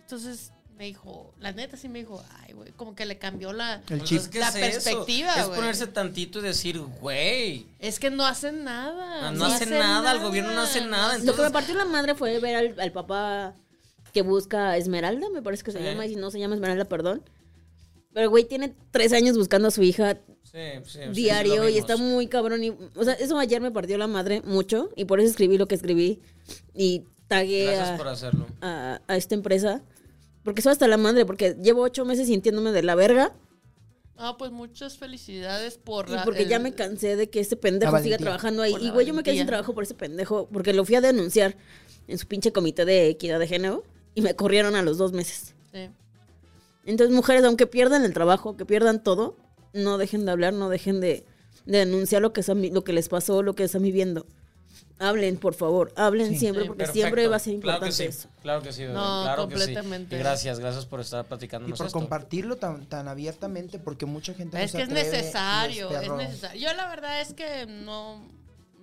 G: Entonces me dijo, la neta sí me dijo, ay, güey, como que le cambió la...
B: El
D: Pues
B: chip.
D: es que
G: La
D: es eso.
G: perspectiva,
D: Es
G: güey.
D: ponerse tantito y decir, güey.
G: Es que no hacen nada.
D: Ah, No, no hacen nada, el gobierno no hace nada,
G: No
F: Lo que me
D: Ah, Entonces-
F: partió la madre fue ver al, al papá que busca a Esmeralda, me parece que se
D: Sí.
F: llama, y si no se llama Esmeralda, perdón. Pero, güey, tiene tres años buscando a su hija
D: Sí, sí, sí, sí
F: diario
D: lo
F: y está
D: vimos.
F: muy cabrón. Y, o sea, eso ayer me partió la madre mucho y por eso escribí lo que escribí y tagué
D: Gracias
F: a,
D: por hacerlo.
F: a- a esta empresa. Porque soy hasta la madre, porque llevo ocho meses sintiéndome de la verga
G: Ah, pues muchas felicidades por
F: y
G: la-
F: porque ya
G: el-
F: me cansé de que este
C: La
F: pendejo
C: valentía.
F: siga trabajando ahí.
G: Por la
F: Y güey, yo me quedé sin
G: valentía.
F: trabajo por ese pendejo porque lo fui a denunciar en su pinche comité de equidad de género y me corrieron a los dos meses.
G: Sí.
F: Entonces, mujeres, aunque pierdan el trabajo, que pierdan todo, no dejen de hablar, no dejen de, de denunciar lo que, están vi- lo que les pasó, lo que están viviendo. Hablen, por favor, hablen siempre,
G: Sí,
F: porque
D: Perfecto.
F: siempre va a ser importante
D: claro que sí,
F: eso.
D: Claro que sí, bebé,
G: No,
D: claro que sí.
G: completamente.
D: Y gracias, gracias por estar
C: Y
D: platicándonos
C: por
D: esto.
C: compartirlo tan, tan abiertamente, porque mucha gente no
G: Es
C: se
G: que es
C: atreve, este,
G: necesario,
C: los
G: es
C: perros.
G: necesario. Yo la verdad es que no,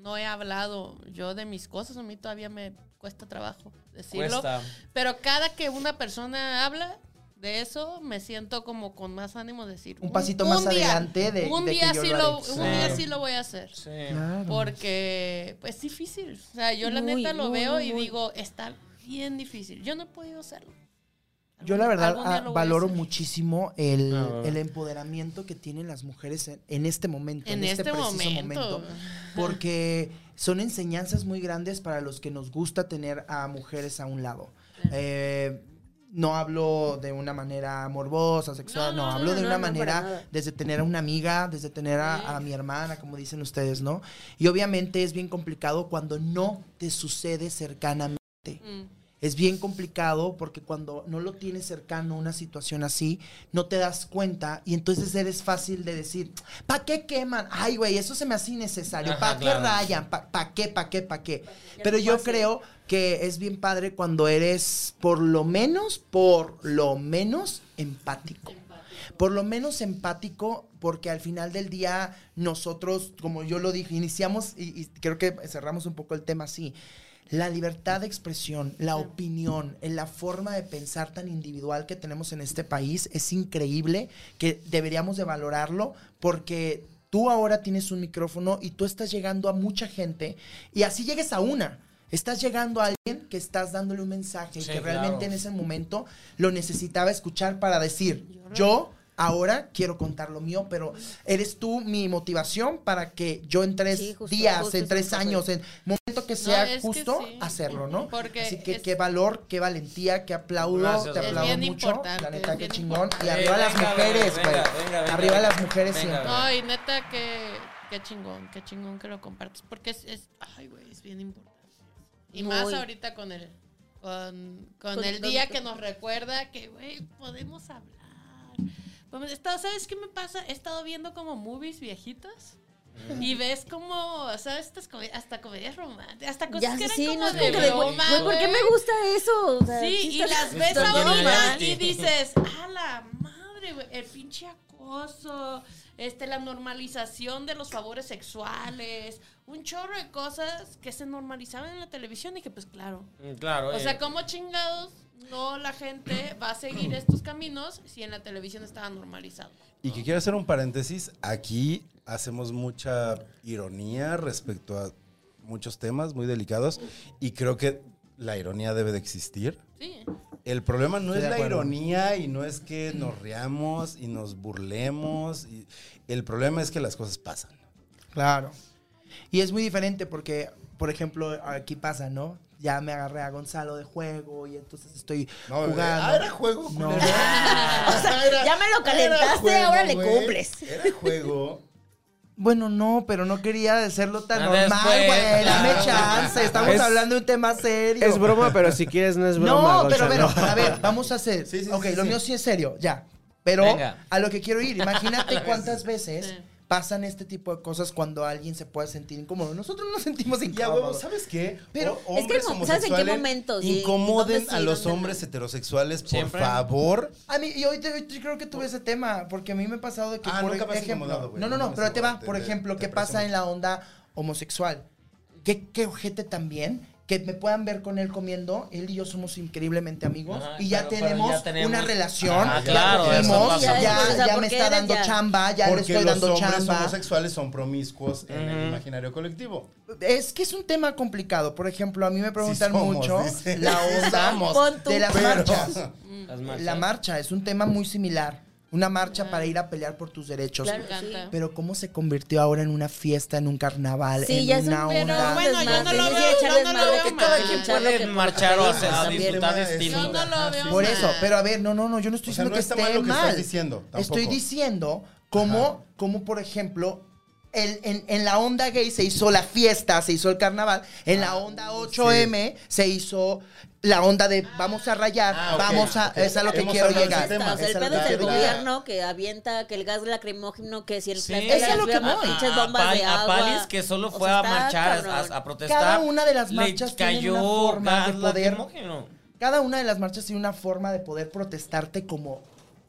G: no he hablado yo de mis cosas, a mí todavía me cuesta trabajo decirlo.
D: Cuesta.
G: Pero cada que una persona habla de eso, me siento como con más ánimo de decir.
C: Un pasito más adelante de-
G: un
C: de que
G: día
C: yo
G: sí
C: lo
G: lo,
C: haré.
G: un día
D: Sí.
G: sí lo voy a hacer.
D: Sí.
C: Claro.
G: Porque pues, es difícil. O sea, yo la
F: Muy,
G: neta lo
F: muy,
G: veo
F: muy,
G: y
F: muy.
G: digo, está bien difícil. Yo no he podido hacerlo.
C: Yo la verdad
G: Algún día
C: ah,
G: lo voy a
C: valoro
G: hacer.
C: muchísimo el,
D: Ah.
C: el empoderamiento que tienen las mujeres en, en este momento. En,
G: En
C: este,
G: este
C: preciso
G: momento.
C: momento. Porque son enseñanzas muy grandes para los que nos gusta tener a mujeres a un lado. Eh, no hablo de una manera morbosa, sexual,
G: No,
C: no,
G: no,
C: hablo
F: no,
C: de
F: no,
C: una
F: no, para
C: manera
F: nada.
C: desde tener a una amiga, desde tener
G: Sí.
C: a, a mi hermana, como dicen ustedes, ¿no? Y obviamente es bien complicado cuando no te sucede cercanamente.
G: Mm.
C: Es bien complicado porque cuando no lo tienes cercano una situación así, no te das cuenta y entonces eres fácil de decir, ¿pa' qué queman? Ay, güey, eso se me hace innecesario.
D: Ajá,
C: ¿Pa' qué
D: claro.
C: rayan? ¿Pa, pa' qué? ¿Pa' qué? ¿Pa' qué? Pero yo creo que es bien padre cuando eres por lo menos, por lo menos empático. Por lo menos empático, porque al final del día nosotros, como yo lo dije, iniciamos y, y creo que cerramos un poco el tema así. La libertad de expresión, la opinión, en la forma de pensar tan individual que tenemos en este país es increíble, que deberíamos de valorarlo porque tú ahora tienes un micrófono y tú estás llegando a mucha gente y así llegues a una. Estás llegando a alguien que estás dándole un mensaje y
D: Sí,
C: que realmente
D: claro.
C: en ese momento lo necesitaba escuchar para decir, yo ahora quiero contar lo mío, pero eres tú mi motivación para que yo en tres
F: Sí, justo,
C: días,
F: justo
C: en
F: eso
C: tres
F: me pasó.
C: años, en momento que
G: No,
C: sea
G: es que
C: justo,
G: sí.
C: hacerlo, ¿no?
G: Porque
C: Así que
G: es-
C: qué valor, qué valentía, qué aplaudo,
D: Gracias,
C: te
D: es
C: aplaudo
G: bien
C: mucho.
G: importante,
C: La
G: es
C: neta, qué
G: bien
C: chingón. Y
G: importante.
C: arriba
D: Eh,
C: las
D: venga,
C: mujeres,
D: venga,
C: güey.
D: venga, venga,
C: Arriba
D: venga.
C: las mujeres
D: Venga,
C: siempre.
D: venga.
G: No, y neta, que, qué chingón, qué chingón que lo compartes. Porque es, es- ay, güey, es bien importante. Y
F: No,
G: más
F: y-
G: ahorita con el, con, con
F: Con
G: el
F: todo
G: día
F: esto.
G: que nos recuerda que, güey, podemos hablar. Vamos, he estado- ¿Sabes qué me pasa? He estado viendo como movies viejitas. Y ves como, ¿sabes? Estas come- hasta comedias románticas, hasta cosas
F: Ya
G: que
F: sé,
G: eran
F: sí,
G: como
F: no es
G: de,
F: como que de, güey,
G: broma,
F: güey, ¿por qué
G: güey.
F: me gusta eso? O sea,
G: Sí, y
F: está-
G: las ves
F: está bien
G: ahora
D: mal.
G: y dices, a la madre, güey, el pinche acoso, este, la normalización de los favores sexuales, un chorro de cosas que se normalizaban en la televisión y que pues claro.
D: Mm, Claro.
G: O
D: eh,
G: sea, ¿cómo chingados no la gente va a seguir estos caminos si en la televisión estaba normalizado?
E: Y que quiero hacer un paréntesis, aquí hacemos mucha ironía respecto a muchos temas muy delicados y creo que la ironía debe de existir.
G: Sí.
E: El problema no
C: Estoy
E: es
C: de
E: la
C: acuerdo.
E: ironía y no es que nos reamos y nos burlemos. y- el problema es que las cosas pasan.
C: Claro. Y es muy diferente porque, por ejemplo, aquí pasa, ¿no? Ya me agarré a Gonzalo de juego y entonces estoy
E: No, bebé.
C: jugando.
E: Ah, era juego,
C: No.
E: culero. O sea, era-
F: ya me lo
E: era
F: calentaste, ahora le
E: güey.
F: cumples.
E: Era juego.
C: Bueno, no, pero no quería hacerlo tan
D: Ah,
C: normal,
D: después,
C: güey. Dame
D: claro.
C: chance. Estamos
B: Es-
C: hablando de un tema serio.
B: Es broma, pero si quieres no es broma.
C: No, pero
B: Gonzalo.
C: bueno, a ver, vamos a hacer.
E: Sí, sí,
C: ok,
E: sí,
C: lo
E: sí.
C: mío sí es serio, ya. Pero
D: Venga.
C: a lo que quiero ir, imagínate cuántas veces
G: Sí.
C: pasan este tipo de cosas cuando alguien se puede sentir incómodo. Nosotros no nos sentimos
E: Y a huevo,
C: incómodos.
E: ¿sabes qué? Pero
C: Pero-
F: Es que
E: hombres
F: no, ¿sabes en qué
E: homosexuales
F: momento? Sí,
E: incomoden
F: ¿dónde sí,
E: a los
F: dónde no?
E: hombres heterosexuales, por
D: Siempre.
E: favor.
C: A mí, y hoy, te- hoy te- creo que tuve ese tema, porque a mí me ha pasado de que,
E: Ah,
C: por
E: nunca me has
C: ejemplo,
E: incomodado, güey.
C: no, no,
E: Nunca
C: no,
E: me has
C: pero ahí te va,
E: incomodado.
C: por
E: Te-
C: ejemplo,
E: te
C: ¿qué pasa
E: presumo.
C: en la onda homosexual? ¿Qué, qué ojete también? Que me puedan ver con él comiendo, él y yo somos increíblemente amigos
D: Ajá,
C: y ya,
D: pero- pero
C: tenemos
D: ya tenemos-
C: una relación.
D: Ah,
C: ya
D: claro,
C: cogimos,
D: eso pasa
C: ya,
F: mucho. O sea,
C: ya
F: ¿por
C: me
F: qué
C: está
F: eres
C: dando
F: ya?
C: chamba, ya le
E: Porque
C: estoy
E: los
C: dando
E: hombres
C: chamba.
E: homosexuales son promiscuos en el imaginario colectivo.
C: Es que es un tema complicado. Por ejemplo, a mí me preguntan
E: somos,
C: mucho
E: dice.
C: la onda
F: Pon tú.
C: de las
E: Pero-
C: marchas.
D: Las marchas.
C: La marcha es un tema muy similar. Una marcha para ir a pelear por tus derechos.
F: Claro,
G: encanta.
C: Pero cómo se convirtió ahora en una fiesta, en un carnaval,
F: Sí,
C: en
F: ya es
C: una
F: un-
G: Pero
C: onda.
G: bueno, yo no lo
F: desmadre,
G: veo,
F: es decir,
G: yo
F: echar
G: no lo
F: desmadre,
G: veo
F: que
G: mal.
F: cada quien
G: Luchar
F: puede
D: Pueden marchar o hacer, a
F: También.
D: disfrutar
E: Yo no
D: distinto.
G: Yo no lo veo
C: Por
G: mal.
C: eso, pero a ver, no, no, no, yo no estoy
E: O sea,
C: diciendo
E: no
C: que
E: está
C: esté
E: mal lo que estás
C: mal.
E: diciendo, tampoco.
C: Estoy diciendo cómo, cómo por ejemplo, el- en, en la onda gay se hizo la fiesta, se hizo el carnaval. En
E: Ah,
C: la onda 8M se hizo la onda de vamos a rayar,
E: Ah, ok,
C: vamos a.
E: ok.
C: Es a lo que
E: Hemos
C: quiero
E: hablado de
C: llegar.
E: ese tema.
F: O sea,
C: es
F: el
C: a lo
F: pedo
C: que
F: es el
C: quiero llegar.
F: gobierno que avienta que el gas lacrimógeno, que si el
D: Sí.
F: planeta
C: Eso es
F: las
C: lo que
F: veamos,
C: voy.
F: pinches
D: a,
F: bombas
D: Pal-
F: de
D: a
F: agua.
D: Palis que solo
F: O sea,
D: fue a
F: está
D: marchar, a,
F: cabrón.
D: a protestar.
C: Cada una de las
D: le
C: marchas tiene
D: cayó
C: una forma
D: gas
C: de poder.
D: lacrimógeno.
C: Cada una de las marchas tiene una forma de poder protestarte como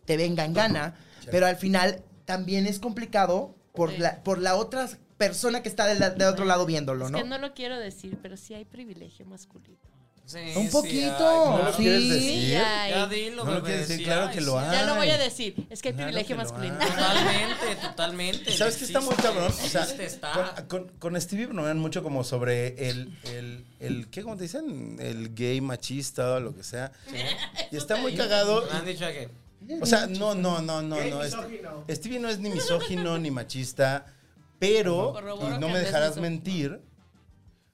C: te venga en gana, pero al final también es complicado por,
G: Sí.
C: la, por la otra persona que está del del otro lado viéndolo,
G: Es
C: ¿no?
G: que no lo quiero decir, pero sí hay privilegio masculino.
D: Sí,
C: Un
D: sí,
C: poquito,
D: ay, claro.
C: sí.
E: quieres decir?
G: Sí, hay.
D: Ya dilo,
E: No lo
D: bebé,
E: quieres decir,
D: sí,
E: claro
D: ay,
E: que
D: sí.
E: lo hay.
G: Ya lo voy a decir. Es que hay
E: Claro
G: privilegio
E: que lo
G: masculino.
E: hay.
D: Totalmente, totalmente.
E: ¿Y ¿Sabes qué está muy
D: Existe,
E: cabrón? O sea,
D: existe, está.
E: con, con- con Stevie bromean mucho como sobre el, el, el ¿qué? ¿Cómo te dicen? El gay machista o lo que sea. Y está muy cagado.
D: Me han dicho que.
E: O sea, no, no, no, no, no. es- Stevie no es ni misógino ni machista, pero,
G: Corroboro
E: y
G: que
E: no
G: no
E: me
G: es
E: dejarás
G: misógino.
E: mentir,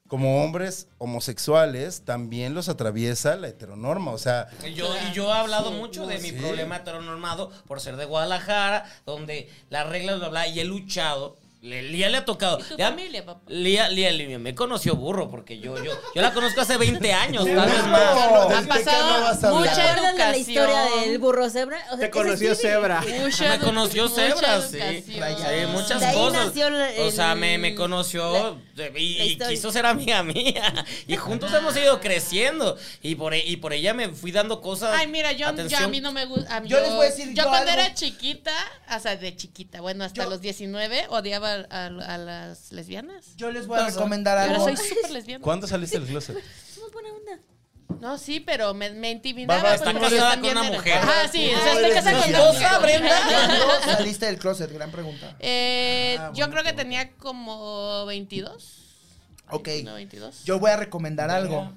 E: como hombres homosexuales también los atraviesa la heteronorma. O sea,
D: Yo, y yo he hablado mucho de mi
E: sí.
D: problema heteronormado por ser de Guadalajara, donde las reglas, bla, bla, y he luchado. Le, Lía le ha tocado.
G: ¿Y tu
D: Lía-
G: familia, papá?
D: Lía, Lía, Lía, me conoció burro porque yo, yo, yo la conozco hace 20 años, tal vez
E: Burro.
D: más.
E: ¿De
G: Ha
E: qué no vas a
G: pasado
E: hablar?
F: ¿Te
G: mucha
F: acuerdas de la
G: educación.
F: historia del burro cebra? O sea,
B: Te
F: ese
B: conoció
F: sí de-
B: cebra.
C: Ah,
G: Mucha
D: Me conoció
G: mucha
D: Zebra, sí.
G: educación.
D: Sí, muchas
F: De ahí
D: cosas.
F: nació el-
D: o sea, me, me
F: el-
D: conoció y,
F: la
D: y
F: historia.
D: quiso ser amiga mía. Y juntos hemos ido creciendo. Y por, e- y por ella me fui dando cosas.
G: Ay, mira, yo, yo a
D: atención.
G: mí no me gusta.
C: Yo les voy a decir
G: Yo,
C: yo
G: cuando
C: algo.
G: era chiquita, hasta de chiquita, bueno, hasta
C: Yo-
G: los 19, odiaba a, a- a las lesbianas.
C: Yo les voy a recomendar
G: Yo ahora
C: algo.
G: soy súper lesbiana.
E: ¿cuándo saliste del closet?
F: Somos buena onda.
G: No, sí, pero me, me intimidaba.
E: Bárbara,
G: pues,
E: está
G: porque
D: casada
G: también
D: con una
G: era-
D: mujer.
G: Ajá, sí,
C: Ah,
G: o sea,
E: No
G: estoy
E: eres
G: casada con una
D: lesbiana.
G: mujer.
C: ¿Cuándo saliste del closet? Gran pregunta.
G: Eh,
E: Ah,
G: yo
E: bueno,
G: creo que
E: bueno.
G: tenía como 22.
C: Ok.
G: No, 22.
C: Yo voy a recomendar algo.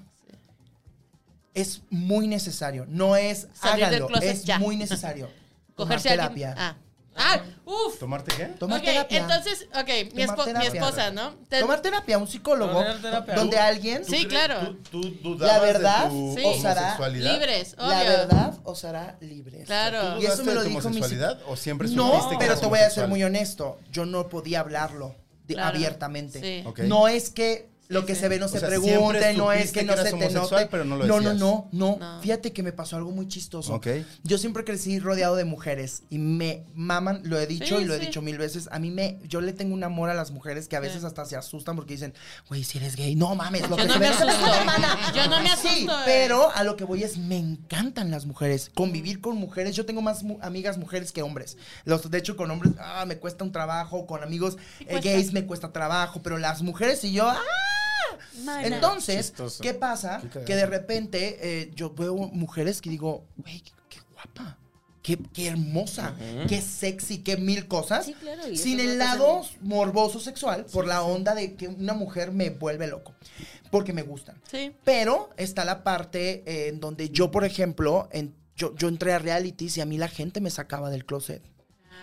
C: Es muy necesario. No es
G: Salir del
C: háganlo.
G: closet
C: Es
G: ya.
C: muy necesario.
G: Cogerse a
C: Tomar
G: alguien-
C: terapia.
G: Ah. Ah, uf.
E: ¿Tomarte qué?
C: Tomar
G: ok,
C: terapia.
G: entonces, ok, mi,
C: Tomar
G: espo- mi
C: terapia.
G: esposa, ¿no? Te-
C: Tomar terapia, un psicólogo,
D: Tomar terapia.
C: donde alguien,
G: Sí, claro.
E: ¿Tú, tú
C: la
E: dudabas
C: verdad,
E: de tu
G: Sí.
E: homosexualidad?
G: Libres, obvio.
C: la verdad os hará libres.
G: Claro.
C: Y eso
E: ¿Dudaste de tu
C: me lo dijo mi
E: homosexualidad o siempre
C: No,
E: supiste que
C: pero
E: eras
C: te voy a ser
E: homosexual?
C: muy honesto. Yo no podía hablarlo de-
G: Claro.
C: abiertamente.
G: Sí.
E: Ok.
C: No es que lo
G: Sí,
C: que
G: sí.
C: se ve no
E: O
C: se
E: sea,
C: pregunte,
E: siempre
C: no es
E: supiste
C: que
E: que
C: no
E: eras
C: se te
E: homosexual,
C: note.
E: pero no lo
C: no, no,
E: decías.
C: no, no.
G: No.
C: Fíjate que me pasó algo muy chistoso.
E: Ok.
C: Yo siempre crecí rodeado de mujeres y me maman, lo he dicho
G: Sí,
C: y lo
G: sí.
C: he dicho mil veces. A mí me, yo le tengo un amor a las mujeres que a veces
G: Sí.
C: hasta se asustan porque dicen, güey, si eres gay, no mames, lo
G: Yo
C: que
G: no
C: se
G: me
C: ve no se
G: asusto.
C: puede, mana".
G: Yo no me
C: Sí,
G: asusto, eh.
C: pero a lo que voy es, me encantan las mujeres, convivir con mujeres. Yo tengo más mu- amigas mujeres que hombres. Los, de hecho, con hombres, ah, me cuesta un trabajo, con amigos eh,
G: cuesta.
C: gays me cuesta trabajo, pero las mujeres y yo, ¡ah!
F: Mana.
C: Entonces,
E: Chistoso.
C: ¿qué pasa?
E: Qué cagado.
C: que de repente eh, yo veo mujeres que digo, güey, qué, qué guapa, qué, qué hermosa, qué sexy, qué mil cosas.
F: Sí, claro, y
C: sin
F: eso
C: el
F: no pasa
C: lado morboso sexual, por la onda de que una mujer me vuelve loco, porque me gustan.
G: Sí.
C: Pero está la parte eh, en donde yo, por ejemplo, en- yo, yo entré a realities y a mí la gente me sacaba del closet.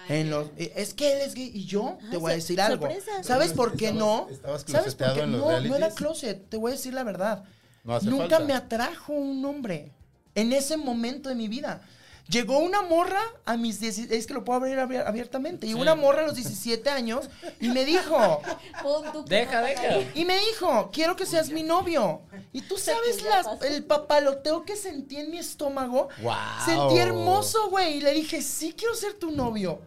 C: En los, eh, es que él es gay y yo te voy a
F: sor-
C: decir algo.
F: sorpresa.
C: ¿Sabes por qué no?
E: ¿Estabas
C: Ah, ¿Sabes por
E: closeteado
C: qué
E: en los
C: no? No era
E: realities?
C: closet, te voy a decir la verdad.
E: No hace
C: Nunca
E: falta.
C: me atrajo un hombre en ese momento de mi vida. Llegó una morra a mis 17, es que lo puedo abrir abier- abiertamente, y una morra a los 17 años y me dijo,
F: Pon tu
D: Deja, deja.
C: y me dijo, quiero que seas mi novio. Y tú sabes las- el papaloteo que sentí en mi estómago.
E: Wow.
C: Sentí hermoso, güey. Y le dije, sí quiero ser tu novio.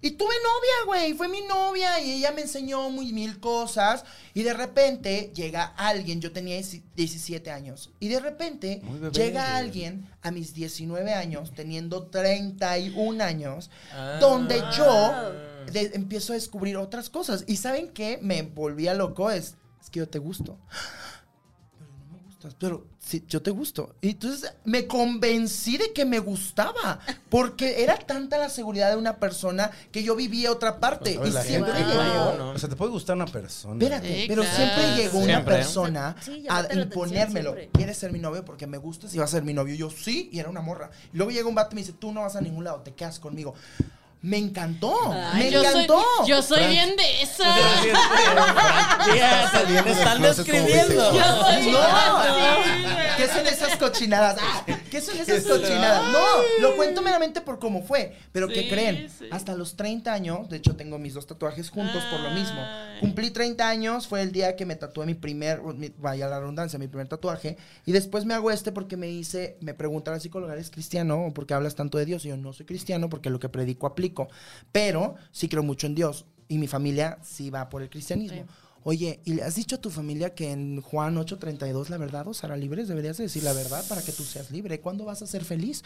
C: Y tuve novia, güey. Fue mi novia. Y ella me enseñó muy mil cosas. Y de repente llega alguien. Yo tenía 17 años. Y de repente
E: Muy bebé,
C: llega
E: güey.
C: alguien a mis 19 años, teniendo 31 años,
D: Ah.
C: donde yo de- empiezo a descubrir otras cosas. Y ¿saben qué? Me volvía loco. Es, es que yo te gusto gustas, pero sí, yo te gusto. Y entonces me convencí de que me gustaba, porque era tanta la seguridad de una persona que yo vivía otra parte.
E: Pues,
C: y
E: la
C: siempre
F: gente
C: llegó.
D: mayor, ¿no?
E: O sea, te puede gustar una persona.
C: Espérate,
G: Sí,
C: pero
G: claro.
C: siempre llegó una
D: Siempre.
C: persona
F: Sí, llamarte la
C: a
F: atención
C: imponérmelo.
F: siempre.
C: ¿Quieres ser mi novio? Porque me gustas y vas a ser mi novio. Y Yo sí, y era una morra. Y luego llega un vato y me dice, tú no vas a ningún lado, te quedas conmigo. Me encantó,
G: Ay,
C: me
G: yo
C: encantó.
G: Soy, yo soy bien de esa.
D: Ya, te- te
E: saliendo del
D: están
E: closet como
D: describiendo.
E: bisexual.
G: Yo soy bien
C: No. Ah,
G: así, güey.
C: ¿Qué son esas cochinadas? Ah, ¿Qué son esas cochinadas? No, lo cuento meramente por cómo fue. Pero
G: Sí,
C: ¿qué creen?
G: sí.
C: Hasta los 30 años, de hecho tengo mis dos tatuajes juntos por lo mismo.
G: Ay.
C: Cumplí 30 años, fue el día que me tatué mi primer, mi- vaya la redundancia, mi primer tatuaje. Y después me hago este porque me dice, me pregunta la psicóloga, ¿eres cristiano o por qué hablas tanto de Dios? Y yo no soy cristiano porque lo que predico aplico. Pero sí creo mucho en Dios y mi familia sí va por el cristianismo. Oye, ¿y le has dicho a tu familia que en Juan 8:32 la verdad os hará libres? Deberías de decir la verdad para que tú seas libre. ¿Cuándo vas a ser feliz?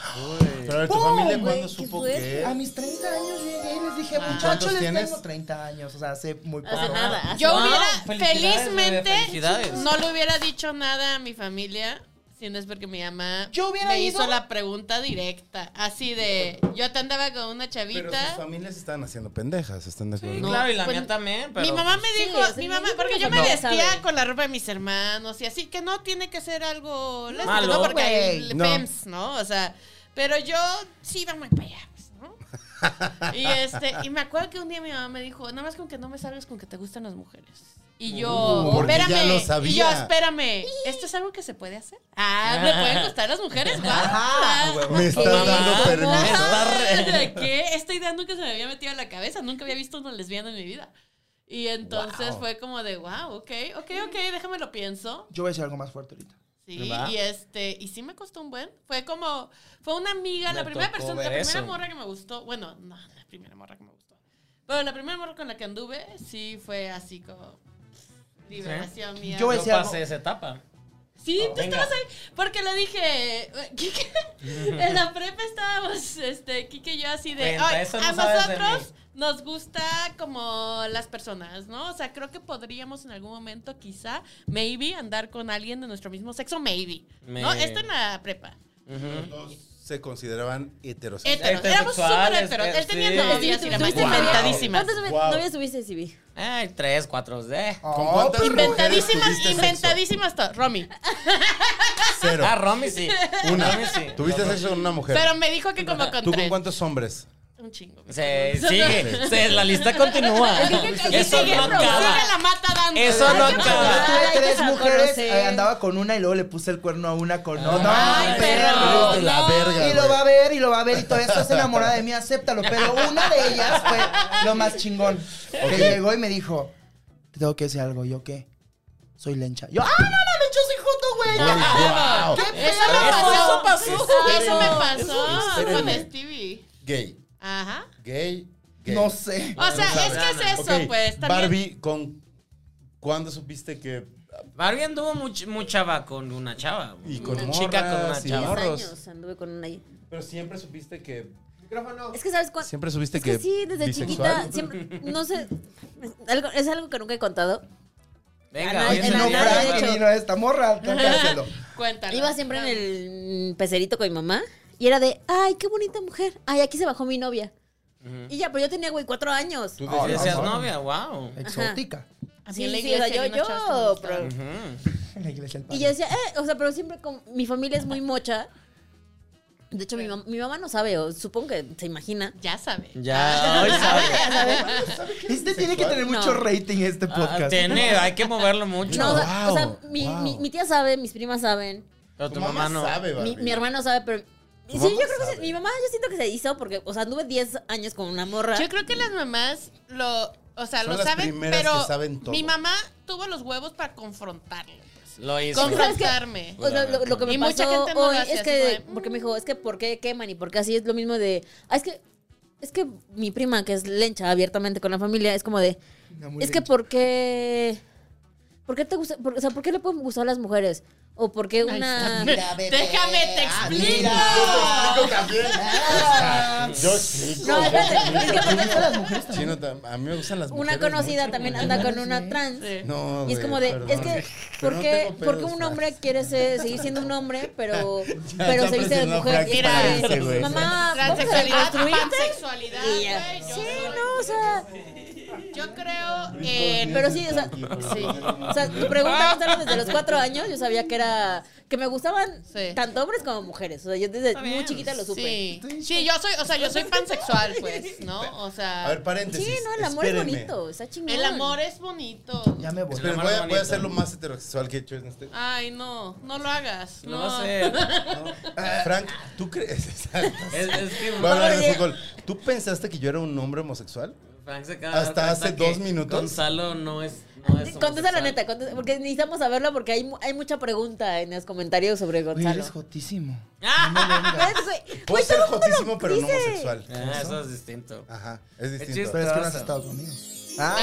E: Pero a ver, tu
C: ¡Pum,
E: familia
C: güey,
E: cuando
F: qué
E: supo
F: fuerte!
E: que.
C: A mis 30 años llegué y les dije, muchachos,
E: ¿Cuántos
C: les
E: tienes?
C: tengo 30 años, o sea, hace muy poco.
F: Hace nada. hace
G: Yo
D: Wow,
G: hubiera,
D: felicidades,
G: felizmente,
D: bebé, felicidades.
G: no le hubiera dicho nada a mi familia, si no es porque mi mamá
C: Yo hubiera
G: me
C: ido-
G: hizo la pregunta directa, así de, yo te andaba con una
E: Pero sus
G: chavita.
E: familias estaban haciendo pendejas, están de acuerdo.
D: No, claro, y la
G: pues,
D: mía también, pero.
G: mi mamá me
F: pues Sí,
G: dijo,
F: o sea,
G: mi
F: yo
G: mamá,
F: creo
G: porque
F: que
G: yo
F: mi
G: me
F: mamá
G: vestía
F: sabe.
G: con la ropa de mis hermanos y así, que no tiene que ser algo lésbico,
D: Malo,
G: ¿no? Porque hay
C: güey.
G: l-
E: No.
G: PEMS, ¿no? O sea, pero yo sí iba muy para allá, pues, ¿no? Y, este, y me acuerdo que un día mi mamá me dijo, nada más con que no me salgas con que te gustan las mujeres. Y yo,
E: Uh, porque ya
G: espérame.
E: lo
G: Y yo,
E: sabía.
G: espérame. ¿Esto es algo que se puede hacer? Ah, ¿me pueden gustar las mujeres? Guau.
E: Me estás dando
G: Ah,
E: permiso.
G: ¿de ¿Qué? Esta idea nunca se me había metido en la cabeza. Nunca había visto una lesbiana en mi vida. Y entonces
E: Wow.
G: fue como de, wow, ok, ok, ok, déjame lo pienso.
C: Yo voy a decir algo más fuerte ahorita.
G: Sí,
D: Va.
G: y este, y sí me costó un buen. Fue como, fue una amiga,
D: Me
G: la primera
D: tocó
G: persona, la
D: ver
G: primera
D: eso.
G: morra que me gustó. Bueno, no, la primera morra que me gustó. Pero la primera morra con la que anduve, sí fue así como liberación mía.
C: Yo voy a
D: Yo
C: decir algo.
D: pasé esa etapa.
G: Sí, tú
D: Venga.
G: estabas ahí. Porque le dije. Quique, en la prepa estábamos, este, Kike y yo así de.
D: Cuenta,
G: "Ay,
D: eso no
G: a
D: sabes de
G: nosotros nos gusta como las personas, ¿no? O sea, creo que podríamos en algún momento, quizá, maybe, andar con alguien de nuestro mismo sexo, maybe. ¿No?
D: Me-
G: Esto en la prepa.
D: Ujú.
E: Todos se consideraban heterosexuales.
G: Heteros. Éramos súper
D: Heterosexuales,
G: heteros.
D: eh,
G: Él tenía
D: sí.
G: novias y
F: Sí, tuviste
G: la madre.
F: novia.
G: inventadísimas.
F: ¿Cuántas ve-
E: Wow.
F: novias tuviste, Sibi?
D: Ay, tres, cuatro, eh.
G: Ah,
E: ¿Con cuántas mujeres
G: Oh, Inventadísimas,
E: tuviste sexo?
G: inventadísimas todo. Romy.
E: Cero.
D: Ah, Romy sí.
E: Una.
D: Romy sí.
E: Tuviste sexo con una mujer.
G: Pero me dijo que como con
E: ¿Tú con
G: tres.
E: cuántos hombres?
G: Un chingo.
D: Se sigue. se- la lista continúa. Eso
F: sigue
D: no
F: probando.
D: acaba.
G: Sigue la mata dando.
D: Eso no
G: Ay, qué
D: acaba.
C: Yo
G: padre.
C: tuve
F: Ay,
C: tres
F: qué
C: mujeres,
F: sabroso.
C: eh, andaba con una y luego le puse el cuerno a una con otra.
G: Ay,
E: Eres de la
G: no.
E: verga,
C: Y lo
E: Ah. güey.
C: va a ver, y lo va a ver, y todavía estás enamorada de mí, acéptalo. Pero una de ellas fue lo más chingón. Que llegó y me dijo, te tengo que decir algo. ¿Yo qué? Soy lencha. Yo, ¡ah, no mames, yo soy joto, güey!
E: Wow.
G: Eso me
D: Eso
G: pasó.
D: pasó.
G: Eso me
E: Eso,
G: pasó
E: espérenme.
G: con Stevie.
E: Gay.
G: Ajá.
E: Gay. Gay.
C: No sé.
G: O sea,
E: sabe.
G: es que es eso,
E: Ok,
G: pues. También.
E: Barbie, ¿con cuándo supiste que
D: Barbie anduvo muy, muy chava con una chava.
E: Y con
D: una
E: morras,
D: chica con una
E: y-
D: chava.
E: Morros.
F: años anduve con una ahí.
E: Pero siempre supiste que.
C: Ah,
F: Es que sabes cuánto.
E: Siempre supiste
F: Es que sí, desde chiquita, siempre, no sé, es algo, es algo que nunca he contado.
D: Venga,
F: Ana,
D: oye,
C: Oye,
F: en
C: no,
F: realidad,
D: Ana,
F: de
C: Frank,
F: hecho-
C: y no esta morra, tengo que hacerlo.
G: Cuéntalo.
F: Iba siempre en el mm, pecerito con mi mamá y era de, ay, qué bonita mujer. Ay, aquí se bajó mi novia. Y ya, pero yo tenía, güey, cuatro años.
E: Tú
C: Ah,
E: decías,
D: Decías
C: no,
D: novia, wow.
C: Exótica.
G: A mí
F: Sí,
G: en la
F: sí, o sea,
G: iglesia
F: yo,
G: hay unas chavas que me
F: yo,
G: gustaban.
F: pero-
C: En la iglesia del
F: Y
C: padre.
F: yo decía, eh, o sea, pero siempre con, mi familia es muy mocha. De hecho, mi, mam- mi mamá no sabe, o supongo que se imagina.
G: Ya sabe.
D: Ya, hoy sabe.
C: Este tiene que tener
F: No.
C: mucho rating este
D: Ah,
C: podcast.
D: tiene, hay que moverlo mucho.
F: No, o sea,
E: Wow,
F: o sea, mi,
E: wow.
F: mi- mi tía sabe, mis primas saben,
D: Pero tu mamá no.
E: sabe,
F: mi,
E: Barbie.
F: mi hermano sabe, pero Sí, yo creo que se- mi mamá, yo siento que se hizo porque, o sea, anduve 10 años con una morra.
G: Yo creo que las mamás lo, o sea,
E: Son
G: lo
E: las
G: saben,
E: primeras
G: pero
E: que saben todo.
G: mi mamá tuvo los huevos para confrontarlo. pues.
D: Lo hizo.
G: Con-
F: ¿Sabes qué?
G: confrontarme.
F: O sea, lo, lo que me
G: Y
F: pasó
G: mucha gente no lo
F: hoy
G: hace,
F: es
G: así
F: que,
G: como de,
F: porque
G: mm.
F: me dijo, es que ¿por qué queman? Y porque así es lo mismo de, ah, es que, es que mi prima, que es lencha abiertamente con la familia, es como de,
C: No, muy
F: es que
C: bien.
F: ¿por qué, por qué te gusta, por- o sea, por qué le pueden gustar a las mujeres? O por qué una...
C: Mira, bebé.
G: Déjame te
C: Ah,
G: explico.
C: mira.
E: Yo también.
C: Ah.
E: Yo explico.
F: No, espérate, es que porque
E: Sí, no, tam- a mí me gustan las mujeres.
F: una conocida
E: mucho.
F: también anda con una trans.
G: Sí.
E: No,
F: Y es
E: güey,
F: como de,
E: perdón.
F: es que,
E: Pero
F: ¿por
E: no
F: qué,
E: tengo
F: por qué
E: pedos,
F: un
E: Fran.
F: hombre quiere ser- seguir siendo un hombre, pero,
E: Ya,
F: pero
E: ya
F: se viste de
E: presionó
F: mujer?
E: Frank
F: Y es
G: para
F: como de,
E: ese, güey.
F: mamá, vamos a
G: Transexualidad,
F: deconstruirte.
G: pansexualidad,
F: Y ya.
G: güey. yo
F: Sí,
G: soy-
F: no, o sea,
G: Yo creo en...
F: pero sí, o sea, sí. O sea, tu pregunta Gonzalo, desde los cuatro años, yo sabía que era, que me gustaban
G: Sí.
F: tanto hombres como mujeres. O sea, yo desde
G: Está
F: muy
G: bien.
F: chiquita lo supe.
G: Sí. Sí, yo soy, o sea, yo soy pansexual, pues, ¿no? O
E: A
G: sea,
E: ver, paréntesis.
F: Sí, no, el amor
E: espérenme.
F: es bonito, está chingón.
G: el amor es bonito.
C: Ya me voy.
E: Esperen,
D: El amor
E: voy,
D: es
E: a, voy a
D: bonito.
E: hacer lo más heterosexual que he hecho en este.
G: Ay, no, no lo hagas.
D: Lo
G: No,
D: va a hacer.
E: No.
C: Ah.
E: Frank, ¿tú crees? Exacto.
D: Es, es que
E: Voy a hablar de
F: Oye.
E: fútbol. ¿Tú pensaste que yo era un hombre homosexual?
D: Frank se acaba de dar
E: Hasta
D: cuenta
E: hace
D: que
E: dos minutos.
D: Gonzalo no es. No es
F: Contesta la
D: homosexual.
F: neta, contesta- porque necesitamos saberlo porque hay, mu- hay mucha pregunta en los comentarios sobre
C: Oye,
F: Gonzalo.
C: eres jotísimo.
F: Pero, güey,
E: Puedo
F: güey,
E: ser
F: Pues todo el mundo lo
E: jotísimo, pero no
F: dice.
E: homosexual.
D: Ah, eso es distinto.
E: Ajá, es distinto.
D: chiste.
C: Pero es que no has Estados Unidos. Ah,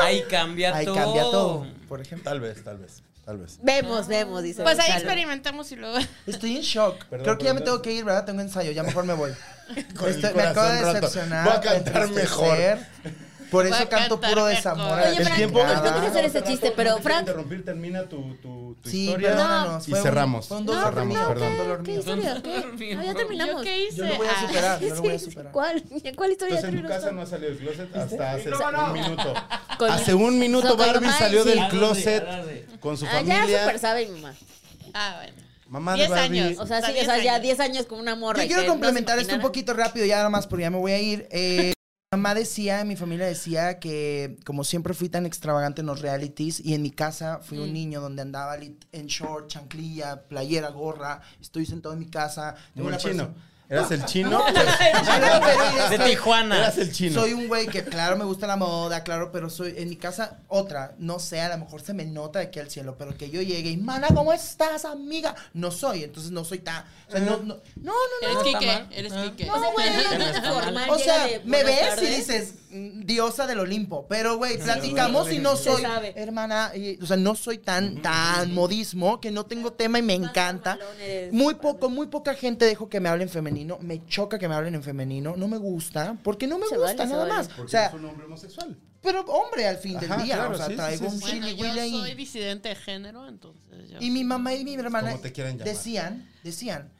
D: Ahí cambia
C: ahí
D: todo.
C: cambia todo. Por ejemplo.
E: Tal vez, tal vez, tal vez.
F: Vemos, vemos, dice.
G: Pues ahí
F: Gonzalo.
G: experimentamos y luego.
C: Estoy en shock.
E: Perdón,
C: Creo que ya me
E: perdón.
C: tengo que ir, ¿verdad? Tengo ensayo, ya mejor me voy.
E: Con el
C: Estoy- Este, me acabo de
E: corazón roto.
C: decepcionar.
E: Voy a cantar
C: de
E: mejor.
C: entristecer. Por
G: Voy
C: eso
G: a
C: canto
G: cantar
C: puro
G: mejor.
C: desamor.
F: Oye, Frank,
C: Frank,
F: no quise hacer ese
E: Rafa,
F: chiste, pero,
E: no te quiero
F: Frank-
E: interrumpir, termina tu, tu, tu
C: Sí,
E: historia.
C: perdónanos.
E: Y
C: fue un-
E: cerramos.
C: fue un
F: No,
C: dolor
E: Cerramos,
C: mío,
F: no,
C: fue un
E: perdón.
F: ¿qué,
C: dolor
F: ¿qué
C: mío.
F: historia? ¿Qué? Ah, ya
G: ¿Yo
F: terminamos.
G: qué hice?
C: Yo lo voy a
G: Ah,
C: superar, yo lo voy a
F: Sí,
C: superar.
F: ¿Cuál? ¿Cuál historia
E: Entonces en tu casa no ha salido del closet hasta hace un minuto.
F: Con-
E: Hace un minuto
F: con mi
E: Barbie
F: mamá,
E: salió
F: sí.
E: del
F: Ah,
D: sí,
E: closet
D: ah, sí.
E: con su
F: Ah, ya súper
E: familia.
F: sabe mi mamá.
G: Ah, bueno.
E: Mamá de
G: Diez
E: Barbie.
G: años.
F: O sea, sí,
G: Diez
F: o sea, ya
G: años.
F: 10 años con una morra.
C: Yo
F: y
C: quiero
F: que no se
C: complementar esto un
F: imaginara.
C: poquito rápido, ya nada más, porque ya me voy a ir. Eh, mi mamá decía, mi familia decía que como siempre fui tan extravagante en los realities y en mi casa fui
F: Mm.
C: un niño donde andaba lit- en short, chanclilla, playera, gorra, estoy sentado en mi casa.
E: Como el
C: una
E: chino.
C: persona-
E: Eras el chino.
D: De Tijuana.
E: Eras el chino.
C: Soy un güey que claro me gusta la moda, claro, pero soy en mi casa otra, no sé, a lo mejor se me nota de aquí al cielo, pero que yo llegue y, mana, ¿cómo estás, amiga? No soy, entonces no soy tan... O sea, no, no, no, no, no,
G: Eres
D: ¿Está
G: Quique,
D: mal?
G: eres
D: Ah.
G: Quique.
F: O sea,
C: güey.
F: pero no es formal,
C: O
F: llega
C: sea,
F: de
C: me
F: buenas
C: ves y
F: tardes.
C: dices, mm, diosa del Olimpo, pero güey, platicamos y no
F: Se
C: soy
F: sabe.
C: hermana, y- o sea, no soy tan tan modismo que no tengo tema y me encanta.
F: Pantalón eres.
C: Muy poco, muy poca gente dejo que me hablen femenino, me choca que me hablen en femenino, no me gusta, porque no me
F: Se
C: gusta
F: vale, se
C: nada
F: vale.
C: más. O
E: Porque
C: sea,
E: eres un hombre homosexual.
C: pero hombre al fin
E: Ajá,
C: del día,
E: claro,
C: o sea,
E: sí, sí,
C: traigo
E: sí,
C: un
E: sí.
G: Bueno,
C: chili
G: yo
C: willy ahí.
G: soy disidente de género, entonces yo.
C: Y mi mamá y mi hermana
E: Como te quieran llamar.
C: decían, decían,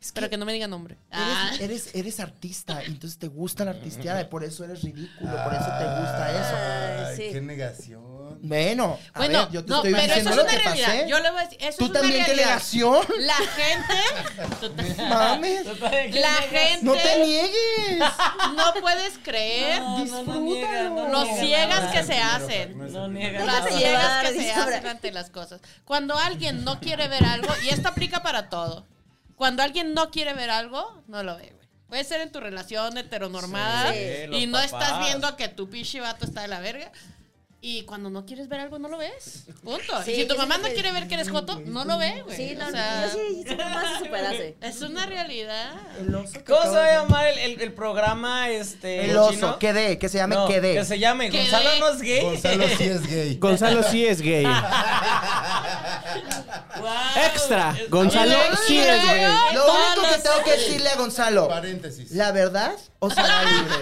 C: es
G: Pero
C: que
G: que no me digan nombre. Ah.
C: Eres, eres, eres artista, y entonces te gusta la artisteada y por eso eres ridículo, por eso te gusta eso.
E: Ay,
F: sí.
E: qué negación.
C: Bueno, a
G: Bueno,
C: ver, yo te
G: no,
C: estoy
G: pero eso
C: diciendo
G: es
C: lo
G: una
C: que
G: realidad.
C: pasé.
G: Yo le voy a decir, eso
C: ¿Tú
G: es una
C: también qué
G: realidad.
C: negación?
G: La gente, tú te-
C: Mames,
G: la gente
C: no te niegues.
G: no puedes creer los ciegas que se hacen.
D: No niegan
G: Las
F: Déjate
G: ciegas
F: llevar,
G: que se
F: dice
G: hacen
F: Bra-
G: ante las cosas. Cuando alguien no quiere ver algo, y esto aplica para todo, cuando alguien no quiere ver algo, no lo ve, güey. Puede ser en tu relación heteronormada
F: Sí,
D: los
G: y no estás
D: papás.
G: viendo que tu pichi vato está de la verga. Y cuando no quieres ver algo, no lo ves. Punto.
F: Sí,
G: y si
F: yo
G: tu mamá
F: siento que-
G: no quiere ver que eres joto, no lo ve, güey.
F: Sí, no,
G: O
F: no,
G: sea,
F: yo sí, sí, mamá se superase.
G: Es una realidad.
C: El oso que
D: ¿Cómo se va a
C: acabas de-
D: llamar el, el- el programa? Este,
C: El oso,
D: chino?
C: quedé, que se llame
D: No,
C: quedé.
D: Que se llame.
G: Quedé.
D: Gonzalo no es gay.
E: Gonzalo sí es gay.
B: Gonzalo sí es gay. Extra. Gonzalo sí es gay.
C: Lo único que tengo que decirle a Gonzalo,
E: Paréntesis.
C: la verdad os hará libres.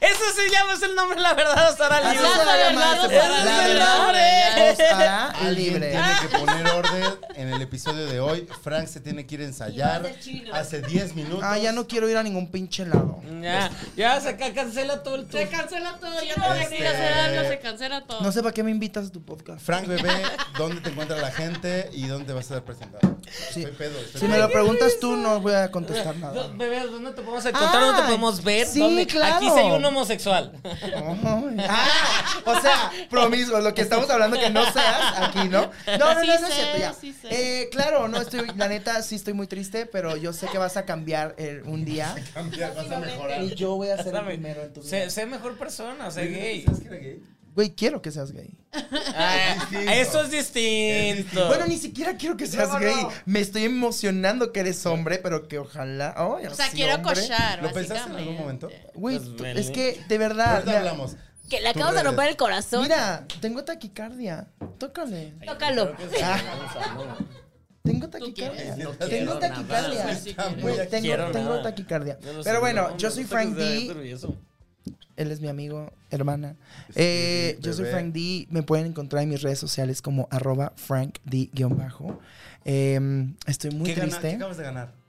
D: Eso se llama, es el nombre, la verdad, Sara
C: Así
D: Libre.
C: se va a llamar este
D: Ese
C: programa.
D: es
C: La
D: el
C: verdad
D: nombre.
C: os hará
E: Alguien
C: libres.
E: tiene que poner orden en el episodio de hoy. Frank se tiene que ir a ensayar hace 10 minutos.
C: Ah, ya no quiero ir a ningún pinche lado.
D: Ya, ya, se ca- cancela todo el tour.
G: Se cancela todo, ya no voy a venir a
E: este,
G: hacer algo, se cancela todo.
C: No sé para qué me invitas a tu podcast.
E: Frank Bebé, ¿dónde te encuentra la gente y dónde te vas a ser presentado?
C: Sí.
E: Estoy pedo. estoy
C: Si
E: pedo.
C: me lo preguntas tú, no voy a contestar nada.
D: Bebé, ¿dónde te podemos encontrar? ¿Dónde te
C: Ay,
D: podemos ver?
C: sí,
D: ¿Dónde?
C: claro.
D: Aquí soy un homosexual.
C: Ay. Ah, o sea, promiscuo, lo que estamos hablando que no seas aquí, ¿no? No, no, no,
G: Sí
C: no es
G: sé,
C: cierto, ya.
G: sí sé.
C: Eh, claro, no estoy, la neta, sí estoy muy triste, pero yo sé que vas a cambiar eh, un día
E: Cambiar, vas a mejorar.
C: y yo voy a ser el
D: Espérame.
C: primero en tu vida.
D: Sé, sé mejor persona, sé gay.
E: ¿Sabes que era gay?
C: Güey, quiero que seas gay.
D: Ah,
E: distinto.
D: eso es distinto.
C: Bueno, ni siquiera quiero que seas
E: No, no.
C: gay. Me estoy emocionando que eres hombre, pero que ojalá. Ay,
G: O sea,
C: así,
G: quiero
C: hombre.
G: cochar,
E: ¿Lo pensaste en algún
G: básicamente.
E: momento?
C: Güey,
D: Pues,
C: tú-
D: ven.
C: es que de verdad.
E: Ahorita
C: Ah, mira,
E: hablamos.
F: Que le
E: Tú
F: acabas de
E: redes.
F: romper el corazón.
C: Mira, tengo taquicardia. Tócale.
F: Tócalo.
C: Ah. Tengo
G: quieres,
C: taquicardia.
E: no
C: tengo
E: quiero
C: taquicardia.
G: Sí, sí,
E: Está muy
C: Güey,
E: aquí.
C: tengo,
D: quiero
C: tengo
D: nada.
C: taquicardia.
D: Yo no sé,
C: Pero bueno,
D: no,
C: yo
D: no
C: soy
D: sé
C: Frank
D: qué sea,
C: D.
D: pero eso.
C: Él es mi amigo, hermana.
E: Sí,
C: Eh, yo soy
E: bebé.
C: Frank D. Me pueden encontrar en mis redes sociales como arroba Frank D-bajo. Eh, estoy muy
E: ¿Qué, gana- qué
C: triste.
E: acabas de ganar?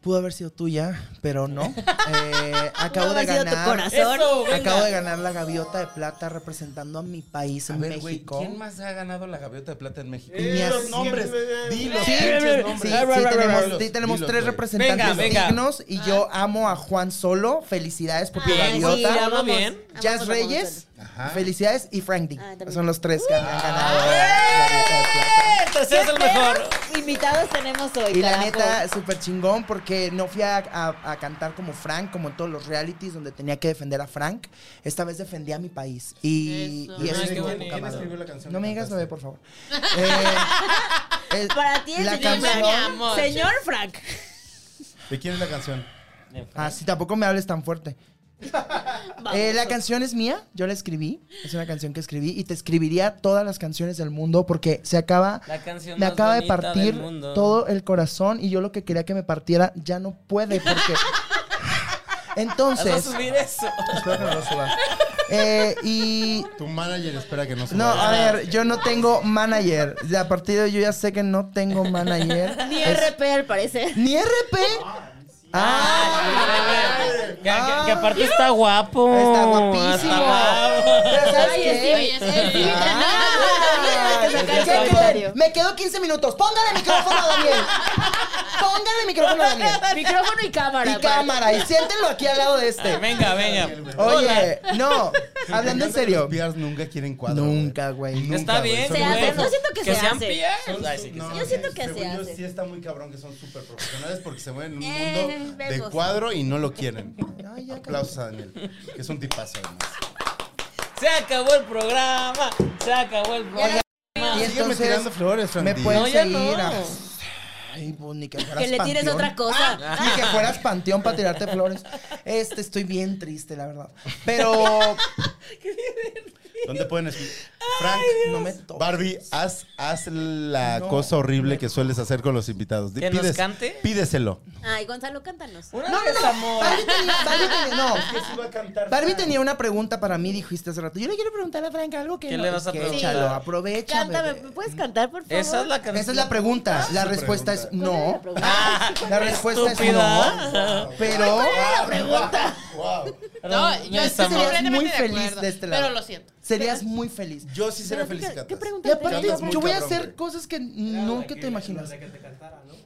C: Pudo haber sido tuya, pero no. Eh, acabo
F: Pudo
C: de
F: haber sido tu
C: ganar.
F: corazón.
D: Eso, venga.
C: Acabo de ganar la gaviota de plata representando a mi país
E: A
C: en
E: ver, güey,
C: México.
E: ¿quién más ha ganado la gaviota de plata en México?
C: Y
E: Di
C: ni
E: Eh, los
C: así-
E: nombres. eh, Di los
C: Sí,
E: pinches
C: sí,
E: nombres.
C: sí, tenemos,
E: Dilos,
C: sí, tenemos
E: dilos,
C: tres
E: güey.
C: representantes
D: Venga, venga.
C: dignos y yo amo a Juan Solo. Felicidades por tu
D: Bien,
F: sí,
D: Juan
C: gaviota.
D: Solo.
F: vamos.
D: Bien.
F: Vamos,
C: Jazz
F: vamos,
C: Reyes,
E: Ajá.
C: felicidades y Frank D.
F: Ah, también.
C: Son los tres que han ganado. la gaviota de plata.
D: Entonces Este es el mejor.
F: vamos. Invitados tenemos hoy.
C: Y la
F: carajo.
C: neta, súper chingón porque no fui a, a- a cantar como Frank, como en todos los realities donde tenía que defender a Frank. Esta vez defendí a mi país. Y
G: Eso.
C: y eso
D: Ay, qué
C: estuvo
D: bonito.
C: poca
E: ¿Quién
C: madre.
E: escribió la canción?
C: No
E: que
C: me digas
E: cantaste?
C: bebé, por favor. Eh, el-
F: Para ti, el
C: la
F: señor
C: canción-
G: Mi amor.
F: Frank. Señor Frank.
E: ¿De quién es la canción?
C: Ah, sí, tampoco me hables tan fuerte. Eh, la canción es mía, yo la escribí. Es una canción que escribí y te escribiría todas las canciones del mundo porque se acaba.
D: La canción
C: me
D: más
C: acaba de
D: bonita
C: partir
D: del mundo.
C: todo el corazón y yo lo que quería que me partiera ya no puede porque.
D: ¿Vas a
C: Entonces.
D: subir eso?
C: Espero que no lo subas. Eh, y.
E: Tu manager espera que no se
C: No, a ver, yo no tengo manager. De a partir de hoy yo ya sé que no tengo manager.
F: Ni
C: Es-
F: RP al parecer.
C: ¿Ni RP? Ah,
D: Que, que- que aparte está guapo.
C: está guapísimo.
D: Está guapo.
C: Pero ¿sabes
F: Ay,
C: qué?
G: sí, oye, sí.
C: Ah,
F: Saca
C: ya
F: el
C: saben,
F: comentario.
C: Me quedo 15 minutos. Póngale micrófono a Daniel. Póngale micrófono a Daniel.
F: Micrófono y cámara.
C: Y
F: aparte.
C: cámara. Y siéntenlo aquí al lado de
D: Eh,
C: este.
D: Venga, venga.
C: Oye, no. Hablando en serio.
E: Los PRs nunca quieren cuadro.
C: Nunca, güey.
E: Nunca,
D: Está
E: güey,
D: bien.
E: son
F: Se
D: güey.
F: hace, yo siento que se
D: sean
F: hace.
D: pies. Ay, sí, que
E: No,
D: sean
F: Yo siento que
E: según
F: se
E: yo
F: hace.
E: sí está muy cabrón que son súper profesionales porque se mueven en un
F: Eh,
E: mundo de
F: vemos.
E: cuadro y no lo quieren.
C: Ay, ya,
E: Aplausos a Daniel, que es un tipazo además.
D: Se acabó el programa. Se acabó el programa.
C: Y
E: Sígueme
C: entonces
E: tirando flores, Frank
C: me
E: D.
C: pueden
D: No, ya no.
C: seguir. a- Ay, pues ni que fueras
F: Que le tires
C: panteón.
F: otra cosa.
C: Ni que fueras panteón para tirarte flores. Este, estoy bien triste, la verdad. Pero
E: ¿Dónde pueden escribir? Frank,
C: no me toques.
E: Barbie, haz, haz la
C: No.
E: cosa horrible que sueles hacer con los invitados. Di-
D: ¿Que nos cante?
E: Pídeselo.
F: Ay, Gonzalo, cántanos.
D: Una
C: No, no,
D: vez,
C: no.
D: amor.
C: Barbie tenía, Barbie tenía- no.
E: a cantar.
C: Barbie tenía una pregunta para mí, dijiste hace rato. Yo le quiero preguntar a Frank algo que
D: ¿Qué
C: no.
D: le vas a
C: que
D: preguntar?
C: échalo, aprovecha.
F: Cántame,
C: bebé.
F: ¿me puedes cantar, por favor?
D: Esa es la canción.
C: Esa es la pregunta. La
E: su
C: respuesta es
E: pregunta.
C: no.
F: ¿Cuál era
C: La respuesta es
D: Estúpida.
C: no. Pero
E: pregunta. Wow.
G: No, yo
C: es que
G: estoy
C: serías
G: completamente
C: muy
G: de
C: feliz
G: acuerdo,
C: de este lado.
G: Pero lo siento.
C: serías muy feliz.
E: Yo sí seré feliz si
F: ¿Qué, ¿Qué
E: cantas.
C: Y
F: pregunta?
C: aparte,
E: Cantas muy
C: yo voy a
E: cabrón,
C: hacer
E: güey.
C: cosas que nunca te imaginas.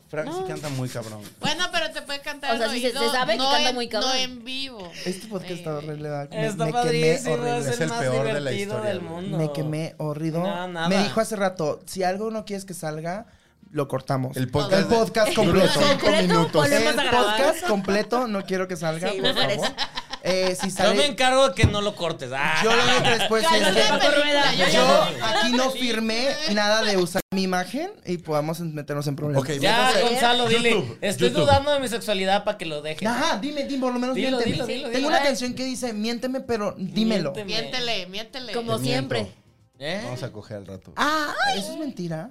E: Frank sí canta muy cabrón.
G: Bueno, pero te puede cantar
F: O sea,
G: al
F: sí se- se
G: oído,
F: sabe que
G: no
F: canta
G: en-
F: muy cabrón.
G: No en vivo.
C: Este podcast está horrible. ¿verdad? Me,
D: Está
C: me
D: padrísimo.
C: quemé horrible.
D: Es
E: Es
D: el
E: el
D: más
E: peor de la
D: divertido
E: historia,
D: del
E: güey.
D: mundo.
C: Me quemé horrido.
D: No, nada.
C: Me dijo hace rato, si algo no quieres que salga, lo cortamos.
E: El podcast,
C: El podcast
E: Dura
C: completo.
E: cinco
F: Completo,
E: minutos.
F: volvemos
C: El
F: a grabar.
C: podcast completo no quiero que salga,
F: Sí,
C: por
F: me parece.
C: favor. Eh,
D: Yo
C: si
D: me
C: sale,
D: encargo de que no lo cortes. Ah.
C: yo lo único que después es
F: Cállate,
C: que
F: Paco Rueda.
G: Yo-
C: yo aquí no firmé nada de usar mi imagen y podamos meternos en problemas.
E: Ok,
D: Ya,
E: métanse-
D: Gonzalo, dile.
E: YouTube,
D: estoy
E: YouTube.
D: dudando de mi sexualidad para que lo dejes.
C: Ajá, dime, dime, por lo menos
D: Dilo,
C: miénteme.
D: dilo, dilo, dilo.
C: Tengo una canción que dice, miénteme, pero dímelo.
D: Miénteme.
G: Eh, Miéntele, miéntele.
F: Como
E: Te miento.
F: siempre.
D: ¿Eh?
E: Vamos a coger al rato.
C: Ah, eso es mentira.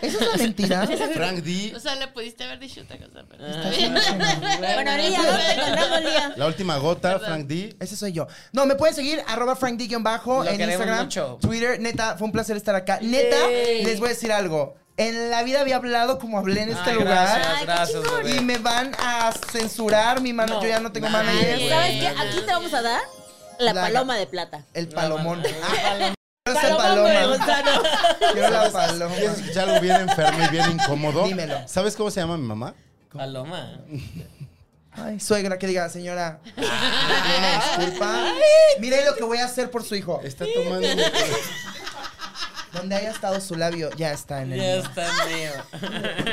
C: Eso es una mentira.
E: Frank D.
G: O sea, le pudiste haber dicho otra cosa, pero...
F: Ah. Bueno, Lía, ¿dónde te encontramos, Lía?
E: La última gota, Frank D.
C: Ese soy yo. No, me pueden seguir, arroba Frank D bajo
D: Lo
C: en
D: queremos
C: Instagram,
D: mucho.
C: Twitter. Neta, fue un placer estar acá. Neta,
D: Yay.
C: les voy a decir algo. En la vida había hablado como hablé en este
D: Ay,
C: lugar.
F: Ay,
D: Gracias, gracias,
F: qué chingón.
D: bebé.
C: Y me van a censurar mi mano.
D: No.
C: Yo ya no tengo
D: Nadie,
C: manager.
D: güey.
F: ¿Sabes qué? Aquí te vamos a dar la
C: La-
F: paloma de plata.
C: El palomón.
D: Ay,
C: esa paloma.
G: Gonzalo.
C: Quiero la paloma.
E: ¿Quieres escuchar algo bien enfermo y bien incómodo?
C: Dímelo.
E: ¿Sabes cómo se llama mi mamá?
D: Paloma.
C: Ay, suegra, que diga, señora. Una disculpa. Mire lo que voy a hacer por su hijo.
E: Está tomando.
C: Donde haya estado su labio, ya está en el.
D: Ya
C: mío.
D: está mío.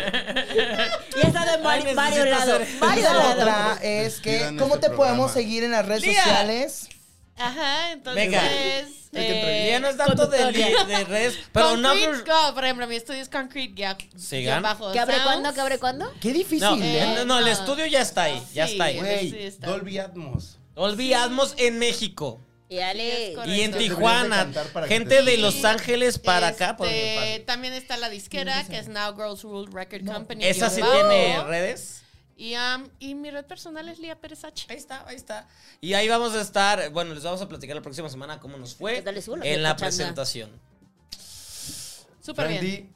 F: Y está de Mario,
D: Ay,
F: Mario
D: necesito
F: Lado.
D: hacer-
C: Y
F: Mario
C: la
F: Lado.
C: otra es que,
E: Miran
C: ¿cómo
E: este
C: te podemos
E: programa.
C: seguir en las redes
D: Lía.
C: sociales?
G: Ajá, entonces.
D: Venga.
G: eh,
D: Ya no es tanto de, li- de redes, pero no.
G: Concrete Go, por ejemplo, mi estudio es Concrete Gap.
D: Sigan.
G: bajo
F: ¿Que abre
G: Sounds.
F: cuándo? ¿Que abre cuándo?
C: Qué difícil,
D: No,
C: ¿eh?
D: no, no, el estudio ya está ahí, ya
G: Sí.
D: está ahí.
G: Sí,
E: Güey,
G: está.
E: Dolby Atmos.
D: Olví Atmos en México
F: Y dale.
G: Es correcto.
D: y en
G: Deberías de
D: Tijuana.
E: cantar para que
D: Gente
E: te-
D: de Los Ángeles para acá. por
G: Este,
D: donde pase.
G: también está la disquera, que es Now Girls Rule Record Company.
D: Esa
G: guión
D: sí
G: bajo.
D: tiene redes.
G: Y, am, y mi red personal es Lía Pérez H.
D: Ahí está, ahí está. Y ahí vamos a estar, bueno, les vamos a platicar la próxima semana cómo nos fue
F: ¿Qué tal estuvo la
D: en la
F: fiesta, chanda?
D: presentación.
G: Súper bien.
E: Randy,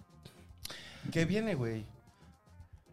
E: ¿qué viene, güey?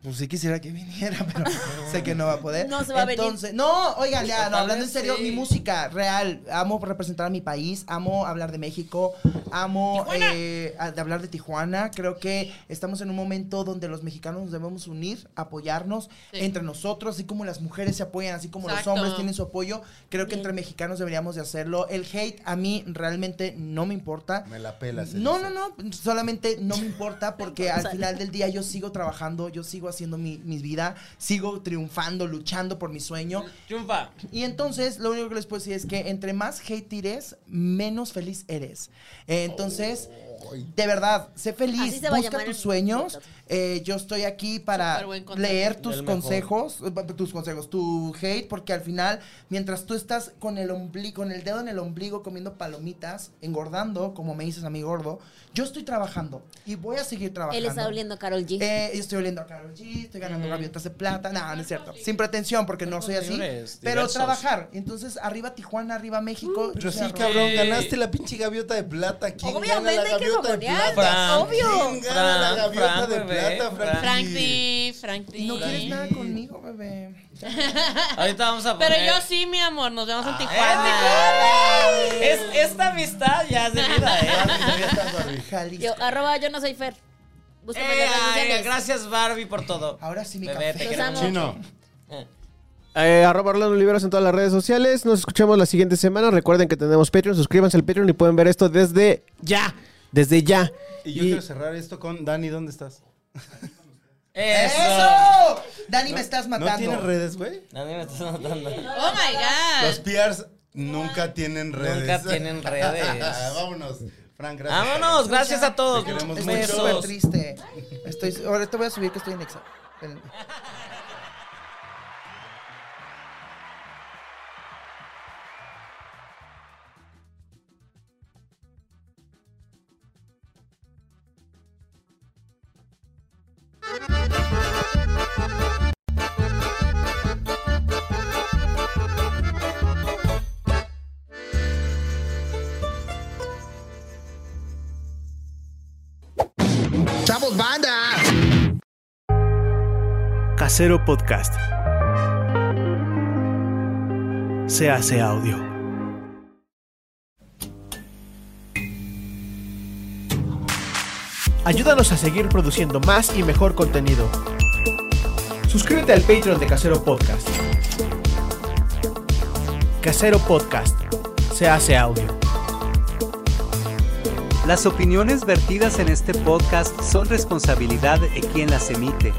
E: Pues sí quisiera que viniera, pero.
C: Sé que no va a poder.
F: No se va a venir.
C: Entonces, no, oigan, ya, no,
D: Tal
C: hablando
D: vez
C: en serio,
D: sí.
C: mi música real. Amo representar a mi país, amo hablar de México, amo eh, a- de hablar de Tijuana. Creo que estamos en un momento donde los mexicanos nos debemos unir, apoyarnos
G: Sí.
C: entre nosotros, así como las mujeres se apoyan, así como
G: Exacto.
C: los hombres tienen su apoyo. Creo que entre mexicanos deberíamos de hacerlo. El hate a mí realmente no me importa.
E: Me la pelas. eh.
C: No,
E: Elisa.
C: no, no, solamente no me importa porque al final del día yo sigo trabajando, yo sigo haciendo mi, mi vida, sigo triunfando, luchando por mi sueño.
D: Triunfa.
C: Y entonces lo único que les puedo decir es que entre más hate tires, menos feliz eres. Eh, Entonces, de verdad, sé
F: Así
C: feliz,
F: se va a
C: busca
F: llamar
C: tus
F: el
C: sueños.
F: podcast.
C: Eh, yo estoy aquí para
G: Súper buen consejo.
C: leer tus
D: El mejor.
C: consejos, eh, pa- tus consejos, tu hate, porque al final, mientras tú estás con el ombligo, con el dedo en el ombligo comiendo palomitas, engordando, como me dices a mi gordo, yo estoy trabajando y voy a seguir
F: Él
C: trabajando.
F: está oliendo a Carol G.
C: Eh, yo estoy oliendo a Karol G, estoy ganando gaviotas de plata. No, no es cierto. Sin pretensión, porque no soy así.
D: Señores,
C: Pero
D: diversos.
C: trabajar. Entonces, arriba Tijuana, arriba México.
E: Pero sí,
C: Cerro.
D: Eh,
E: cabrón, ganaste la pinche gaviota de plata. ¿Quién
F: Obviamente
E: gana la
F: hay que
E: gaviota de
F: sofonear,
E: plata?
F: obvio.
E: ¿Quién gana la
D: Fran,
E: gaviota
D: Fran,
E: de
D: bebé,
E: plata,
D: Fran.
E: Frankie?
G: Frankie, Frankie.
C: Y no quieres nada
E: Sí.
C: conmigo, bebé.
D: Ahorita vamos a poner.
G: Pero yo sí, mi amor, nos vemos Ah. en Tijuana.
D: ¡Ah! Es, esta amistad ya es de vida, ¿eh?
E: Barbie, estás, Barbie.
C: Jalisco.
F: Yo, arroba, yo no soy Fer. Búscame en
D: Eh,
F: las redes
D: ay,
F: sociales.
D: gracias Barbie por todo.
C: Ahora sí, mi
D: Bebé,
C: café.
D: te
F: Los
D: queremos.
F: amo.
E: Chino,
B: Eh, arroba Orlando Oliveros en todas las redes sociales. Nos escuchamos la siguiente semana. Recuerden que tenemos Patreon. Suscríbanse al Patreon y pueden ver esto desde ya. Desde ya.
E: y yo
B: Y-
E: quiero cerrar esto con Dani, ¿dónde estás?
D: Eh, Eso.
C: ¡Eso! Dani, me estás
E: ¿No
C: matando.
E: tienes redes, güey?
D: Nadie me está notando.
G: Oh my
E: Los
G: God.
E: PRs nunca tienen redes.
D: Ah. Nunca tienen redes.
E: Vámonos, Frank, gracias.
D: Vámonos, gracias a todos. Este,
E: Te queremos
C: Estoy
E: mucho.
C: súper
D: Besos.
C: triste. Estoy, ahora te voy a subir que estoy en Exa. Espérenme.
H: Casero Podcast. Se hace audio.
B: Ayúdanos a seguir produciendo más y mejor contenido. Suscríbete al Patreon de Casero Podcast.
H: Casero Podcast. Se hace audio.
A: Las opiniones vertidas en este podcast son responsabilidad de quien las emite.